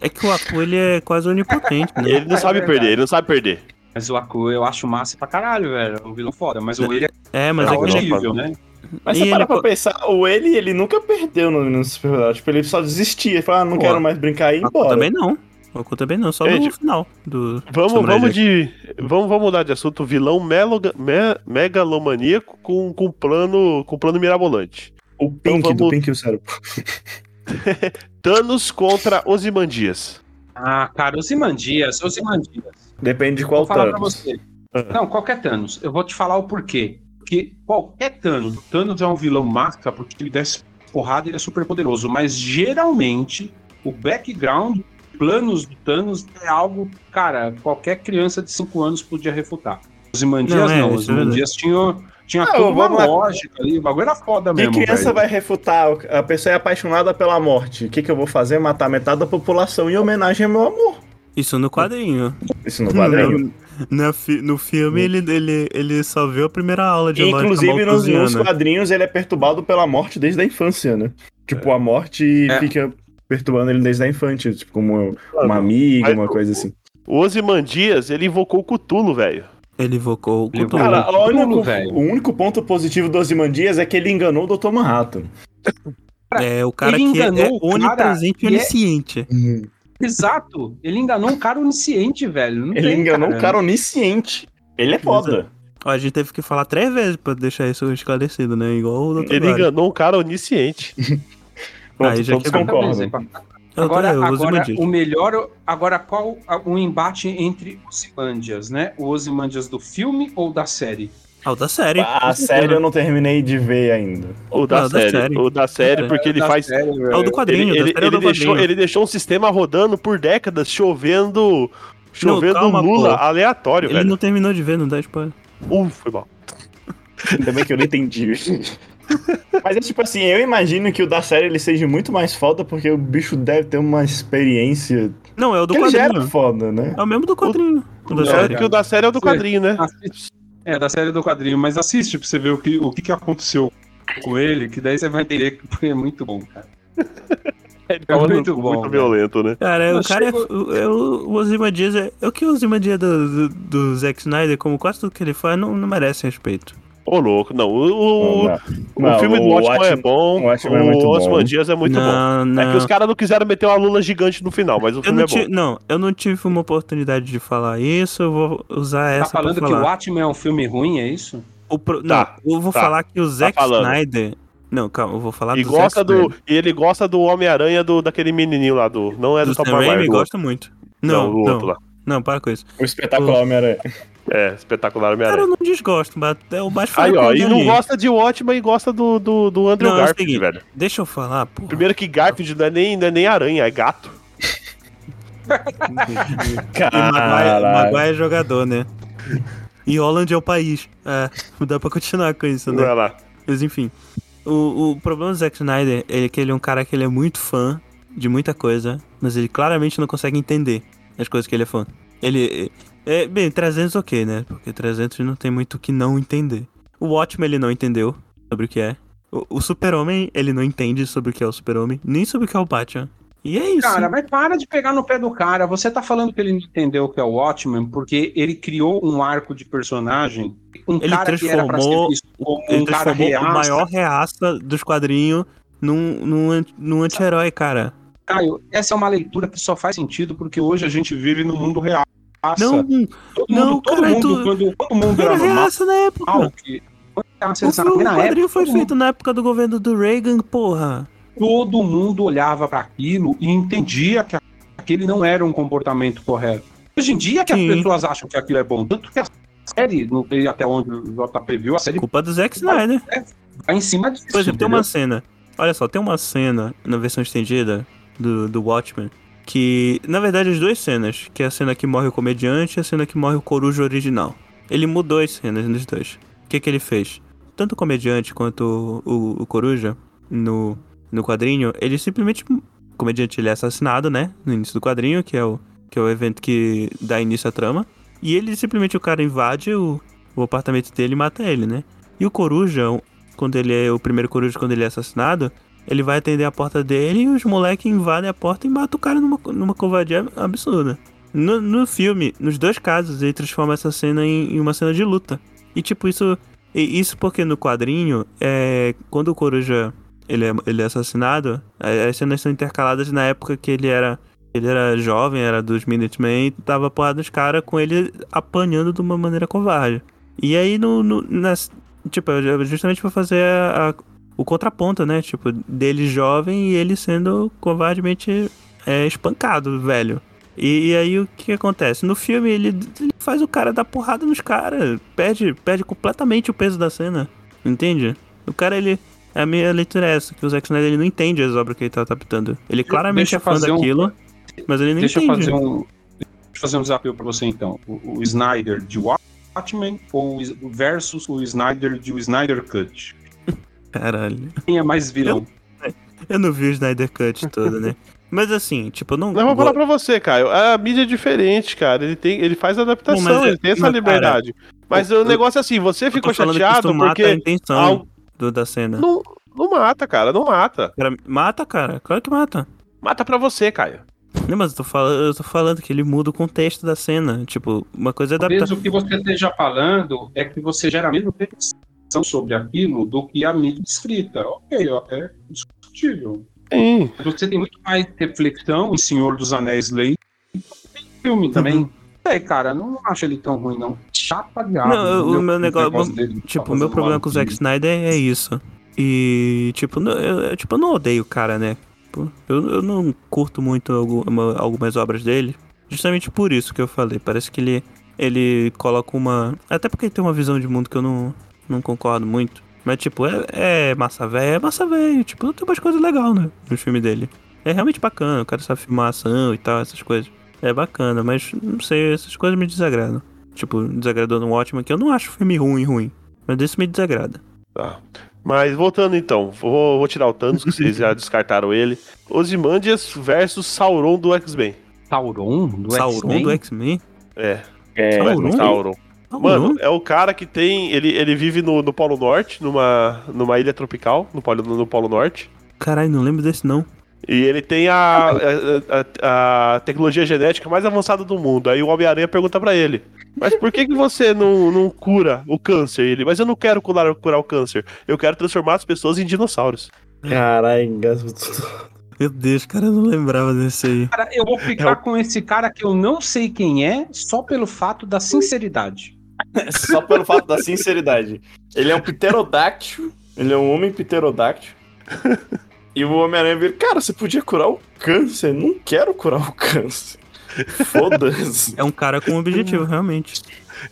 Speaker 1: É que o Apu, ele é quase onipotente, né?
Speaker 3: Ele não
Speaker 2: É
Speaker 3: sabe perder, ele não sabe perder.
Speaker 4: Mas o Aku eu acho massa pra caralho, velho. É um vilão foda. Mas o ele é
Speaker 1: É, mas é
Speaker 3: Não,
Speaker 1: que ele
Speaker 3: não.
Speaker 1: é...
Speaker 4: horrível, né?
Speaker 2: Mas
Speaker 1: E
Speaker 2: você para
Speaker 1: ele
Speaker 2: pra
Speaker 1: co-
Speaker 2: pensar, o ele, ele nunca perdeu no, no Super Bowl. Tipo, ele só desistia. Ele falava, ah, não
Speaker 1: Pô,
Speaker 2: quero mais brincar e ir
Speaker 1: O Apu
Speaker 2: embora.
Speaker 1: também não. O Apu também não, só
Speaker 3: Gente,
Speaker 1: no final do...
Speaker 3: Vamos,
Speaker 1: Samurai
Speaker 3: vamos de. Vamos, vamos mudar de assunto. Vilão meloga, me- megalomaníaco com, com plano. com plano mirabolante.
Speaker 2: O Pink,
Speaker 3: Então
Speaker 2: do
Speaker 3: vamos-
Speaker 2: Pink e o Cérebro.
Speaker 3: Thanos contra Osimandias.
Speaker 4: Ah, cara, Osimandias, Osimandias.
Speaker 2: Depende de
Speaker 4: Vou
Speaker 2: qual
Speaker 4: falar pra
Speaker 2: tanto.
Speaker 4: você. Não, qualquer Thanos. Eu vou te falar o porquê. Porque qualquer Thanos, Thanos é um vilão máscara porque ele desce porrada, ele é super poderoso, mas geralmente o background, planos do Thanos é algo, cara, qualquer criança de 5 anos podia refutar. Os Imandias
Speaker 1: Não, é,
Speaker 4: não, os
Speaker 1: isso é
Speaker 4: Imandias tinham, tinha
Speaker 2: Não,
Speaker 4: toda uma
Speaker 2: Ah, vamos lá.
Speaker 4: lógica ali, o bagulho era foda
Speaker 2: Que
Speaker 4: mesmo.
Speaker 2: criança
Speaker 4: velho.
Speaker 2: vai refutar? A pessoa é apaixonada pela morte. O que, que eu vou fazer? Matar metade da população em homenagem ao meu amor.
Speaker 1: Isso no quadrinho.
Speaker 2: Isso no quadrinho.
Speaker 1: Na fi- no filme, ele, ele, ele só viu a primeira aula de lógica
Speaker 2: Inclusive, nos, nos
Speaker 1: malthusiana.
Speaker 2: quadrinhos, ele é perturbado pela morte desde a infância, né? Tipo, a morte
Speaker 4: É.
Speaker 2: fica perturbando ele desde a infância. Tipo, como uma amiga,
Speaker 3: Mas
Speaker 2: uma
Speaker 3: o-
Speaker 2: coisa assim.
Speaker 3: O Ozymandias, ele invocou o Cutulo, velho.
Speaker 1: Ele invocou o
Speaker 4: Ele
Speaker 1: Cthulhu.
Speaker 2: Cara, o
Speaker 4: Cthulhu,
Speaker 2: único,
Speaker 4: velho.
Speaker 2: o único ponto positivo do Ozymandias é que ele enganou o Dr. Manhattan.
Speaker 1: É o cara
Speaker 4: ele
Speaker 1: que é, é
Speaker 4: enganou o cara
Speaker 1: onipresente e
Speaker 4: e é-
Speaker 1: onisciente.
Speaker 4: Exato, ele enganou um cara onisciente, velho. Não
Speaker 2: Ele
Speaker 4: tem,
Speaker 2: enganou um cara onisciente. Ele é foda.
Speaker 1: Ó, a gente teve que falar três vezes pra deixar isso esclarecido, né? Igual o Dr.
Speaker 3: Ele
Speaker 1: Mario.
Speaker 3: enganou um cara onisciente.
Speaker 2: Pronto,
Speaker 1: Aí já
Speaker 2: todos
Speaker 1: quebrou.
Speaker 2: concordam.
Speaker 1: Então, Eu
Speaker 4: Agora,
Speaker 1: adorei, eu uso
Speaker 4: agora
Speaker 1: Imandias.
Speaker 4: o melhor. Agora, qual a- o embate entre os Imandias, né? O Osimandias do filme ou da série?
Speaker 1: Ah, o da série.
Speaker 2: A série eu não terminei de ver ainda.
Speaker 3: O
Speaker 1: Ah,
Speaker 3: da
Speaker 1: o da série.
Speaker 3: série. O da série, porque ele
Speaker 4: Da
Speaker 3: faz.
Speaker 4: série,
Speaker 1: É
Speaker 4: velho.
Speaker 1: o do
Speaker 3: Ele,
Speaker 1: quadrinho,
Speaker 3: ele,
Speaker 1: da série é o
Speaker 3: ele
Speaker 1: do
Speaker 3: deixou,
Speaker 1: quadrinho.
Speaker 3: ele deixou um sistema rodando por décadas, chovendo. Chovendo
Speaker 1: calma,
Speaker 3: Lula
Speaker 1: pô.
Speaker 3: aleatório,
Speaker 1: Ele
Speaker 3: velho.
Speaker 1: não terminou de ver, não dá spoiler.
Speaker 3: Uh, foi mal.
Speaker 2: Ainda bem que eu não entendi. Mas é tipo assim, eu imagino que o da série ele seja muito mais foda, porque o bicho deve ter uma experiência.
Speaker 1: Não, é o do
Speaker 2: que ele já era
Speaker 1: quadrinho.
Speaker 2: foda, né?
Speaker 1: É o mesmo do quadrinho. O da
Speaker 4: Não,
Speaker 1: série.
Speaker 3: É que o da série é o do
Speaker 4: Sério.
Speaker 3: quadrinho, né?
Speaker 4: Assiste. É, da série do quadrinho, mas assiste pra você ver o que, o que, que aconteceu com ele, que daí você vai entender que foi muito bom, cara. É muito bom.
Speaker 3: tá muito
Speaker 4: velho.
Speaker 3: violento, né?
Speaker 1: Cara, o
Speaker 4: Mas
Speaker 1: cara
Speaker 4: chegou-
Speaker 1: é. o- é o Ozymandias é. É o que o Ozymandias do, do, do Zack Snyder, como quase tudo que ele faz, não, não merece respeito.
Speaker 3: Ô, louco, não. O, o-
Speaker 2: Não,
Speaker 3: o
Speaker 2: não,
Speaker 3: filme do
Speaker 2: o
Speaker 3: Watchmen é
Speaker 2: Watchmen-
Speaker 3: bom.
Speaker 2: o Watchmen é muito bom.
Speaker 3: O Osman Dias é muito bom.
Speaker 1: não,
Speaker 3: É que
Speaker 1: não.
Speaker 3: os caras não quiseram meter uma lula gigante no final, mas o
Speaker 1: Eu
Speaker 3: filme
Speaker 1: não,
Speaker 3: é bom.
Speaker 1: ti- não, eu não tive uma oportunidade de falar isso, eu vou usar
Speaker 4: Tá
Speaker 1: essa pra
Speaker 4: falando que
Speaker 1: falar.
Speaker 4: o Atman é um filme ruim, é isso?
Speaker 1: O pro-
Speaker 3: Tá,
Speaker 1: não, eu vou
Speaker 3: tá,
Speaker 1: falar que o Zack
Speaker 3: falando.
Speaker 1: Snyder. Não, calma, eu vou falar
Speaker 3: E
Speaker 1: do
Speaker 3: gosta
Speaker 1: Zack
Speaker 3: do,
Speaker 1: Snyder.
Speaker 3: e ele gosta do Homem-Aranha do daquele menininho lá do, não é do,
Speaker 1: do
Speaker 3: Top
Speaker 1: Sam
Speaker 3: Tom Maguire,
Speaker 1: Raimi,
Speaker 3: do outro.
Speaker 1: gosta muito. Não,
Speaker 3: do
Speaker 1: não, não,
Speaker 3: outro lá.
Speaker 1: para com isso.
Speaker 2: O espetacular Homem-Aranha.
Speaker 3: É, espetacular
Speaker 1: Cara, eu
Speaker 3: Homem-Aranha.
Speaker 1: não desgosto, mas é o mais
Speaker 3: Aí,
Speaker 1: fraco
Speaker 3: ó,
Speaker 1: que
Speaker 3: e
Speaker 1: eu
Speaker 3: não
Speaker 1: li.
Speaker 3: gosta de Watchmen e gosta do, do, do Andrew
Speaker 1: Não, é o
Speaker 3: Garfield,
Speaker 1: seguinte.
Speaker 3: velho.
Speaker 1: Deixa eu falar, pô.
Speaker 3: Primeiro que Garfield não é nem, não é nem aranha, é gato.
Speaker 1: E Maguire,
Speaker 2: Caralho.
Speaker 1: Maguire é jogador, né? E Holland é o país. É, não dá pra continuar com isso, né?
Speaker 3: Vai é lá.
Speaker 1: Mas enfim. O, o problema do Zack Snyder é que ele é um cara que ele é muito fã de muita coisa, mas ele claramente não consegue entender as coisas que ele é fã. Ele. É, bem, 300 ok, né? Porque 300 não tem muito o que não entender. O Watchmen ele não entendeu sobre o que é. O, o Super-Homem ele não entende sobre o que é o Super-Homem, nem sobre o que é o Batman. E é isso.
Speaker 4: Cara, mas para de pegar no pé do cara. Você tá falando que ele não entendeu o que é o Watchmen porque ele criou um arco de personagem. Um
Speaker 1: Ele
Speaker 4: cara que era pra ser
Speaker 1: transformou-
Speaker 4: visto como
Speaker 1: ele
Speaker 4: um cara
Speaker 1: transformou
Speaker 4: reaça.
Speaker 1: o maior reaça dos quadrinhos num, num, an- num anti-herói, cara.
Speaker 4: Caio, essa é uma leitura que só faz sentido porque hoje a gente vive no mundo real.
Speaker 1: Não,
Speaker 4: todo
Speaker 1: não,
Speaker 4: mundo, todo
Speaker 1: cara,
Speaker 4: mundo
Speaker 1: tu-
Speaker 4: quando todo mundo
Speaker 1: era
Speaker 4: era normal,
Speaker 1: reaça na época.
Speaker 4: que quando era
Speaker 1: O,
Speaker 4: sensato,
Speaker 1: filme, o
Speaker 4: na
Speaker 1: quadrinho
Speaker 4: época,
Speaker 1: foi
Speaker 4: todo mundo-
Speaker 1: feito na época do governo do Reagan, porra.
Speaker 4: todo mundo olhava para aquilo e entendia que aquele não era um comportamento correto. Hoje em dia que
Speaker 1: Sim.
Speaker 4: as pessoas acham que aquilo é bom, tanto que a série, não sei até onde o JP viu, a série
Speaker 1: Culpa do Zack Snyder.
Speaker 4: vai em cima disso.
Speaker 1: Por exemplo, é, tem
Speaker 4: entendeu?
Speaker 1: uma cena. Olha só, tem uma cena na versão estendida do, do Watchmen. Que, na verdade, as duas cenas, que é a cena que morre o comediante e a cena que morre o coruja original. Ele mudou as cenas nos dois. O que, que ele fez? Tanto o comediante quanto o, o, o coruja, no, no quadrinho, ele simplesmente. O comediante ele é assassinado, né? No início do quadrinho, que é o, que é o evento que dá início à trama. E ele simplesmente, o cara invade o, o apartamento dele e mata ele, né? E o coruja, quando ele é o primeiro coruja quando ele é assassinado, ele vai atender a porta dele e os moleques invadem a porta e matam o cara numa, numa covardia absurda. No, no filme, nos dois casos, ele transforma essa cena em, em uma cena de luta. E tipo, isso. e isso porque no quadrinho, é, quando o coruja ele é, ele é assassinado, a- as cenas são intercaladas na época que ele era. Ele era jovem, era dos Minutemen, e tava porrada dos caras com ele apanhando de uma maneira covarde. E aí, no, no, nas- Tipo, é justamente pra fazer a- a- o contraponto, né? Tipo, dele jovem e ele sendo covardemente é, espancado, velho. E, e aí o que acontece? No filme ele, ele faz o cara dar porrada nos caras, perde, perde completamente o peso da cena, entende? O cara ele. A minha leitura é essa, que o Zack Snyder ele não entende as obras que ele tá adaptando. Ele claramente
Speaker 4: deixa
Speaker 1: é fã
Speaker 4: eu fazer um-
Speaker 1: daquilo, mas ele não
Speaker 4: Deixa eu
Speaker 1: entende. né?
Speaker 4: fazer um. Deixa eu fazer um desafio pra você então. O, o Snyder de Watchmen ou o Is- versus o Snyder de o Snyder Cut?
Speaker 1: Caralho.
Speaker 4: Quem é mais vilão?
Speaker 1: Eu não vi o Snyder Cut todo, né? Mas assim, tipo, eu não.
Speaker 3: Não, eu vou
Speaker 1: vou-
Speaker 3: falar pra você, Caio. A mídia é diferente, cara. Ele, tem, ele faz adaptação,
Speaker 1: Bom, mas é-
Speaker 3: ele tem essa
Speaker 1: mas,
Speaker 3: liberdade. mas o negócio é assim, você
Speaker 1: eu tô
Speaker 3: ficou
Speaker 1: falando que
Speaker 3: chateado
Speaker 1: isso mata a né?
Speaker 3: porque.
Speaker 1: intenção
Speaker 3: al-
Speaker 1: do- da cena.
Speaker 3: Não, não mata, cara, não mata.
Speaker 1: Cara, mata, cara. Claro que mata.
Speaker 3: Mata pra você, Caio.
Speaker 1: Não, mas eu tô, fal- eu tô falando que ele muda o contexto da cena. Tipo, uma coisa é
Speaker 4: Talvez
Speaker 1: adaptar.
Speaker 4: o que você esteja falando é que você gera a mesma percepção sobre aquilo do que a mídia escrita. Ok, ó, é discutível.
Speaker 3: Sim.
Speaker 4: Você tem muito mais reflexão em Senhor dos Anéis Lei tem filme também. É, cara, não acho ele tão ruim, não. Chapa de árvore,
Speaker 1: Uhum. Não, o
Speaker 4: entendeu?
Speaker 1: meu negócio-
Speaker 4: dele de
Speaker 1: Tipo,
Speaker 4: tá
Speaker 1: o meu
Speaker 4: fazendo
Speaker 1: problema com o Zack
Speaker 4: barulho.
Speaker 1: Snyder é isso. E, tipo, não- eu, eu- tipo, eu não odeio o cara, né? Tipo, Eu, eu não curto muito alguma- algumas obras dele. Justamente por isso que eu falei. Parece que ele, ele coloca uma. Até porque ele tem uma visão de mundo que eu não, não concordo muito. Mas, tipo, é, é massa velha, é massa velha. Tipo, tem umas coisas legais, né? No filme dele. É realmente bacana. O cara sabe filmar ação e tal, essas coisas. É bacana, mas não sei, essas coisas me desagradam. Tipo, desagradou no Watchmen, que eu não acho filme ruim, ruim. Mas isso me desagrada.
Speaker 3: Tá. Mas voltando então, vou, vou tirar o Thanos, que vocês já descartaram ele. Osimandias versus Sauron do X-Men.
Speaker 4: Sauron do
Speaker 1: Sauron
Speaker 4: X-Men?
Speaker 1: do X-Men?
Speaker 3: É,
Speaker 2: É,
Speaker 1: Sauron?
Speaker 3: Sauron.
Speaker 1: Sauron?
Speaker 3: Mano, é o cara que tem. Ele, ele vive no, no Polo Norte, numa, numa ilha tropical, no Polo, no Polo Norte.
Speaker 1: Caralho, não lembro desse não.
Speaker 3: E ele tem a, a, a- a tecnologia genética mais avançada do mundo. Aí o Homem-Aranha pergunta pra ele: Mas por que, que você não, não cura o câncer? Ele, mas eu não quero curar, curar o câncer. Eu quero transformar as pessoas em dinossauros.
Speaker 2: Caralho,
Speaker 1: Meu Deus, cara, eu não lembrava desse aí.
Speaker 4: Cara, eu vou ficar
Speaker 3: É o-
Speaker 4: com esse cara que eu não sei quem é, só pelo fato da sinceridade.
Speaker 2: É Só pelo fato da sinceridade. Ele é um pterodáctil. Ele é um homem pterodáctil. E o Homem-Aranha vira, cara, você podia curar o câncer? Não quero curar o câncer. Foda-se.
Speaker 1: É um cara com objetivo, realmente.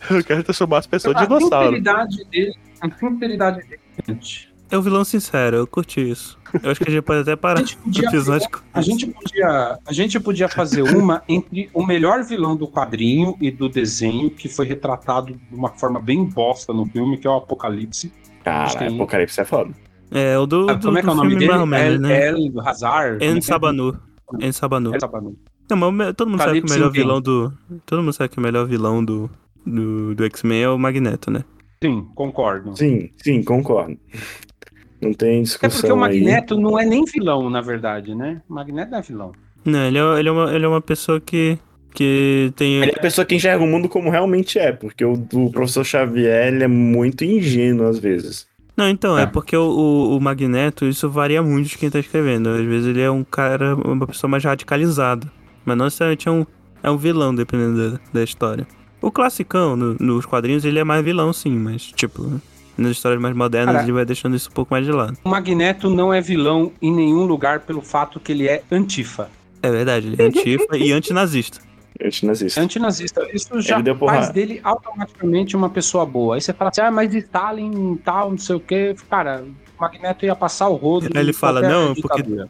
Speaker 3: Eu quero transformar as pessoas em
Speaker 4: a
Speaker 3: dinossauros.
Speaker 4: sinceridade dele, a sinceridade dele, gente.
Speaker 1: É o vilão sincero, eu curti isso. Eu acho que a gente pode até
Speaker 4: A
Speaker 1: parar
Speaker 4: gente
Speaker 1: o
Speaker 4: podia,
Speaker 1: episódio. com-
Speaker 4: a gente podia, a gente podia fazer uma entre o melhor vilão do quadrinho e do desenho, que foi retratado de uma forma bem bosta no filme, que é o Apocalipse.
Speaker 2: Caralho, Apocalipse é foda.
Speaker 1: É, o do,
Speaker 4: um- Ah,
Speaker 1: do,
Speaker 4: Como é que é o
Speaker 1: do
Speaker 4: nome
Speaker 1: filme
Speaker 4: dele?
Speaker 1: mais ou menos,
Speaker 4: El,
Speaker 1: né?
Speaker 4: El Hazar?
Speaker 1: En Sabanu. En Sabanu.
Speaker 4: é? El Sabanu.
Speaker 1: Não, mas o me- todo mundo sabe que o
Speaker 4: Apocalipse
Speaker 1: melhor
Speaker 4: em quem?
Speaker 1: vilão do... Todo mundo sabe que o melhor vilão do, do, do X-Men é o Magneto, né?
Speaker 4: Sim, concordo.
Speaker 2: Sim, sim, concordo. Não tem
Speaker 4: É
Speaker 2: discussão
Speaker 4: porque o
Speaker 2: aí.
Speaker 4: Magneto não é nem vilão, na verdade, né? O Magneto não é vilão.
Speaker 1: Não, ele é, ele é, uma, ele é uma pessoa que... Que tem...
Speaker 2: Ele é a pessoa que enxerga o mundo como realmente é, porque o do professor Xavier ele é muito ingênuo às vezes.
Speaker 1: Não, então, é
Speaker 4: É.
Speaker 1: porque o, o, o Magneto, isso varia muito de quem tá escrevendo. Às vezes ele é um cara, uma pessoa mais radicalizada. Mas não necessariamente é um, é um vilão, dependendo da, da história. O classicão, no- nos quadrinhos, ele é mais vilão, sim, mas, tipo, nas histórias mais modernas,
Speaker 4: Cara,
Speaker 1: ele vai deixando isso um pouco mais de lado.
Speaker 4: O Magneto não é vilão em nenhum lugar pelo fato que ele é antifa.
Speaker 1: É verdade, ele é antifa e antinazista.
Speaker 4: É
Speaker 2: Antinazista.
Speaker 4: antinazista. Isso já
Speaker 2: Ele deu porrada.
Speaker 4: faz dele automaticamente uma pessoa boa. Aí você fala assim, ah, mas Stalin e tal, não sei o quê. Cara, o Magneto ia passar o rodo.
Speaker 1: Aí ele
Speaker 4: em
Speaker 1: fala,
Speaker 4: qualquer
Speaker 1: não, porque-
Speaker 4: ditadura.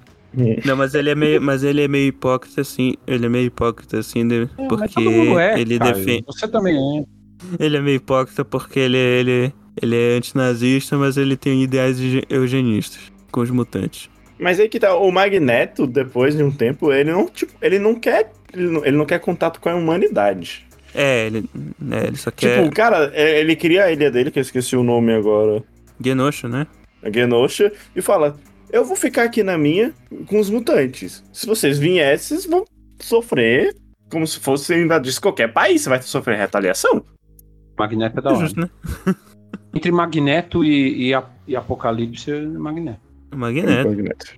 Speaker 1: Não, mas ele é meio, mas ele é meio hipócrita, assim. Ele é meio hipócrita, assim, de-
Speaker 4: É, mas
Speaker 1: porque
Speaker 4: todo mundo é,
Speaker 1: ele
Speaker 4: cara.
Speaker 1: defende.
Speaker 4: Você também é.
Speaker 1: Ele é meio hipócrita porque ele, ele, ele é antinazista, mas ele tem ideais euge- eugenistas com os mutantes.
Speaker 2: Mas aí que tá, o Magneto, depois de um tempo, ele não, tipo, ele não quer. Ele não, ele não quer contato com a humanidade.
Speaker 1: É, ele, é, ele só quer
Speaker 2: Tipo, o cara, é, ele cria a ilha dele, que eu esqueci o nome agora,
Speaker 1: Genosha, né?
Speaker 2: a Genosha, e fala: Eu vou ficar aqui na minha com os mutantes. Se vocês viessem, vocês vão sofrer como se fosse invadisse qualquer país, você vai sofrer retaliação.
Speaker 4: Magneto é da hora.
Speaker 1: Justo, né?
Speaker 4: Entre Magneto e, e, a- e Apocalipse, é Magneto.
Speaker 1: O Magneto.
Speaker 2: Magneto.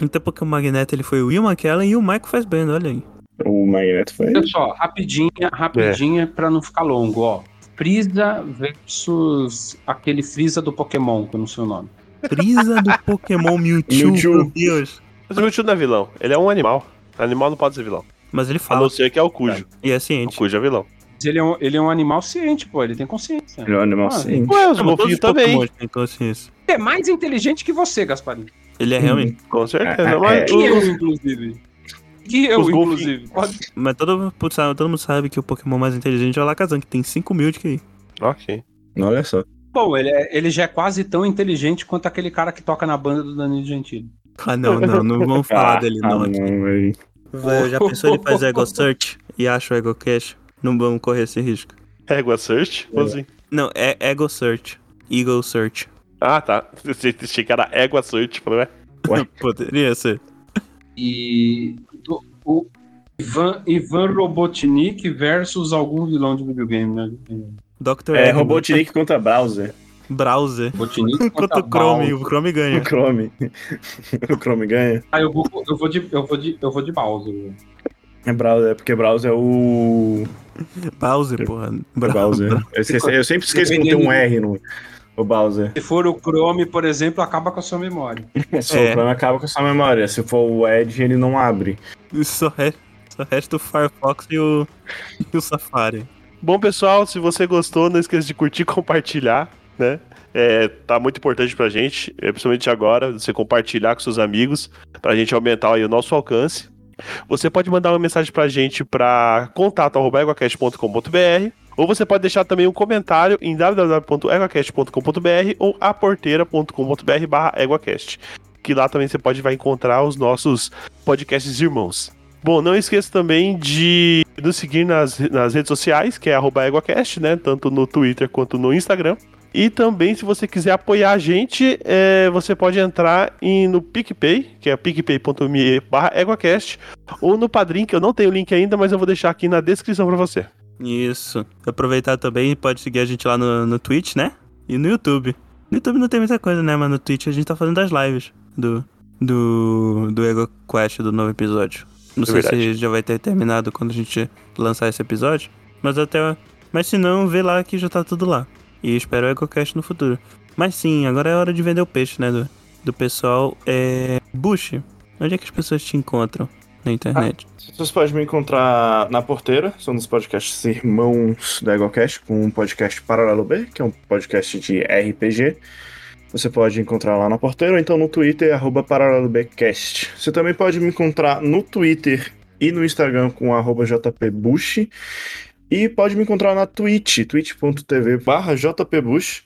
Speaker 1: Então porque o Magneto ele foi o Will McKellen e o Mike faz bem, olha aí.
Speaker 2: O Magneto foi.
Speaker 4: Olha só, rapidinha, rapidinha,
Speaker 2: É.
Speaker 4: pra não ficar longo, ó. Frieza versus aquele Frieza do Pokémon, que eu não sei o nome.
Speaker 1: Brisa do Pokémon Mewtwo,
Speaker 2: Mewtwo.
Speaker 1: meu Deus.
Speaker 3: Mas o Mewtwo não é vilão, ele é um animal. Animal não pode ser vilão.
Speaker 1: mas ele
Speaker 3: A
Speaker 1: fala
Speaker 3: não ser que é o Cujo.
Speaker 1: e é
Speaker 3: O
Speaker 1: ciente.
Speaker 3: Cujo é vilão.
Speaker 4: Mas Ele é, um, ele é um animal ciente, pô, ele tem consciência.
Speaker 2: Ele é um animal
Speaker 4: Ah,
Speaker 2: ciente.
Speaker 3: Ué, os
Speaker 1: Ah, mas todos
Speaker 3: golfinhos
Speaker 1: os
Speaker 3: também.
Speaker 1: Pokémons têm consciência.
Speaker 4: Ele é mais inteligente que você, Gasparinho.
Speaker 1: Ele é realmente.
Speaker 3: Com certeza.
Speaker 2: É,
Speaker 3: mas
Speaker 2: é.
Speaker 3: o-
Speaker 4: Que eu, inclusive. Que eu,
Speaker 3: Os golfinhos.
Speaker 4: inclusive. Pode-
Speaker 1: Mas todo, putz, sabe- todo mundo sabe que o Pokémon mais inteligente é o Alakazam, que tem 5 mil de QI.
Speaker 3: Ok.
Speaker 2: Olha só.
Speaker 4: Bom, ele, é- ele já é quase tão inteligente quanto aquele cara que toca na banda do Danilo Gentili.
Speaker 1: Ah, não, não, não vamos falar dele, não.
Speaker 2: Ah,
Speaker 1: aqui.
Speaker 2: não, ele-
Speaker 1: Vai, já pensou ele faz Ego Search e acha o Ego Cache? Não vamos correr esse risco.
Speaker 3: Égua Search? Como assim?
Speaker 1: Não, é Ego Search. Eagle Search.
Speaker 3: Ah, tá. Você achei que era Égua Search, falei, né? ué.
Speaker 1: Poderia ser.
Speaker 4: E o, o Ivan, Ivan Robotnik versus algum vilão de videogame, né?
Speaker 1: Dr.
Speaker 2: É,
Speaker 1: Eggman.
Speaker 2: Robotnik contra Browser.
Speaker 1: Browser.
Speaker 4: Robotnik
Speaker 1: Contra o Chrome. O Chrome ganha.
Speaker 2: O Chrome. o Chrome ganha.
Speaker 4: Ah, eu vou, eu vou de, eu vou de, eu vou de Bowser. velho.
Speaker 2: É Browser, é porque Browser é o.
Speaker 1: Bowser, porra. Bra-
Speaker 2: Bowser.
Speaker 1: Bra-
Speaker 2: Eu, esqueci- eu sempre esqueço que não tem um R no. O Bowser.
Speaker 4: Se for o Chrome, por exemplo, acaba com a sua memória.
Speaker 2: Se for o
Speaker 1: É.
Speaker 2: Chrome, acaba com a sua memória. Se for o Edge, ele não abre.
Speaker 1: Só, re... Só resta o Firefox e o... e o Safari.
Speaker 3: Bom, pessoal, se você gostou, não esqueça de curtir e compartilhar, né? É, tá muito importante pra gente, é, principalmente agora, você compartilhar com seus amigos, pra gente aumentar aí o nosso alcance. Você pode mandar uma mensagem pra gente pra contato.eguacast.com.br ou você pode deixar também um comentário em www.eguacast.com.br ou aporteira.com.br barra eguacast, que lá também você pode vai encontrar os nossos podcasts irmãos. Bom, não esqueça também de nos seguir nas, nas redes sociais, que é arroba EguaCast, né? Tanto no Twitter quanto no Instagram. E também, se você quiser apoiar a gente, é, você pode entrar em, no PicPay, que é picpay.me barra EguaCast, ou no Padrim, que eu não tenho o link ainda, mas eu vou deixar aqui na descrição pra você.
Speaker 1: Isso. Aproveitar também, pode seguir a gente lá no, no Twitch, né? E no YouTube. No YouTube não tem muita coisa, né? Mas no Twitch a gente tá fazendo as lives do. Do. Do Ego Quest do novo episódio. Não
Speaker 3: É
Speaker 1: sei se
Speaker 3: verdade.
Speaker 1: já vai ter terminado quando a gente lançar esse episódio. Mas até. Mas se não, vê lá que já tá tudo lá. E espero o EgoCast no futuro. Mas sim, agora é hora de vender o peixe, né? Do, do pessoal. É. Bush, onde é que as pessoas te encontram na internet?
Speaker 2: Vocês podem me encontrar na Porteira, são um dos podcasts irmãos da Egocast, com um podcast Paralelo B, que é um podcast de RPG. Você pode encontrar lá na Porteira, ou então no Twitter, arroba ParaleloBcast. Você também pode me encontrar no Twitter e no Instagram com arroba JPBush. E pode me encontrar na Twitch, twitch.tv barra JPBush.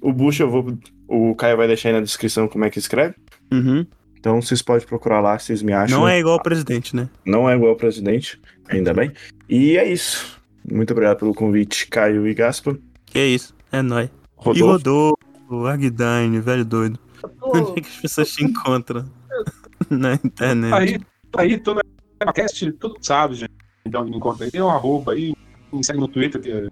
Speaker 2: O Bush eu vou... O Caio vai deixar aí na descrição como é que escreve.
Speaker 3: Ah.
Speaker 1: Uhum.
Speaker 2: Então vocês podem procurar lá, vocês me acham.
Speaker 1: Não é igual ao presidente, né?
Speaker 2: Não é igual ao presidente, ainda bem. E é isso. Muito obrigado pelo convite, Caio e Gaspa.
Speaker 1: Que é isso. É nóis. E
Speaker 2: Rodolfo.
Speaker 1: rodou o Agdine, velho doido. Onde é que as pessoas te encontram? Na internet.
Speaker 4: Aí, aí todo podcast, todo mundo sabe, gente. Então me encontra aí. Tem um arroba aí, me segue no Twitter, que é-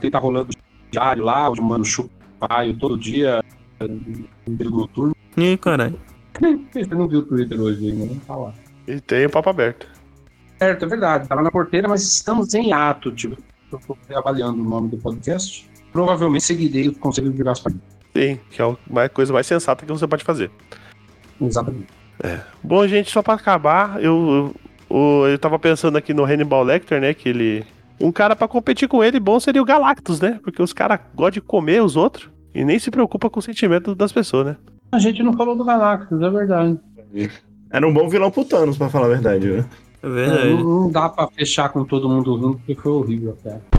Speaker 4: que tá rolando diário lá, onde mano chupaio todo dia. é, em período noturno.
Speaker 1: Ih, caralho.
Speaker 4: Você não viu o Twitter hoje ainda, não tá lá.
Speaker 3: E tem o papo aberto.
Speaker 4: Certo, é verdade. Tá lá na porteira, mas estamos em ato, tipo. Eu tô trabalhando o nome do podcast. Provavelmente seguirei o conselho de Gasparinho.
Speaker 3: Sim, que é a coisa mais sensata que você pode fazer.
Speaker 4: Exatamente.
Speaker 3: Bom, gente, só pra acabar, eu, eu, eu tava pensando aqui no Hannibal Lecter, né? Que ele. Um cara pra competir com ele bom seria o Galactus, né? Porque os caras gostam de comer os outros e nem se preocupa com o sentimento das pessoas, né?
Speaker 4: A gente não falou do Galactus, é verdade.
Speaker 2: Era um bom vilão pro Thanos, pra falar a verdade, né?
Speaker 1: É
Speaker 4: É,
Speaker 1: verdade.
Speaker 4: não, não dá pra fechar com todo mundo rindo, porque foi horrível até.